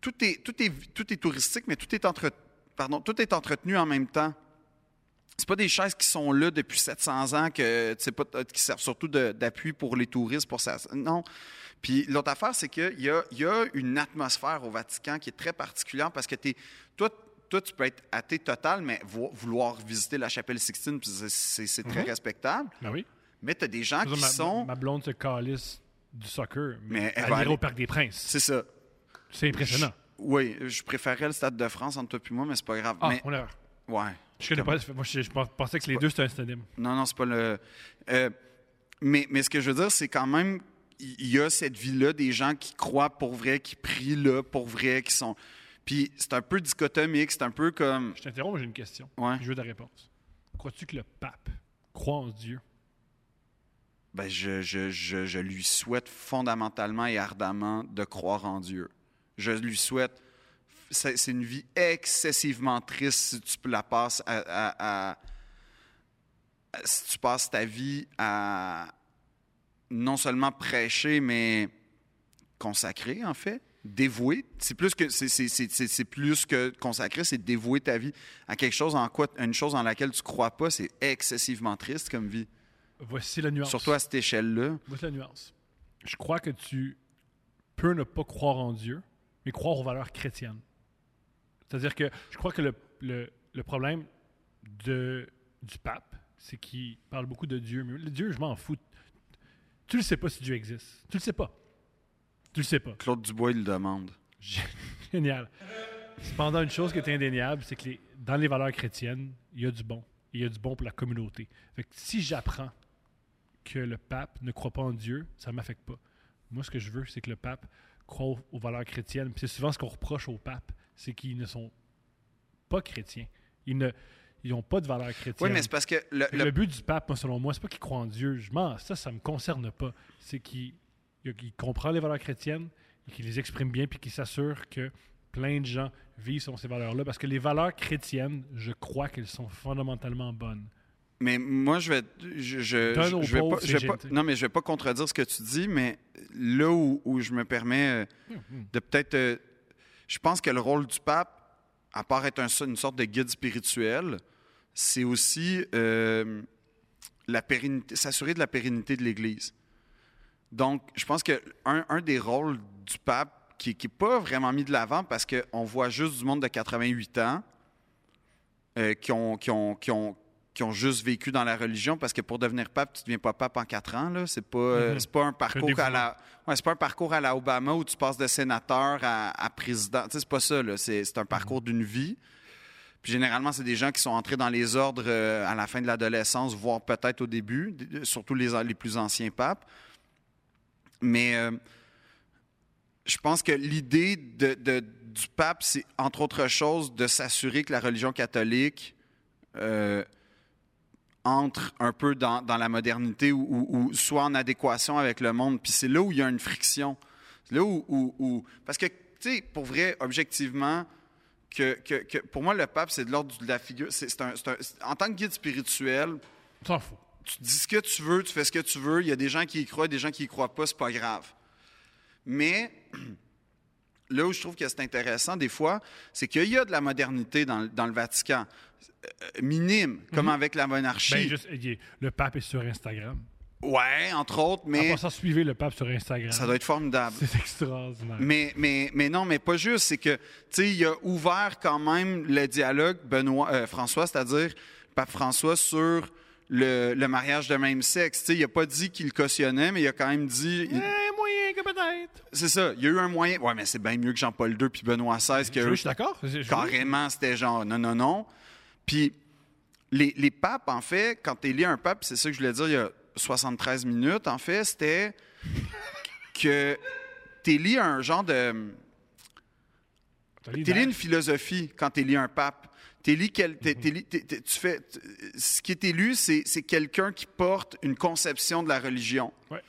[SPEAKER 2] tout est, tout, est, tout est touristique, mais tout est, entre, pardon, tout est entretenu en même temps. C'est pas des chaises qui sont là depuis 700 ans que tu sais pas euh, qui servent surtout de- d'appui pour les touristes pour ça. Non. Puis l'autre affaire c'est qu'il y a, il y a une atmosphère au Vatican qui est très particulière parce que t'es toi toi, tu peux être athée total, mais vo- vouloir visiter la chapelle Sixtine, puis c'est- c'est c'est très
[SPEAKER 1] Mhm.
[SPEAKER 2] respectable.
[SPEAKER 1] Ben oui.
[SPEAKER 2] Mais tu as des gens
[SPEAKER 1] Je veux
[SPEAKER 2] qui
[SPEAKER 1] dire, ma,
[SPEAKER 2] sont.
[SPEAKER 1] ma blonde se calisse du soccer,
[SPEAKER 2] Mais
[SPEAKER 1] mais
[SPEAKER 2] elle
[SPEAKER 1] elle
[SPEAKER 2] va
[SPEAKER 1] ira
[SPEAKER 2] aller-
[SPEAKER 1] au Parc des Princes.
[SPEAKER 2] C'est ça.
[SPEAKER 1] C'est impressionnant.
[SPEAKER 2] Je- oui, je préférais le Stade de France entre toi et moi, mais c'est pas grave.
[SPEAKER 1] Ah,
[SPEAKER 2] mais,
[SPEAKER 1] on a erreur.
[SPEAKER 2] ouais.
[SPEAKER 1] Je connais pas. Moi, je, je pensais que les deux, c'était un synonyme.
[SPEAKER 2] Non, non, c'est pas le. euh, mais, mais ce que je veux dire, c'est quand même, il y a cette vie-là des gens qui croient pour vrai, qui prient là pour vrai, qui sont. Puis c'est un peu dichotomique, c'est un peu comme.
[SPEAKER 1] Je t'interromps, j'ai une question.
[SPEAKER 2] Ouais.
[SPEAKER 1] Je veux ta réponse. Crois-tu que le pape croit en Dieu?
[SPEAKER 2] Ben, je, je, je, je lui souhaite fondamentalement et ardemment de croire en Dieu. Je lui souhaite. C'est c'est une vie excessivement triste si tu la passes à. à- à- si tu passes ta vie à non seulement prêcher, mais consacrer, en fait. Dévouer. C'est plus que c'est- c'est- c'est c'est- c'est plus que consacrer, c'est dévouer ta vie à quelque chose en quoi une chose en laquelle tu crois pas, c'est excessivement triste comme vie.
[SPEAKER 1] Voici la nuance.
[SPEAKER 2] Surtout à cette échelle-là.
[SPEAKER 1] Voici la nuance. Je crois que tu peux ne pas croire en Dieu, mais croire aux valeurs chrétiennes. C'est-à-dire que je crois que le, le- le problème de, du pape, c'est qu'il parle beaucoup de Dieu. Mais le Dieu, je m'en fous. Tu le sais pas si Dieu existe. Tu le sais pas. Tu le sais pas.
[SPEAKER 2] Claude Dubois, il le demande.
[SPEAKER 1] Génial. Cependant, une chose qui est indéniable, c'est que les- dans les valeurs chrétiennes, il y a du bon. Il y a du bon pour la communauté. Fait que si j'apprends que le pape ne croit pas en Dieu, ça ne m'affecte pas. Moi, ce que je veux, c'est que le pape croit aux, aux valeurs chrétiennes. Puis C'est souvent ce qu'on reproche au pape, c'est qu'ils ne sont pas chrétiens. Ils ne ils ont pas de valeurs chrétiennes.
[SPEAKER 2] Oui, mais c'est parce que le,
[SPEAKER 1] Le... but du pape, moi, selon moi, c'est pas qu'il croit en Dieu. Je m'en- ça, ça me concerne pas. C'est qu'il il- qu'il comprend les valeurs chrétiennes et qu'il les exprime bien puis qu'il s'assure que plein de gens vivent selon ces valeurs-là. Parce que les valeurs chrétiennes, je crois qu'elles sont fondamentalement bonnes.
[SPEAKER 2] mais moi, je vais, je, je,
[SPEAKER 1] Donne
[SPEAKER 2] je-
[SPEAKER 1] aux
[SPEAKER 2] je vais
[SPEAKER 1] pauvres,
[SPEAKER 2] pas, je vais
[SPEAKER 1] c'est
[SPEAKER 2] pas-
[SPEAKER 1] gentil.
[SPEAKER 2] non, mais je vais pas contredire ce que tu dis, mais là où, où je me permets euh,
[SPEAKER 1] Mm,
[SPEAKER 2] de peut-être, euh, je pense que le rôle du pape, à part être un- une sorte de guide spirituel, c'est aussi euh, la pérennité- s'assurer de la pérennité de l'Église. Donc, je pense que un, un des rôles du pape qui n'est pas vraiment mis de l'avant parce qu'on voit juste du monde de 88 ans euh, qui, ont, qui, ont, qui, ont, qui ont juste vécu dans la religion parce que pour devenir pape, tu ne deviens pas pape en 4 ans. là. C'est pas, euh,
[SPEAKER 1] Mhm.
[SPEAKER 2] c'est pas un parcours à la, ouais, c'est pas un parcours à la Obama où tu passes de sénateur à, à président. Tu sais, C'est pas ça. là. C'est c'est un parcours d'une vie. Puis généralement, c'est des gens qui sont entrés dans les ordres euh, à la fin de l'adolescence, voire peut-être au début, d- euh, surtout les, an- les plus anciens papes. Mais euh, je pense que l'idée de- de- du pape, c'est entre autres choses de s'assurer que la religion catholique euh, entre un peu dans, dans la modernité ou, ou- ou soit en adéquation avec le monde. Puis c'est là où il y a une friction. C'est là où, où- où- Parce que, tu sais, pour vrai, objectivement, que, que- que- pour moi, le pape, c'est de l'ordre de la figure. c'est- c'est un- c'est un- c'est- en tant que guide spirituel,
[SPEAKER 1] On s'en fout.
[SPEAKER 2] tu dis ce que tu veux, tu fais ce que tu veux. Il y a des gens qui y croient, des gens qui y croient pas, c'est pas grave. Mais là où je trouve que c'est intéressant des fois, c'est qu'il y a de la modernité dans, le- dans le Vatican, Euh, minime, comme avec la monarchie.
[SPEAKER 1] Mhm. Ben, juste, il est- le pape est sur Instagram.
[SPEAKER 2] Ouais, entre autres, mais
[SPEAKER 1] En passant, suivez le pape sur Instagram.
[SPEAKER 2] ça doit être formidable.
[SPEAKER 1] C'est extraordinaire.
[SPEAKER 2] Mais, mais, mais non, mais pas juste. C'est que, tu sais, il a ouvert quand même le dialogue, Benoît, euh, François, c'est-à-dire le pape François, sur le, le mariage de même sexe. Tu sais, il n'a pas dit qu'il le cautionnait, mais il a quand même dit. il-
[SPEAKER 1] Eh, moyen que peut-être.
[SPEAKER 2] C'est ça, il y a eu un moyen. Ouais, mais c'est bien mieux que Jean-Paul II puis Benoît XVI qui a
[SPEAKER 1] Je,
[SPEAKER 2] eu
[SPEAKER 1] je suis d'accord. Je- je-
[SPEAKER 2] Carrément, c'était genre non, non, non. Puis les, les papes, en fait, quand tu élis un pape, c'est ça que je voulais dire il y a 73 minutes, en fait, c'était que tu élis un genre de.
[SPEAKER 1] T'as les
[SPEAKER 2] Tu
[SPEAKER 1] dates.
[SPEAKER 2] une philosophie quand tu élis un pape. Tu quel, t'é-
[SPEAKER 1] Mm-hmm.
[SPEAKER 2] t'élis- t'é- t'é- tu fais, t- ce qui est élu, c'est c'est quelqu'un qui porte une conception de la religion.
[SPEAKER 1] Ouais.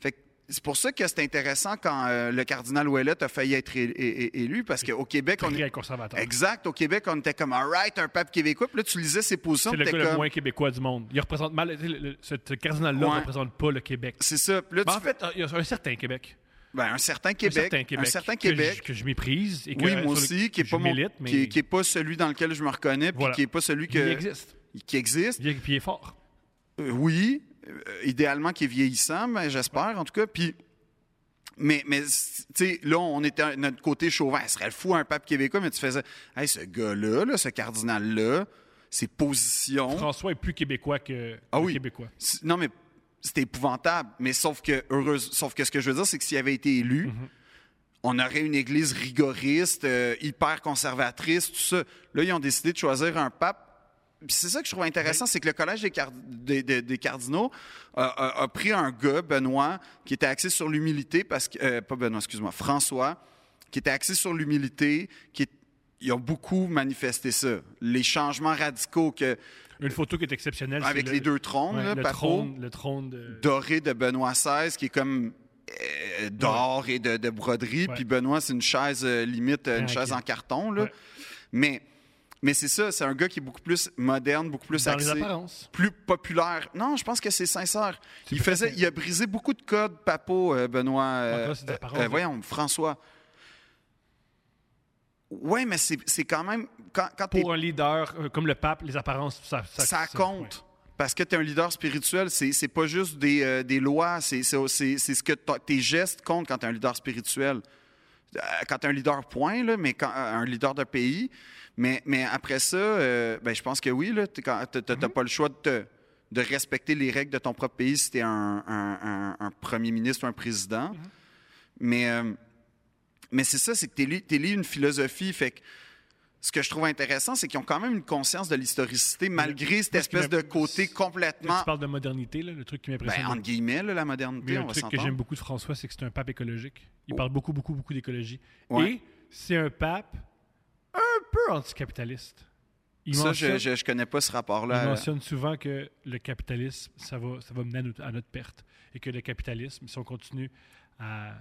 [SPEAKER 2] Fait que c'est pour ça que c'est intéressant quand euh, le cardinal Ouellet a failli être é- é- é- élu, parce qu'au Québec, on,
[SPEAKER 1] Très conservateur.
[SPEAKER 2] Exact. Au Québec, on était comme, all right, un pape québécois. Puis là, tu lisais ses positions.
[SPEAKER 1] C'est le
[SPEAKER 2] puis
[SPEAKER 1] gars
[SPEAKER 2] t'es
[SPEAKER 1] le
[SPEAKER 2] comme,
[SPEAKER 1] moins québécois du monde. Il représente mal. tu sais, le- le- ce ce cardinal-là
[SPEAKER 2] Ouais.
[SPEAKER 1] ne représente pas le Québec.
[SPEAKER 2] c'est ça. Puis là,
[SPEAKER 1] Mais
[SPEAKER 2] tu
[SPEAKER 1] en fait, il y a Ben, un certain Québec.
[SPEAKER 2] Ben, un certain Québec.
[SPEAKER 1] certain Québec.
[SPEAKER 2] certain
[SPEAKER 1] que je-
[SPEAKER 2] Québec.
[SPEAKER 1] Que, je méprise. Et que,
[SPEAKER 2] oui,
[SPEAKER 1] euh,
[SPEAKER 2] moi
[SPEAKER 1] sur le-
[SPEAKER 2] aussi, qui est,
[SPEAKER 1] je
[SPEAKER 2] pas mon-
[SPEAKER 1] milite, mais
[SPEAKER 2] qui, est- euh, qui est pas celui dans lequel je me reconnais, puis
[SPEAKER 1] Voilà.
[SPEAKER 2] qui est pas celui
[SPEAKER 1] il
[SPEAKER 2] que,
[SPEAKER 1] existe.
[SPEAKER 2] qui existe.
[SPEAKER 1] Il, puis il est fort.
[SPEAKER 2] Euh, oui, euh, idéalement qui est vieillissant, mais j'espère en tout cas. Puis, mais, mais tu sais, là, on était à notre côté chauvin. Ce serait fou un pape québécois, mais tu faisais, hey, ce gars-là, là, ce cardinal-là, ses positions.
[SPEAKER 1] François est plus québécois que
[SPEAKER 2] Hein? Ah
[SPEAKER 1] que
[SPEAKER 2] oui.
[SPEAKER 1] québécois.
[SPEAKER 2] C'est- Non, mais c'était épouvantable. Mais sauf que, heureuse, sauf que ce que je veux dire, c'est que s'il avait été élu,
[SPEAKER 1] Mhm.
[SPEAKER 2] on aurait une église rigoriste, euh, hyper conservatrice, tout ça. Là, ils ont décidé de choisir un pape. Puis c'est ça que je trouve intéressant, c'est que le collège des, card- des, des- des cardinaux a, a- a pris un gars, Benoît, qui était axé sur l'humilité, parce que euh, pas Benoît, excuse-moi, François, qui était axé sur l'humilité, qui est- ils ont beaucoup manifesté ça, les changements radicaux que
[SPEAKER 1] Une photo qui est exceptionnelle.
[SPEAKER 2] avec
[SPEAKER 1] c'est
[SPEAKER 2] les
[SPEAKER 1] le-
[SPEAKER 2] deux trônes,
[SPEAKER 1] ouais,
[SPEAKER 2] là,
[SPEAKER 1] le,
[SPEAKER 2] papaux
[SPEAKER 1] trône, le trône de.
[SPEAKER 2] doré de Benoît XVI qui est comme euh, d'or et de, de broderie.
[SPEAKER 1] Ouais.
[SPEAKER 2] Puis Benoît, c'est une chaise euh, limite, euh, une
[SPEAKER 1] Tranquille.
[SPEAKER 2] chaise en carton. Là.
[SPEAKER 1] Ouais.
[SPEAKER 2] Mais, mais c'est ça, c'est un gars qui est beaucoup plus moderne, beaucoup plus
[SPEAKER 1] dans les
[SPEAKER 2] axé,
[SPEAKER 1] apparences.
[SPEAKER 2] plus populaire. Non, je pense que c'est sincère.
[SPEAKER 1] C'est
[SPEAKER 2] Il,
[SPEAKER 1] peut-être
[SPEAKER 2] faisait,
[SPEAKER 1] un-
[SPEAKER 2] il a brisé beaucoup de codes papaux, euh, Benoît. euh,
[SPEAKER 1] Encore, c'est des
[SPEAKER 2] euh,
[SPEAKER 1] apparences,
[SPEAKER 2] euh,
[SPEAKER 1] là.
[SPEAKER 2] voyons, François. Oui, mais c'est c'est quand même. Quand, quand t'es
[SPEAKER 1] Pour un leader euh, comme le pape, les apparences, ça, ça, ça-
[SPEAKER 2] ça compte.
[SPEAKER 1] ouais.
[SPEAKER 2] Parce que tu es un leader spirituel, c'est c'est pas juste des, euh, des lois, c'est c'est- c'est- c'est ce que t'as- tes gestes comptent quand tu es un leader spirituel. Euh, Quand tu es un leader, point, là, mais quand, euh, un leader de pays. Mais, mais après ça, euh, ben, je pense que oui, tu n'as pas le choix de, te- de respecter les règles de ton propre pays si tu es un, un- un- un premier ministre ou un président. Mais, euh, mais c'est ça, c'est que tu lié une philosophie. Fait que ce que je trouve intéressant, c'est qu'ils ont quand même une conscience de l'historicité, malgré cette
[SPEAKER 1] moi, ce qui
[SPEAKER 2] espèce de
[SPEAKER 1] m'a-
[SPEAKER 2] côté
[SPEAKER 1] Là,
[SPEAKER 2] complètement,
[SPEAKER 1] tu parles de modernité, là, le truc qui
[SPEAKER 2] ben,
[SPEAKER 1] m'impressionne.
[SPEAKER 2] entre guillemets, là, la
[SPEAKER 1] Mais
[SPEAKER 2] modernité,
[SPEAKER 1] un
[SPEAKER 2] on va
[SPEAKER 1] truc que j'aime
[SPEAKER 2] s'entendre.
[SPEAKER 1] beaucoup de François, c'est que c'est un pape écologique. Il
[SPEAKER 2] Oh.
[SPEAKER 1] parle beaucoup, beaucoup, beaucoup d'écologie.
[SPEAKER 2] Ouais.
[SPEAKER 1] Et c'est un pape un peu anticapitaliste. Il,
[SPEAKER 2] Ça, je,
[SPEAKER 1] mentionne,
[SPEAKER 2] je, je connais pas ce
[SPEAKER 1] il
[SPEAKER 2] rapport-là.
[SPEAKER 1] mentionne souvent que le capitalisme, ça va, ça va mener à notre, à notre perte. Et que le capitalisme, si on continue à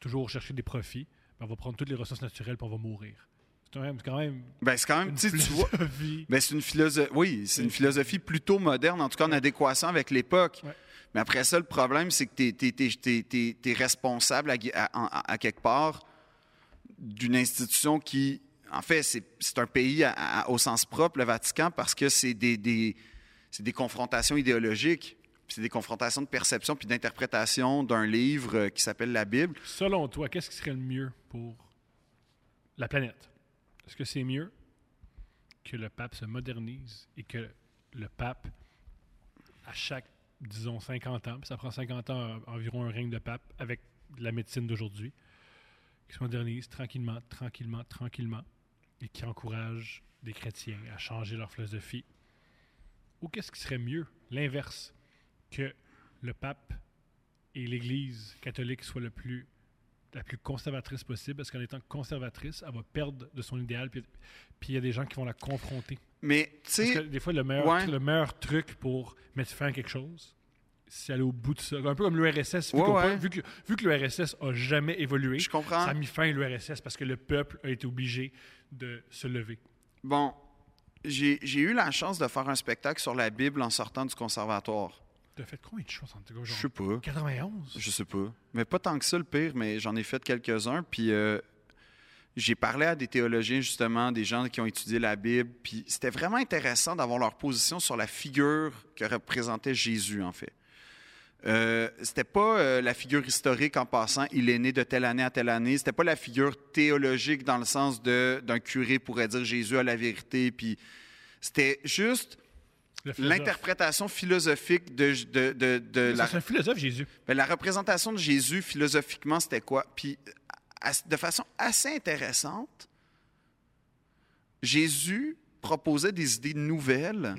[SPEAKER 1] toujours chercher des profits, ben, on va prendre toutes les ressources naturelles pour on va mourir. C'est quand même, c'est quand même
[SPEAKER 2] Ben, c'est quand même,
[SPEAKER 1] une
[SPEAKER 2] tu sais, tu vois,
[SPEAKER 1] philosophie.
[SPEAKER 2] Ben, c'est une philosophie. Oui, c'est une philosophie plutôt moderne, en tout cas en adéquation avec l'époque.
[SPEAKER 1] Ouais.
[SPEAKER 2] Mais après ça, le problème, c'est que tu es, responsable à, gui- à- à- à quelque part d'une institution qui. En fait, c'est c'est un pays à- à- au sens propre, le Vatican, parce que c'est des, des- c'est des confrontations idéologiques. puis C'est des confrontations de perception puis d'interprétation d'un livre euh, qui s'appelle la Bible.
[SPEAKER 1] Selon toi, qu'est-ce qui serait le mieux pour la planète? Est-ce que c'est mieux que le pape se modernise et que le pape, à chaque, disons, 50 ans, puis ça prend 50 ans euh, environ un règne de pape avec la médecine d'aujourd'hui, qui se modernise tranquillement, tranquillement, tranquillement et qui encourage des chrétiens à changer leur philosophie? Ou qu'est-ce qui serait mieux, l'inverse, que le pape et l'Église catholique soit le plus, la plus conservatrice possible, parce qu'en étant conservatrice, elle va perdre de son idéal, puis puis il y a des gens qui vont la confronter.
[SPEAKER 2] Mais, tu
[SPEAKER 1] Parce que
[SPEAKER 2] sais,
[SPEAKER 1] des fois, le meilleur,
[SPEAKER 2] ouais.
[SPEAKER 1] le meilleur truc pour mettre fin à quelque chose, c'est aller au bout de ça. Un peu comme l'URSS. Vu,
[SPEAKER 2] Ouais,
[SPEAKER 1] qu'on
[SPEAKER 2] ouais.
[SPEAKER 1] peut- vu que, vu que l'URSS a jamais évolué,
[SPEAKER 2] je comprends.
[SPEAKER 1] ça a mis fin à l'URSS parce que le peuple a été obligé de se lever.
[SPEAKER 2] Bon, j'ai j'ai eu la chance de faire un spectacle sur la Bible en sortant du conservatoire.
[SPEAKER 1] T'as fait combien de choses en tout cas?
[SPEAKER 2] Je
[SPEAKER 1] genre
[SPEAKER 2] sais pas.
[SPEAKER 1] 91?
[SPEAKER 2] Je sais pas. Mais pas tant que ça, le pire, mais j'en ai fait quelques-uns. Puis euh, j'ai parlé à des théologiens, justement, des gens qui ont étudié la Bible. Puis c'était vraiment intéressant d'avoir leur position sur la figure que représentait Jésus, en fait. Euh, c'était pas euh, la figure historique en passant, il est né de telle année à telle année. C'était pas la figure théologique dans le sens de- d'un curé pourrait dire Jésus a la vérité. Puis c'était juste
[SPEAKER 1] Le philosophe.
[SPEAKER 2] l'interprétation philosophique de, de, de- de
[SPEAKER 1] Mais ça,
[SPEAKER 2] la
[SPEAKER 1] C'est un philosophe, Jésus.
[SPEAKER 2] ben, la représentation de Jésus philosophiquement, c'était quoi? Puis, à- de façon assez intéressante, Jésus proposait des idées nouvelles,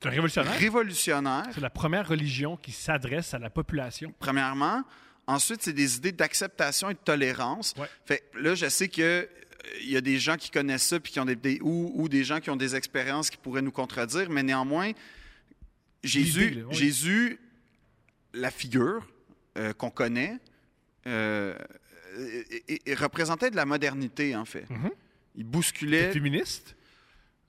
[SPEAKER 1] C'est un révolutionnaire.
[SPEAKER 2] révolutionnaires,
[SPEAKER 1] C'est la première religion qui s'adresse à la population.
[SPEAKER 2] premièrement. Ensuite, c'est des idées d'acceptation et de tolérance.
[SPEAKER 1] Ouais.
[SPEAKER 2] Fait que là, je sais que euh, il y a des gens qui connaissent ça puis qui ont des, des- ou, ou des gens qui ont des expériences qui pourraient nous contredire, mais néanmoins, Jésus,
[SPEAKER 1] L'idée, là, oui.
[SPEAKER 2] Jésus, la figure euh, qu'on connaît, euh, euh, et- et- et représentait de la modernité en fait.
[SPEAKER 1] Mhm.
[SPEAKER 2] Il
[SPEAKER 1] T'es
[SPEAKER 2] bousculait.
[SPEAKER 1] féministe?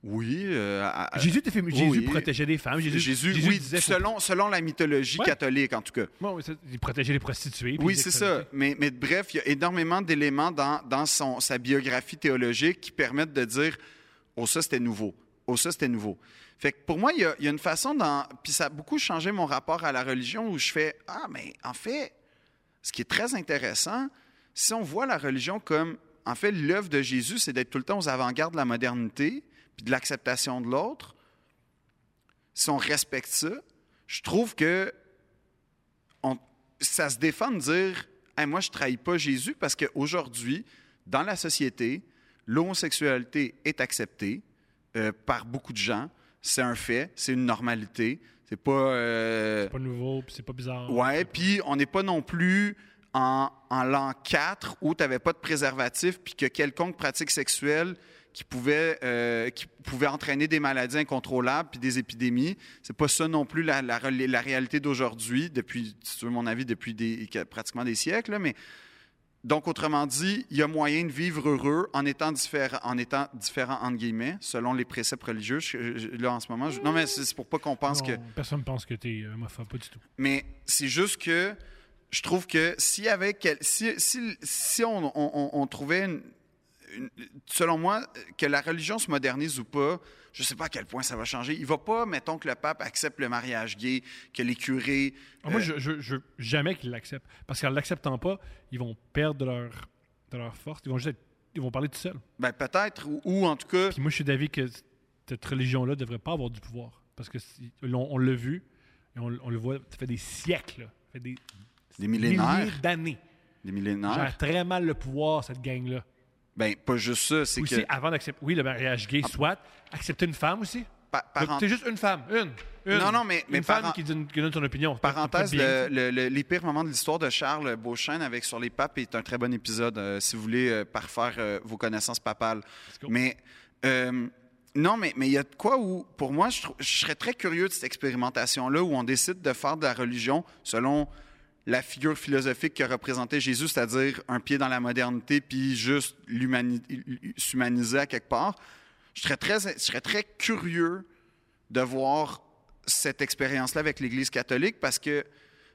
[SPEAKER 2] Oui. euh, à- à-
[SPEAKER 1] Jésus était féminin.
[SPEAKER 2] oui.
[SPEAKER 1] Jésus protégeait les femmes. Jésus,
[SPEAKER 2] Jésus, oui,
[SPEAKER 1] disait-
[SPEAKER 2] selon, selon la mythologie
[SPEAKER 1] Ouais.
[SPEAKER 2] catholique, en tout cas.
[SPEAKER 1] Bon, oui, c'est- il protégeait les prostituées. puis
[SPEAKER 2] Oui,
[SPEAKER 1] il
[SPEAKER 2] c'est
[SPEAKER 1] exploitait.
[SPEAKER 2] ça. Mais, mais bref, il y a énormément d'éléments dans, dans son, sa biographie théologique qui permettent de dire Oh, ça, c'était nouveau. Oh, ça, c'était nouveau. Fait que pour moi, il y a, il y a une façon dans. Puis ça a beaucoup changé mon rapport à la religion où je fais Ah, mais en fait, ce qui est très intéressant, si on voit la religion comme. En fait, l'œuvre de Jésus, c'est d'être tout le temps aux avant-gardes de la modernité puis de l'acceptation de l'autre. Si on respecte ça, je trouve que on- ça se défend de dire Hey, moi je trahis pas Jésus parce qu'aujourd'hui dans la société l'homosexualité est acceptée euh, par beaucoup de gens c'est un fait c'est une normalité c'est pas, euh,
[SPEAKER 1] C'est pas nouveau, puis c'est pas bizarre.
[SPEAKER 2] ouais puis on n'est pas non plus en, en l'an 4 où tu n'avais pas de préservatif puis que quelconque pratique sexuelle qui pouvait, euh, qui pouvait entraîner des maladies incontrôlables puis des épidémies. C'est pas ça non plus la, la, rela- la réalité d'aujourd'hui, depuis, si tu veux mon avis, depuis des, que- pratiquement des siècles. là, mais donc, autrement dit, il y a moyen de vivre heureux en étant différent, en étant différent entre guillemets, selon les préceptes religieux. Je- je- là, en ce moment, je- non, mais c'est c'est pour pas qu'on pense que.
[SPEAKER 1] Non, Personne pense que t'es euh, homophobe, pas du tout.
[SPEAKER 2] Mais c'est juste que je trouve que s'il y avait quel- si, si, si on, on- on- on trouvait une- une- selon moi que la religion se modernise ou pas, je sais pas à quel point ça va changer. Il va pas mettons que le pape accepte le mariage gay, que les curés
[SPEAKER 1] Ah, Moi,
[SPEAKER 2] Euh,
[SPEAKER 1] je, je- je veux jamais qu'ils l'acceptent. Parce qu'en l'acceptant pas, ils vont perdre de leur, de leur force. Ils vont juste être- ils vont parler tout seuls.
[SPEAKER 2] ben peut-être ou, ou en tout cas
[SPEAKER 1] Puis moi, je suis d'avis que c- cette religion-là devrait pas avoir du pouvoir. Parce que si- l'on- on l'a vu, et on, on le voit, ça fait des siècles, là. ça fait des
[SPEAKER 2] des millénaires,
[SPEAKER 1] milliers d'années. Ça
[SPEAKER 2] des
[SPEAKER 1] a
[SPEAKER 2] millénaires.
[SPEAKER 1] très mal le pouvoir, cette gang-là.
[SPEAKER 2] Ben pas juste ça, c'est
[SPEAKER 1] Aussi,
[SPEAKER 2] que
[SPEAKER 1] avant d'accepter, oui, le mariage gay, soit, accepter une femme aussi.
[SPEAKER 2] pa- parent-
[SPEAKER 1] C'est juste une femme, une. une.
[SPEAKER 2] Non, non, mais-
[SPEAKER 1] Une
[SPEAKER 2] mais
[SPEAKER 1] femme
[SPEAKER 2] parent-
[SPEAKER 1] qui, donne, qui donne son opinion. C'est pas- c'est pas
[SPEAKER 2] Parenthèse,
[SPEAKER 1] bien,
[SPEAKER 2] le- le- le- les pires moments de l'histoire de Charles Beauchesne avec Sur les papes est un très bon épisode euh, si vous voulez euh, parfaire euh, vos connaissances papales.
[SPEAKER 1] Let's go.
[SPEAKER 2] Mais euh, non, mais mais il y a de quoi où, pour moi, je, trou- je serais très curieux de cette expérimentation-là où on décide de faire de la religion selon la figure philosophique que représentait Jésus, c'est-à-dire un pied dans la modernité puis juste l'humani- s'humaniser à quelque part. Je serais très, je serais très curieux de voir cette expérience-là avec l'Église catholique parce que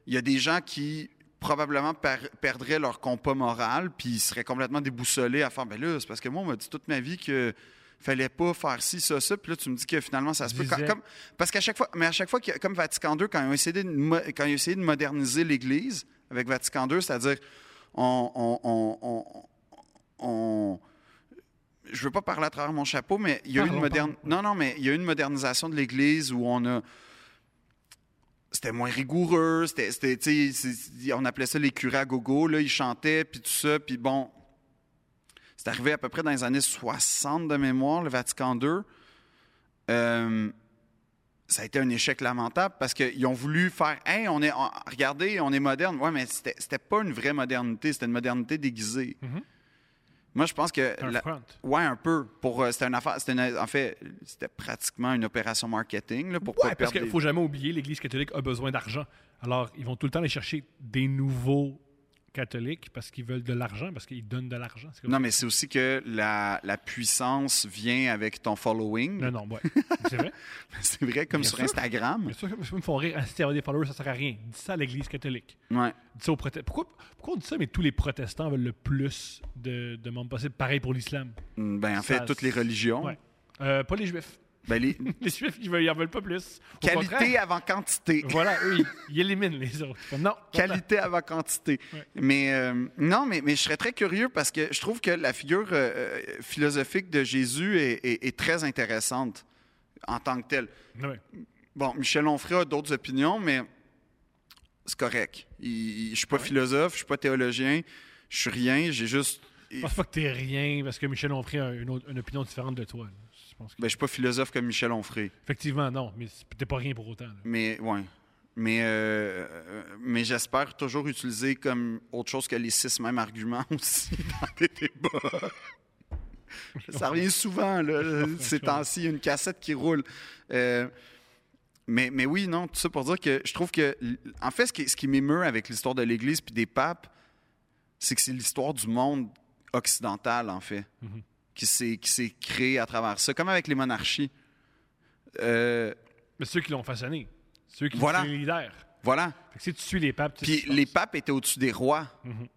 [SPEAKER 2] il y a des gens qui probablement per- perdraient leur compas moral puis ils seraient complètement déboussolés à faire ben là c'est parce que moi on m'a dit toute ma vie que fallait pas faire ci ça ça puis là tu me dis que finalement ça se peut Quand-
[SPEAKER 1] Disait.
[SPEAKER 2] comme- parce qu'à chaque fois mais à chaque fois qu'il y a- comme Vatican II quand ils ont essayé de, mo- quand ils ont essayé de moderniser l'Église avec Vatican II c'est-à-dire on, on, on- on- on- je veux pas parler à travers mon chapeau, mais il y a eu une
[SPEAKER 1] Parlons,
[SPEAKER 2] moderne.
[SPEAKER 1] parlons.
[SPEAKER 2] Non, non, mais il y a eu une modernisation de l'Église où on a. C'était moins rigoureux, c'était, c'était, tu sais, c'est- on appelait ça les curés à gogo, là, ils chantaient, puis tout ça, puis bon. C'est arrivé à peu près dans les années 60 de mémoire, le Vatican II. Euh, ça a été un échec lamentable parce qu'ils ont voulu faire Hey, on est, on- regardez, on est moderne. Ouais, mais c'était c'était pas une vraie modernité, c'était une modernité déguisée.
[SPEAKER 1] Mhm.
[SPEAKER 2] Moi, je pense que.
[SPEAKER 1] c'est un
[SPEAKER 2] la-
[SPEAKER 1] front.
[SPEAKER 2] Ouais, un peu. Pour, euh, c'était une affaire. c'était une- en fait, c'était pratiquement une opération marketing là, pour
[SPEAKER 1] Ouais,
[SPEAKER 2] pas
[SPEAKER 1] parce
[SPEAKER 2] perdre.
[SPEAKER 1] qu'il
[SPEAKER 2] des-
[SPEAKER 1] faut jamais oublier, l'Église catholique a besoin d'argent. Alors, ils vont tout le temps aller chercher des nouveaux catholiques parce qu'ils veulent de l'argent, parce qu'ils donnent de l'argent. C'est comme-
[SPEAKER 2] Non, mais c'est aussi que la, la puissance vient avec ton following.
[SPEAKER 1] non, non, ouais. C'est vrai.
[SPEAKER 2] C'est vrai, comme
[SPEAKER 1] Bien
[SPEAKER 2] sur
[SPEAKER 1] sûr.
[SPEAKER 2] Instagram.
[SPEAKER 1] Mais ça, ça me font rire. Inciter à avoir des followers, ça sert à rien. Dis ça à l'Église catholique.
[SPEAKER 2] Ouais.
[SPEAKER 1] Dis ça aux prote- pourquoi, pourquoi on dit ça, mais tous les protestants veulent le plus de, de membres possible? Pareil pour l'islam.
[SPEAKER 2] Mm, Ben, en fait,
[SPEAKER 1] Ça,
[SPEAKER 2] toutes les religions.
[SPEAKER 1] Ouais. Euh, pas les juifs.
[SPEAKER 2] Ben, les...
[SPEAKER 1] Les juifs, ils veulent, ils en veulent pas plus. Au
[SPEAKER 2] Qualité
[SPEAKER 1] contraire.
[SPEAKER 2] avant quantité.
[SPEAKER 1] Voilà, eux, ils, ils éliminent les autres. Non.
[SPEAKER 2] Qualité avant quantité.
[SPEAKER 1] Ouais.
[SPEAKER 2] Mais euh, non, mais, mais je serais très curieux parce que je trouve que la figure euh, euh, philosophique de Jésus est, est- est très intéressante en tant que telle.
[SPEAKER 1] Ouais.
[SPEAKER 2] Bon, Michel Onfray a d'autres opinions, mais c'est correct. Il- il- je suis pas philosophe, je suis pas théologien, je suis rien, j'ai juste.
[SPEAKER 1] Je
[SPEAKER 2] il-
[SPEAKER 1] pense pas que t'es rien parce que Michel Onfray a une, autre- une opinion différente de toi. là. Je pense que-
[SPEAKER 2] Ben, je suis pas philosophe comme Michel Onfray.
[SPEAKER 1] Effectivement, non, mais c'est- t'es pas rien pour autant. là.
[SPEAKER 2] Mais ouais. Mais, euh, euh, mais j'espère toujours utiliser comme autre chose que les six mêmes arguments aussi dans tes débats. Ça revient souvent, là, ces temps-ci, il y a une cassette qui roule. Euh, mais, mais oui, non, tout ça pour dire que je trouve que, l- en fait, ce qui, ce qui m'émeut avec l'histoire de l'Église puis des papes, c'est que c'est l'histoire du monde occidental, en fait. qui s'est qui s'est créé à travers ça, comme avec les monarchies. Euh,
[SPEAKER 1] Mais ceux qui l'ont façonné. Ceux qui
[SPEAKER 2] Voilà.
[SPEAKER 1] sont les leaders.
[SPEAKER 2] voilà.
[SPEAKER 1] Fait que si tu suis les papes, tu sais ce
[SPEAKER 2] Puis
[SPEAKER 1] qui se
[SPEAKER 2] les
[SPEAKER 1] passe.
[SPEAKER 2] papes étaient au-dessus des rois.
[SPEAKER 1] Mhm.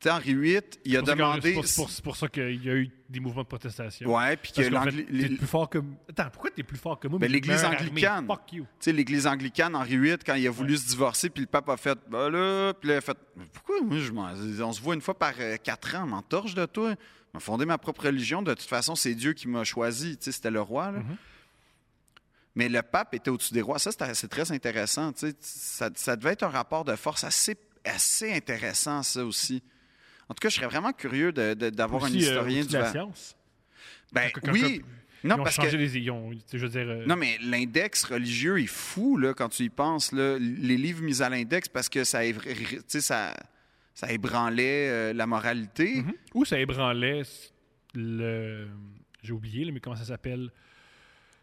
[SPEAKER 2] Tu sais, Henri VIII, il
[SPEAKER 1] C'est
[SPEAKER 2] a
[SPEAKER 1] pour ça que-
[SPEAKER 2] demandé.
[SPEAKER 1] C'est pour, c'est pour- c'est pour ça qu'il y a eu des mouvements de protestation.
[SPEAKER 2] Ouais, puis que
[SPEAKER 1] Parce qu'en fait,
[SPEAKER 2] l'Angli-
[SPEAKER 1] t'es plus fort que. Attends, pourquoi t'es plus fort que moi?
[SPEAKER 2] Ben,
[SPEAKER 1] mais t'es
[SPEAKER 2] l'Église
[SPEAKER 1] meilleur armé?
[SPEAKER 2] anglicane.
[SPEAKER 1] Fuck you.
[SPEAKER 2] Tu sais, l'Église anglicane, Henri VIII, quand il a voulu se divorcer, puis le pape a fait, ben là, puis là, il a fait, Mais pourquoi moi, je m'en- on se voit une fois par euh, quatre ans, m'entorche de toi, m'a fondé ma propre religion, de toute façon, c'est Dieu qui m'a choisi, tu sais, c'était le roi, là.
[SPEAKER 1] Mhm.
[SPEAKER 2] Mais le pape était au-dessus des rois, ça, c'était- c'est très intéressant, tu sais, ça, ça devait être un rapport de force assez, assez intéressant, ça aussi. En tout cas, je serais vraiment curieux de- de- d'avoir un
[SPEAKER 1] Aussi, euh,
[SPEAKER 2] historien
[SPEAKER 1] aussi
[SPEAKER 2] du...
[SPEAKER 1] de la
[SPEAKER 2] vent.
[SPEAKER 1] science.
[SPEAKER 2] Ben
[SPEAKER 1] Quand- quand-
[SPEAKER 2] oui,
[SPEAKER 1] quand-
[SPEAKER 2] non,
[SPEAKER 1] ils ont
[SPEAKER 2] parce que...
[SPEAKER 1] changé les. Ils ont, je veux dire. euh,
[SPEAKER 2] Non, mais l'index religieux est fou là, quand tu y penses. là. Les livres mis à l'index parce que ça, évr- tu sais, ça, ça ébranlait euh, la moralité.
[SPEAKER 1] Mhm. Ou ça ébranlait le. J'ai oublié, là, mais comment ça s'appelle?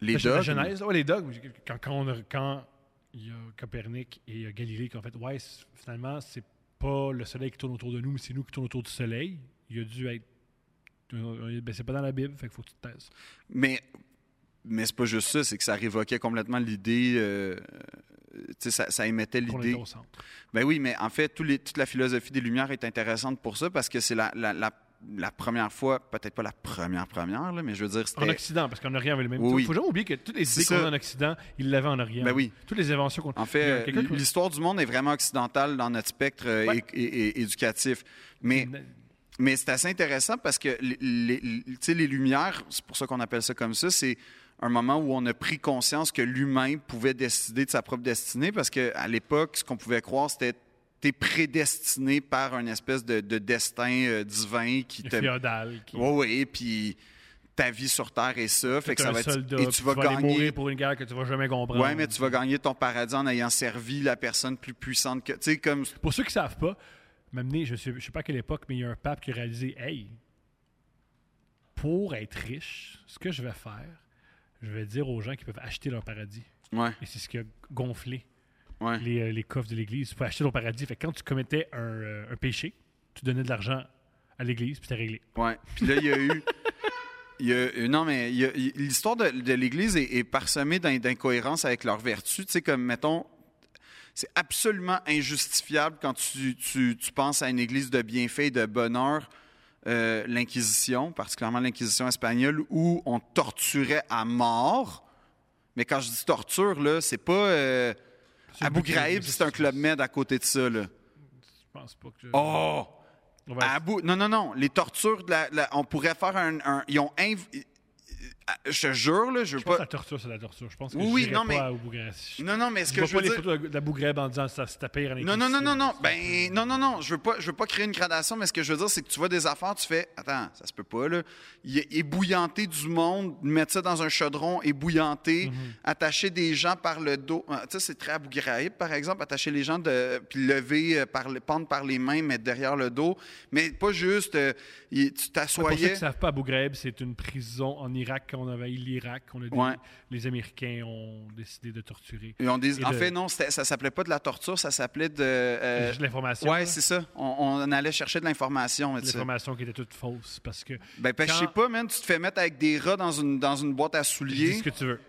[SPEAKER 2] Les
[SPEAKER 1] La- La
[SPEAKER 2] dogmes.
[SPEAKER 1] Genèse. Ouais, les dogmes. Quand, quand, on a- quand il y a Copernic et il y a Galilée qui ont fait Ouais, c- finalement, c'est pas le soleil qui tourne autour de nous, mais c'est nous qui tournons autour du soleil. Il a dû être. euh, ben, c'est pas dans la Bible, fait qu'il faut que tu te taises.
[SPEAKER 2] Mais, mais c'est pas juste ça, c'est que ça révoquait complètement l'idée. euh, euh, tu sais, ça, ça émettait
[SPEAKER 1] Qu'on est
[SPEAKER 2] l'idée.
[SPEAKER 1] au centre.
[SPEAKER 2] Ben oui, mais en fait, tous les- toute la philosophie des Lumières est intéressante pour ça parce que c'est la, la- la- la première fois, peut-être pas la première première, là, mais je veux dire,
[SPEAKER 1] En
[SPEAKER 2] c'était.
[SPEAKER 1] Occident, parce qu'en Orient avait le même.
[SPEAKER 2] Oui,
[SPEAKER 1] Il
[SPEAKER 2] oui.
[SPEAKER 1] faut jamais oublier que toutes les
[SPEAKER 2] C'est
[SPEAKER 1] idées qu'on
[SPEAKER 2] ça.
[SPEAKER 1] a en Occident, ils l'avaient en Orient.
[SPEAKER 2] Ben oui.
[SPEAKER 1] Toutes les inventions qu'on
[SPEAKER 2] En
[SPEAKER 1] Il y a
[SPEAKER 2] fait, euh,
[SPEAKER 1] quelqu'un qui-
[SPEAKER 2] l'histoire du monde est vraiment occidentale dans notre spectre euh,
[SPEAKER 1] Ouais.
[SPEAKER 2] é- é- é- éducatif. Mais, mais c'est assez intéressant parce que les, les- les- tu sais, les Lumières, c'est pour ça qu'on appelle ça comme ça, c'est un moment où on a pris conscience que l'humain pouvait décider de sa propre destinée parce qu'à l'époque, ce qu'on pouvait croire, c'était t'es prédestiné par un espèce de, de destin euh, divin qui te...
[SPEAKER 1] féodal. Qui...
[SPEAKER 2] Oui, oui, puis ta vie sur Terre est ça, fait que
[SPEAKER 1] t'es
[SPEAKER 2] ça
[SPEAKER 1] un
[SPEAKER 2] va être...
[SPEAKER 1] soldat,
[SPEAKER 2] et
[SPEAKER 1] puis
[SPEAKER 2] tu vas
[SPEAKER 1] aller
[SPEAKER 2] gagner
[SPEAKER 1] mourir pour une guerre que tu vas jamais comprendre.
[SPEAKER 2] Ouais, mais tu vas gagner ton paradis en ayant servi la personne plus puissante que. Tu sais, comme.
[SPEAKER 1] Pour ceux qui savent pas, m'amener, je sais, je sais pas à quelle époque, mais il y a un pape qui a réalisé Hey, pour être riche, ce que je vais faire, je vais dire aux gens qu'ils peuvent acheter leur paradis.
[SPEAKER 2] Ouais,
[SPEAKER 1] Et c'est ce qui a gonflé
[SPEAKER 2] ouais.
[SPEAKER 1] les, euh, les coffres de l'Église. Tu pouvais acheter ton paradis. Fait que quand tu commettais un, euh, un péché, tu donnais de l'argent à l'Église, puis c'était réglé.
[SPEAKER 2] Ouais. Puis là, il y a eu. il y a eu- non, mais il y a- il- l'histoire de, de l'Église est, est parsemée d'in- d'incohérences avec leurs vertus. Tu sais, comme, mettons, c'est absolument injustifiable quand tu, tu- tu penses à une Église de bienfait et de bonheur, euh, l'Inquisition, particulièrement l'Inquisition espagnole, où on torturait à mort. Mais quand je dis torture, là, c'est pas. euh,
[SPEAKER 1] C'est
[SPEAKER 2] Abu
[SPEAKER 1] le but de
[SPEAKER 2] Ghraib,
[SPEAKER 1] l'Église.
[SPEAKER 2] c'est un club med à côté de ça, là.
[SPEAKER 1] Je pense pas que. je-
[SPEAKER 2] Oh!
[SPEAKER 1] On va-
[SPEAKER 2] Abu- Non, non, non. Les tortures, de la, la- on pourrait faire un. un- ils ont. inv- euh, Je te jure, là, je veux
[SPEAKER 1] Je pense que
[SPEAKER 2] pas.
[SPEAKER 1] la torture, c'est la torture. Je pense que
[SPEAKER 2] Oui, oui,
[SPEAKER 1] j'irais
[SPEAKER 2] non,
[SPEAKER 1] pas
[SPEAKER 2] mais-
[SPEAKER 1] à Abu Ghraib. Je-
[SPEAKER 2] Non, non, mais ce
[SPEAKER 1] je
[SPEAKER 2] que
[SPEAKER 1] vois
[SPEAKER 2] je
[SPEAKER 1] pas
[SPEAKER 2] veux
[SPEAKER 1] les
[SPEAKER 2] dire.
[SPEAKER 1] photos de- d'Abu Ghraib en disant ça, c'était pire à
[SPEAKER 2] Non, non, non,
[SPEAKER 1] l'Inquisition.
[SPEAKER 2] non, non. Ben, non, non, non. Je veux pas, je veux pas créer une gradation, mais ce que je veux dire, c'est que tu vois des affaires, tu fais, attends, ça se peut pas, là. Il est ébouillanté du monde, mettre ça dans un chaudron, ébouillanté,
[SPEAKER 1] Mm-hmm.
[SPEAKER 2] attacher des gens par le dos. Ah, Tu sais, c'est très Abu Ghraib, par exemple, attacher les gens, de, puis lever, euh, par, le- pendre par les mains, mettre derrière le dos. Mais pas juste, euh, il-
[SPEAKER 1] Pour ceux qui
[SPEAKER 2] tu
[SPEAKER 1] ne
[SPEAKER 2] t'assoyais.
[SPEAKER 1] savent pas, Abu Ghraib, c'est une prison en Irak quand on envahit l'Irak. On a dit-
[SPEAKER 2] Ouais.
[SPEAKER 1] Les Américains ont décidé de torturer.
[SPEAKER 2] Ils ont des-
[SPEAKER 1] Et
[SPEAKER 2] En
[SPEAKER 1] de-
[SPEAKER 2] fait, non, c'était- ça s'appelait pas de la torture, ça s'appelait de. euh,
[SPEAKER 1] Juste l'information.
[SPEAKER 2] Ouais,
[SPEAKER 1] là.
[SPEAKER 2] c'est ça. On, on allait chercher de l'information. mais tu sais.
[SPEAKER 1] L'information qui était toute fausse parce que.
[SPEAKER 2] Ben, parce que je
[SPEAKER 1] Quand-
[SPEAKER 2] sais pas, man, tu te fais mettre avec des rats dans une, dans une boîte à
[SPEAKER 1] Dis
[SPEAKER 2] souliers.
[SPEAKER 1] ce que tu veux.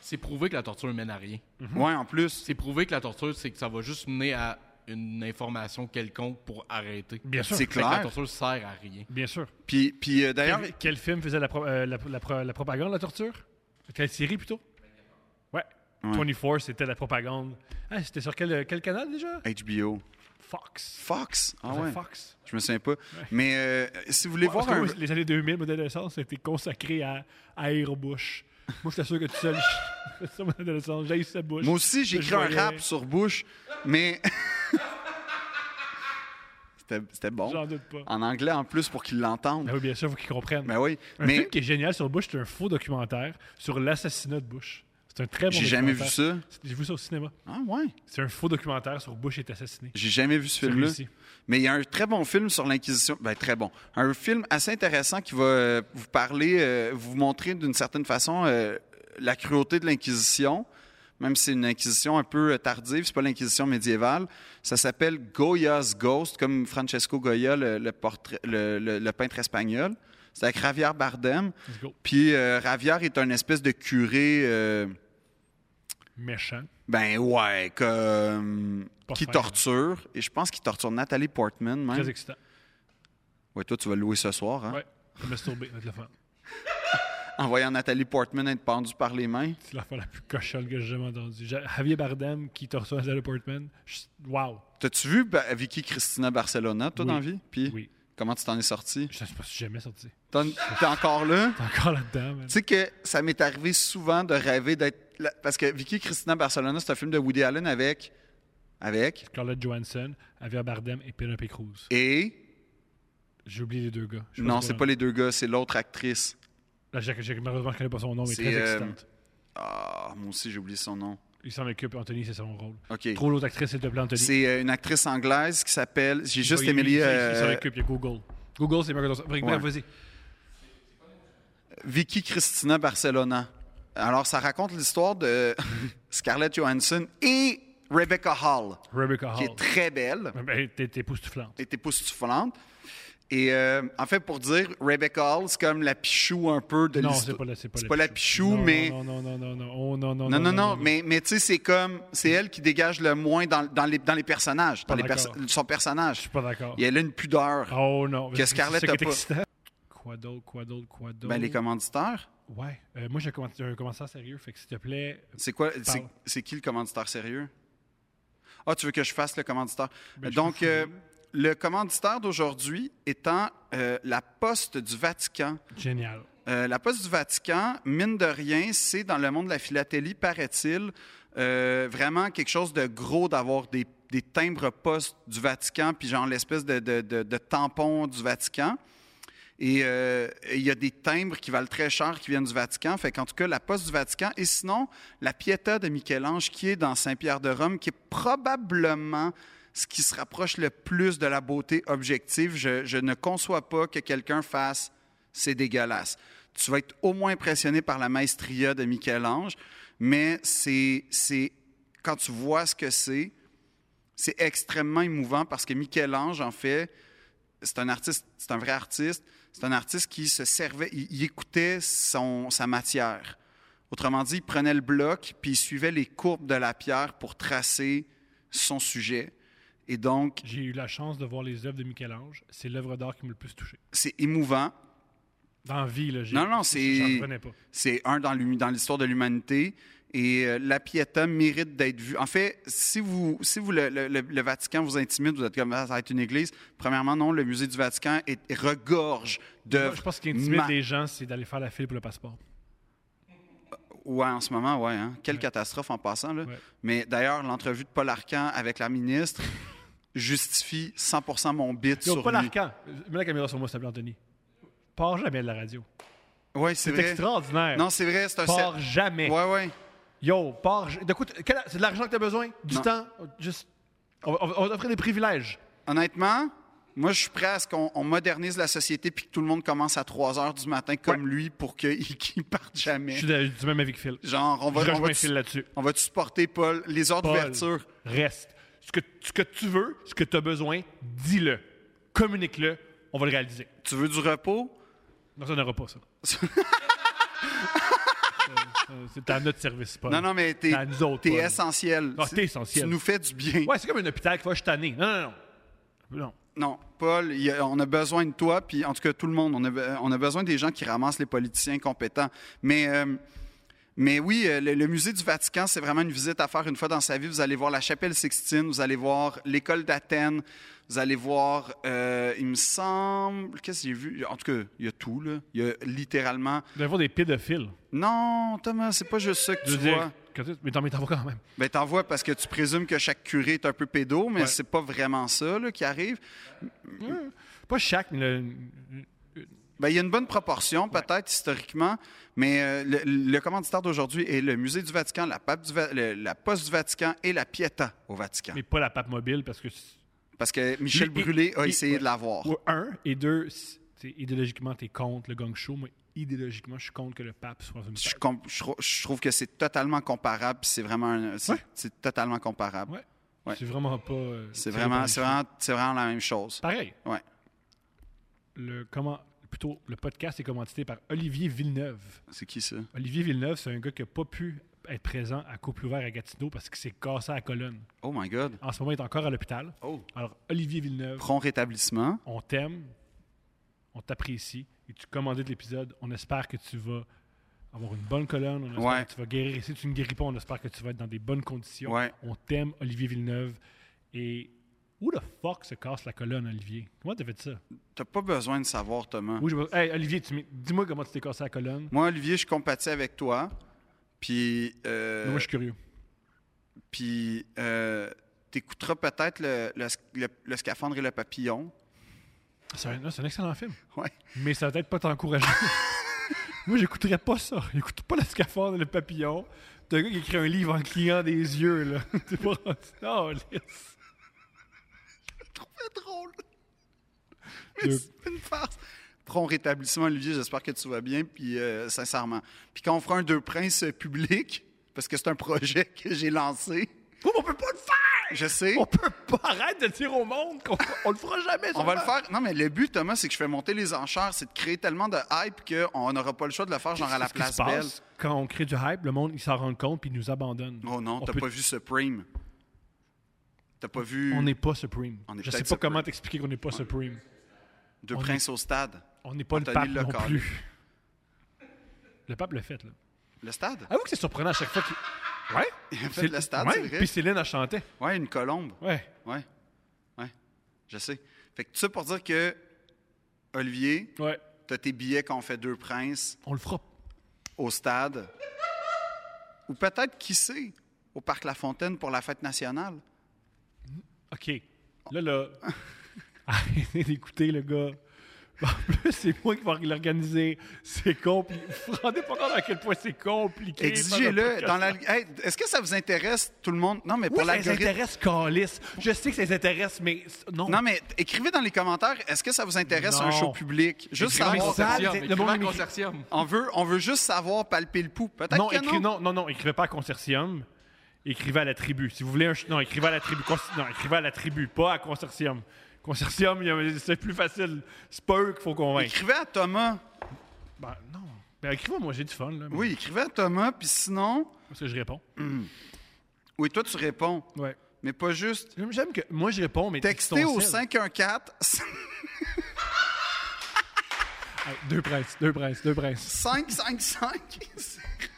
[SPEAKER 4] C'est prouvé que la torture mène à rien.
[SPEAKER 2] Ouais, en plus.
[SPEAKER 4] C'est prouvé que la torture, c'est que ça va juste mener à une information quelconque pour arrêter.
[SPEAKER 1] Bien sûr.
[SPEAKER 2] C'est
[SPEAKER 4] Fait que la
[SPEAKER 2] clair.
[SPEAKER 4] torture sert à rien.
[SPEAKER 1] Bien sûr.
[SPEAKER 2] Puis, puis euh, d'ailleurs,
[SPEAKER 1] Quel, quel film faisait la, pro- euh, la, la pro- la propagande, la torture Quelle série plutôt Ouais.
[SPEAKER 2] Ouais.
[SPEAKER 1] 24, c'était la propagande. Ah, c'était sur quel, quel canal déjà
[SPEAKER 2] HBO.
[SPEAKER 1] Fox.
[SPEAKER 2] Fox. Ah ouais.
[SPEAKER 1] Fox.
[SPEAKER 2] Je me souviens pas. Mais euh, si vous voulez
[SPEAKER 1] Ouais,
[SPEAKER 2] voir
[SPEAKER 1] parce
[SPEAKER 2] un.
[SPEAKER 1] que moi, les années 2000, mon adolescence, c'était consacré à, à Airbush. Moi, j'étais sûr que tout seul, c'est ça, mon adolescence, j'ai sa bouche.
[SPEAKER 2] Moi aussi, j'ai
[SPEAKER 1] Je
[SPEAKER 2] écrit un
[SPEAKER 1] voyais-
[SPEAKER 2] rap sur Bush, mais. C'était- C'était bon.
[SPEAKER 1] J'en doute pas.
[SPEAKER 2] En anglais, en plus, pour qu'ils l'entendent.
[SPEAKER 1] Ben oui, bien sûr, faut qu'ils comprennent.
[SPEAKER 2] Ah. Ben oui.
[SPEAKER 1] un
[SPEAKER 2] Mais
[SPEAKER 1] film qui est génial sur Bush, c'est un faux documentaire sur l'assassinat de Bush. C'est un très bon
[SPEAKER 2] j'ai jamais vu
[SPEAKER 1] documentaire.
[SPEAKER 2] ça.
[SPEAKER 1] J'ai vu ça au cinéma.
[SPEAKER 2] Ah ouais.
[SPEAKER 1] C'est un faux documentaire sur Bush est assassiné.
[SPEAKER 2] J'ai jamais vu ce
[SPEAKER 1] C'est
[SPEAKER 2] film-là.
[SPEAKER 1] réussi.
[SPEAKER 2] Mais il y a un très bon film sur l'Inquisition. Ben, très bon. Un film assez intéressant qui va euh, vous parler, euh, vous montrer d'une certaine façon euh, la cruauté de l'Inquisition, même si c'est une inquisition un peu euh, tardive, c'est pas l'inquisition médiévale. Ça s'appelle Goya's Ghost, comme Francesco Goya, le, le portrait, le, le- le peintre espagnol. C'est avec Javier Bardem.
[SPEAKER 1] Let's go.
[SPEAKER 2] Puis euh, Javier est un espèce de curé, euh,
[SPEAKER 1] Méchant.
[SPEAKER 2] ben ouais, comme,
[SPEAKER 1] Pas
[SPEAKER 2] qui
[SPEAKER 1] fin,
[SPEAKER 2] torture. Et je pense qu'il torture Nathalie Portman même.
[SPEAKER 1] Très excitant.
[SPEAKER 2] Ouais, toi, tu vas le louer ce soir, hein?
[SPEAKER 1] Ouais. Te masturber, ça va être le fun.
[SPEAKER 2] En voyant Nathalie Portman être pendue par les mains.
[SPEAKER 1] C'est la fois la plus cochonne que j'ai jamais entendue. Ja- Javier Bardem qui torture Natalie Portman. Je- Wow.
[SPEAKER 2] T'as-tu vu Ba- Vicky Cristina Barcelona, toi,
[SPEAKER 1] Oui.
[SPEAKER 2] dans la vie? Puis
[SPEAKER 1] Oui.
[SPEAKER 2] comment tu t'en es sorti?
[SPEAKER 1] Je sais pas si j'ai jamais sorti.
[SPEAKER 2] T'en- T'es encore là?
[SPEAKER 1] T'es encore là-dedans, man.
[SPEAKER 2] Tu sais que ça m'est arrivé souvent de rêver d'être. là- Parce que Vicky Cristina Barcelona, c'est un film de Woody Allen avec. Avec.
[SPEAKER 1] Scarlett Johansson, Javier Bardem et Penelope Cruz.
[SPEAKER 2] Et.
[SPEAKER 1] J'ai oublié les deux gars. Je sais
[SPEAKER 2] Non, c'est pas
[SPEAKER 1] leur-
[SPEAKER 2] les deux gars, c'est l'autre actrice.
[SPEAKER 1] Là, j'ai- j'ai- malheureusement, je connais pas son nom, mais
[SPEAKER 2] C'est,
[SPEAKER 1] très
[SPEAKER 2] euh,
[SPEAKER 1] excitante.
[SPEAKER 2] Ah, moi aussi, j'ai oublié son nom.
[SPEAKER 1] Il s'en occupe, Anthony, c'est son rôle.
[SPEAKER 2] OK.
[SPEAKER 1] Trop l'autre actrice, s'il te plaît, Anthony.
[SPEAKER 2] C'est euh, une actrice anglaise qui s'appelle. J'ai juste
[SPEAKER 1] Il- il-
[SPEAKER 2] Emily.
[SPEAKER 1] il- Il s'en
[SPEAKER 2] euh,
[SPEAKER 1] occupe, il y a Google. Google, c'est Microsoft. Bref,
[SPEAKER 2] Ouais.
[SPEAKER 1] vas-y.
[SPEAKER 2] Vicky Cristina Barcelona. Alors, ça raconte l'histoire de Scarlett Johansson et Rebecca Hall,
[SPEAKER 1] Rebecca
[SPEAKER 2] qui
[SPEAKER 1] Hall.
[SPEAKER 2] est très belle
[SPEAKER 1] Ben, t'es t'es époustouflante.
[SPEAKER 2] et époustouflante. Et euh, en fait, pour dire, Rebecca Hall, c'est comme la pichou un peu de
[SPEAKER 1] Non,
[SPEAKER 2] l'histoire.
[SPEAKER 1] c'est pas la, c'est pas
[SPEAKER 2] c'est pas la pichou,
[SPEAKER 1] Non,
[SPEAKER 2] mais-
[SPEAKER 1] Non, non, non, non, non, oh, non, non,
[SPEAKER 2] Non, non, non, mais, mais tu sais, c'est comme, c'est elle qui dégage le moins dans, dans les, dans les personnages, dans
[SPEAKER 1] Pas
[SPEAKER 2] les perso-
[SPEAKER 1] d'accord.
[SPEAKER 2] son personnage.
[SPEAKER 1] Je suis pas d'accord.
[SPEAKER 2] Et elle a une pudeur.
[SPEAKER 1] Oh non.
[SPEAKER 2] Que
[SPEAKER 1] C'est-
[SPEAKER 2] Scarlett
[SPEAKER 1] c'est ça qui est
[SPEAKER 2] a pas.
[SPEAKER 1] excitant. Quoi d'autre, quoi d'autre, quoi d'autre?
[SPEAKER 2] Ben, les commanditaires,
[SPEAKER 1] Ouais. Euh, moi, j'ai un commentaire- un commentaire sérieux, fait que s'il te plaît,
[SPEAKER 2] c'est quoi, c'est-
[SPEAKER 1] Parle.
[SPEAKER 2] c'est qui le commanditaire sérieux? Ah, tu veux que je fasse le commanditaire?
[SPEAKER 1] Ben, je
[SPEAKER 2] Donc,
[SPEAKER 1] peux
[SPEAKER 2] euh,
[SPEAKER 1] fouiller.
[SPEAKER 2] le commanditaire d'aujourd'hui étant euh, la Poste du Vatican.
[SPEAKER 1] génial.
[SPEAKER 2] Euh, la Poste du Vatican, mine de rien, c'est dans le monde de la philatélie, paraît-il, euh, vraiment quelque chose de gros d'avoir des, des timbres postes du Vatican, puis genre l'espèce de, de, de- de tampon du Vatican. Et euh, et il y a des timbres qui valent très cher qui viennent du Vatican. Fait qu'en tout cas, la Poste du Vatican. Et sinon, la Pietà de Michel-Ange qui est dans Saint-Pierre de Rome, qui est probablement ce qui se rapproche le plus de la beauté objective. Je, je ne conçois pas que quelqu'un fasse c'est dégueulasse. Tu vas être au moins impressionné par la maestria de Michel-Ange, mais c'est, c'est quand tu vois ce que c'est, c'est extrêmement émouvant parce que Michel-Ange, en fait, c'est un artiste, c'est un vrai artiste, c'est un artiste qui se servait, il, il écoutait son, sa matière. Autrement dit, il prenait le bloc, puis il suivait les courbes de la pierre pour tracer son sujet. Et donc,
[SPEAKER 1] J'ai eu la chance de voir les œuvres de Michel-Ange. C'est l'œuvre d'art qui m'a le plus touché.
[SPEAKER 2] c'est émouvant.
[SPEAKER 1] Dans la vie, là, j'ai-
[SPEAKER 2] Non, non, c'est-
[SPEAKER 1] J'en revenais pas.
[SPEAKER 2] C'est un dans l'humi- dans l'histoire de l'humanité. Et euh, la Pietà mérite d'être vue. En fait, si vous, si vous le, le- le- le Vatican vous intimide, vous êtes comme Ah, ça va être une église. Premièrement, non, le musée du Vatican est, regorge
[SPEAKER 1] Moi,
[SPEAKER 2] d'œuvres.
[SPEAKER 1] je pense qu'il intimide
[SPEAKER 2] Euh, ma-
[SPEAKER 1] les gens, c'est d'aller faire la file pour le passeport.
[SPEAKER 2] Ouais, en ce moment, ouais. hein. Quelle catastrophe en passant. Là.
[SPEAKER 1] Ouais.
[SPEAKER 2] Mais d'ailleurs, l'entrevue de Paul Arcan avec la ministre justifie 100% mon bit
[SPEAKER 1] Yo,
[SPEAKER 2] sur
[SPEAKER 1] Paul
[SPEAKER 2] lui.
[SPEAKER 1] Arcan, mets la caméra sur moi, s'il te plaît, Anthony. Pars jamais de la radio.
[SPEAKER 2] Ouais, c'est
[SPEAKER 1] C'est
[SPEAKER 2] vrai.
[SPEAKER 1] extraordinaire.
[SPEAKER 2] Non, c'est vrai, c'est un.
[SPEAKER 1] Pars
[SPEAKER 2] cer-
[SPEAKER 1] jamais.
[SPEAKER 2] Ouais, ouais.
[SPEAKER 1] Yo, pars. De coup, t- quel- c'est de l'argent que t'as besoin, du
[SPEAKER 2] Non.
[SPEAKER 1] temps, juste. On va, on va- on va t'offrir des privilèges.
[SPEAKER 2] Honnêtement, moi, je suis prêt à ce qu'on on modernise la société puis que tout le monde commence à 3 heures du matin comme lui pour qu'il qu'il parte
[SPEAKER 1] Je
[SPEAKER 2] jamais.
[SPEAKER 1] suis de- du même avis que Phil.
[SPEAKER 2] Genre, on
[SPEAKER 1] je
[SPEAKER 2] va, on, va
[SPEAKER 1] rejoins
[SPEAKER 2] te-
[SPEAKER 1] Phil là-dessus.
[SPEAKER 2] on va te supporter, Paul. Les heures
[SPEAKER 1] Paul,
[SPEAKER 2] d'ouverture.
[SPEAKER 1] Reste. Ce que, ce que tu veux, ce que tu as besoin, dis-le. Communique-le. On va le réaliser.
[SPEAKER 2] Tu veux du repos?
[SPEAKER 1] Non, ça n'aura pas ça. Euh, c'est à notre service, Paul.
[SPEAKER 2] Non, non, mais t'es
[SPEAKER 1] C'est à nous autres,
[SPEAKER 2] t'es
[SPEAKER 1] Paul.
[SPEAKER 2] essentiel.
[SPEAKER 1] Ah,
[SPEAKER 2] Tu-
[SPEAKER 1] t'es essentiel.
[SPEAKER 2] Tu nous fais du bien.
[SPEAKER 1] Ouais, c'est comme un hôpital qui va je tanner. Non, non, non. Non.
[SPEAKER 2] Non, Paul, il y a- on a besoin de toi, puis en tout cas, tout le monde. On a, be- on a besoin des gens qui ramassent les politiciens compétents. Mais, euh, mais oui, euh, le, le musée du Vatican, c'est vraiment une visite à faire une fois dans sa vie. Vous allez voir la chapelle Sixtine, vous allez voir l'école d'Athènes, vous allez voir, euh, il me semble, qu'est-ce que j'ai vu? En tout cas, il y a tout, là. Il y a littéralement.
[SPEAKER 1] Vous allez voir des pédophiles.
[SPEAKER 2] Non, Thomas, c'est pas juste ça que
[SPEAKER 1] Je
[SPEAKER 2] tu
[SPEAKER 1] veux dire,
[SPEAKER 2] vois.
[SPEAKER 1] quand tu- mais t'en mais t'en vois quand même.
[SPEAKER 2] Ben, t'en vois parce que tu présumes que chaque curé est un peu pédo, mais
[SPEAKER 1] Ouais.
[SPEAKER 2] c'est pas vraiment ça là, qui arrive.
[SPEAKER 1] Pas chaque, mais le-
[SPEAKER 2] Ben, il y a une bonne proportion, peut-être, historiquement, mais euh, le, le commanditaire d'aujourd'hui est le Musée du Vatican, la, pape du Va- le- la Poste du Vatican et la Pietà au Vatican.
[SPEAKER 1] mais pas la pape mobile parce que. c'est-
[SPEAKER 2] Parce que Michel
[SPEAKER 1] Lui, il-
[SPEAKER 2] Brûlé a
[SPEAKER 1] il-
[SPEAKER 2] essayé
[SPEAKER 1] ouais.
[SPEAKER 2] de l'avoir.
[SPEAKER 1] Un, et deux, c'est- tu sais, idéologiquement, tu es contre le gang show. Moi, idéologiquement, je suis contre que le pape soit une
[SPEAKER 2] Je,
[SPEAKER 1] pape.
[SPEAKER 2] com- je trou- je trouve que c'est totalement comparable. puis C'est vraiment, un- c'est
[SPEAKER 1] Ouais.
[SPEAKER 2] c'est totalement comparable.
[SPEAKER 1] Ouais.
[SPEAKER 2] Ouais.
[SPEAKER 1] C'est vraiment pas. euh,
[SPEAKER 2] C'est
[SPEAKER 1] tiré par
[SPEAKER 2] vraiment,
[SPEAKER 1] les
[SPEAKER 2] c'est
[SPEAKER 1] cheveux.
[SPEAKER 2] vraiment, c'est vraiment la même chose.
[SPEAKER 1] Pareil.
[SPEAKER 2] Ouais.
[SPEAKER 1] Le, comment, plutôt, le podcast est commandité par Olivier Villeneuve.
[SPEAKER 2] C'est qui ça
[SPEAKER 1] Olivier Villeneuve, c'est un gars qui n'a pas pu être présent à Couple Ouvert à Gatineau parce qu'il s'est cassé à la colonne.
[SPEAKER 2] Oh my God.
[SPEAKER 1] En ce moment, il est encore à l'hôpital.
[SPEAKER 2] Oh.
[SPEAKER 1] Alors, Olivier Villeneuve,
[SPEAKER 2] Prompt rétablissement.
[SPEAKER 1] on t'aime, on t'apprécie et tu commandais de l'épisode. On espère que tu vas avoir une bonne colonne, on espère
[SPEAKER 2] Ouais.
[SPEAKER 1] que tu vas guérir. Si tu ne guéris pas, on espère que tu vas être dans des bonnes conditions.
[SPEAKER 2] Ouais.
[SPEAKER 1] On t'aime, Olivier Villeneuve. Et où the fuck se casse la colonne, Olivier? Comment t'as fait ça?
[SPEAKER 2] T'as pas besoin de savoir, Thomas.
[SPEAKER 1] Oui, je- Hey, Olivier, tu m'es- dis-moi comment tu t'es cassé la colonne.
[SPEAKER 2] Moi, Olivier, je compatis avec toi. Puis, euh,
[SPEAKER 1] Moi, je suis curieux.
[SPEAKER 2] puis euh, t'écouteras peut-être le, le, le- le scaphandre et le papillon.
[SPEAKER 1] C'est un, non, c'est un excellent film.
[SPEAKER 2] Ouais.
[SPEAKER 1] Mais ça va peut-être pas t'encourager. Moi, j'écouterais pas ça. J'écoute pas le scaphandre et le papillon. T'as un gars qui écrit un livre en clignant des yeux, là. T'es pas rendu. Non, lisse.
[SPEAKER 2] C'est drôle. Mais
[SPEAKER 1] Deux.
[SPEAKER 2] c'est une farce. Prompt rétablissement, Olivier, j'espère que tu vas bien, puis euh, sincèrement. Puis quand on fera un Deux Princes euh, public, parce que c'est un projet que j'ai lancé,
[SPEAKER 1] Oh, mais on peut pas le faire!
[SPEAKER 2] je sais,
[SPEAKER 1] On peut pas arrêter de dire au monde qu'on on le fera jamais.
[SPEAKER 2] on va le
[SPEAKER 1] sûrement.
[SPEAKER 2] faire. Non, mais le but, Thomas, c'est que je fais monter les enchères, c'est de créer tellement de hype qu'on n'aura pas le choix de le faire genre à la
[SPEAKER 1] Qu'est-ce qui se
[SPEAKER 2] place belle.
[SPEAKER 1] passe? Quand on crée du hype, le monde, il s'en rend compte puis il nous abandonne.
[SPEAKER 2] Oh non,
[SPEAKER 1] On
[SPEAKER 2] t'as
[SPEAKER 1] peut-
[SPEAKER 2] pas vu Supreme. T'as pas vu
[SPEAKER 1] On n'est pas Supreme.
[SPEAKER 2] On est
[SPEAKER 1] Je sais pas
[SPEAKER 2] peut-être Supreme.
[SPEAKER 1] comment t'expliquer qu'on n'est pas Supreme.
[SPEAKER 2] Deux
[SPEAKER 1] on est-
[SPEAKER 2] Princes au stade.
[SPEAKER 1] On n'est pas le
[SPEAKER 2] Anthony
[SPEAKER 1] pape non
[SPEAKER 2] Lecarré.
[SPEAKER 1] plus. Le pape le fait, là.
[SPEAKER 2] Le stade?
[SPEAKER 1] Avoue que c'est surprenant à chaque fois qu'il. Ouais?
[SPEAKER 2] Il a fait
[SPEAKER 1] C'est-
[SPEAKER 2] le stade,
[SPEAKER 1] ouais,
[SPEAKER 2] c'est vrai.
[SPEAKER 1] Puis Céline a chanté.
[SPEAKER 2] Ouais, une colombe.
[SPEAKER 1] Ouais.
[SPEAKER 2] Ouais. Ouais. Je sais. Fait que tout ça pour dire que, Olivier,
[SPEAKER 1] Ouais.
[SPEAKER 2] t'as tes billets quand on fait deux princes
[SPEAKER 1] On le fera.
[SPEAKER 2] au stade. Ou peut-être, qui sait, au Parc La Fontaine pour la fête nationale.
[SPEAKER 1] OK. Là, là. Arrêtez d'écouter le gars. En plus, c'est moi qui vais l'organiser. C'est compliqué. Vous vous rendez pas compte à quel point c'est compliqué. faire un
[SPEAKER 2] Exigez-le.
[SPEAKER 1] podcast.
[SPEAKER 2] dans la- Hey, Est-ce que ça vous intéresse, tout le monde? Non, mais pour
[SPEAKER 1] Oui, ça les
[SPEAKER 2] l'algorithme.
[SPEAKER 1] intéresse, Calis. Je sais que ça les intéresse, mais c- non.
[SPEAKER 2] Non, mais écrivez dans les commentaires, est-ce que ça vous intéresse
[SPEAKER 1] Non.
[SPEAKER 2] un show public? Juste
[SPEAKER 1] Écrivez
[SPEAKER 2] savoir.
[SPEAKER 1] ça.
[SPEAKER 4] Consortium,
[SPEAKER 1] c'est- le
[SPEAKER 4] écrivez
[SPEAKER 1] monde
[SPEAKER 4] en
[SPEAKER 1] écrit-
[SPEAKER 4] consortium.
[SPEAKER 2] On veut, on veut juste savoir palper le pouls. Peut-être
[SPEAKER 1] non,
[SPEAKER 2] que
[SPEAKER 1] écri-
[SPEAKER 2] non.
[SPEAKER 1] non, non, non, écrivez pas à Consortium. Écrivez à la tribu. Si vous voulez un. ch- Non, écrivez à la tribu. Cons- Non, écrivez à la tribu, pas à Consortium. Consortium, il y a- c'est plus facile. C'est pas eux qu'il faut convaincre.
[SPEAKER 2] Écrivez à Thomas.
[SPEAKER 1] Ben, non. Ben, écrivez-moi, moi, j'ai du fun, là.
[SPEAKER 2] Oui, écrivez à Thomas, puis sinon.
[SPEAKER 1] Parce que je réponds.
[SPEAKER 2] Oui, toi, tu réponds,
[SPEAKER 1] Ouais.
[SPEAKER 2] mais pas juste.
[SPEAKER 1] J'aime j'aime que. Moi, je réponds, mais.
[SPEAKER 2] Textez au
[SPEAKER 1] cinq.
[SPEAKER 2] 514
[SPEAKER 1] deux princes, deux princes, deux princes.
[SPEAKER 2] 555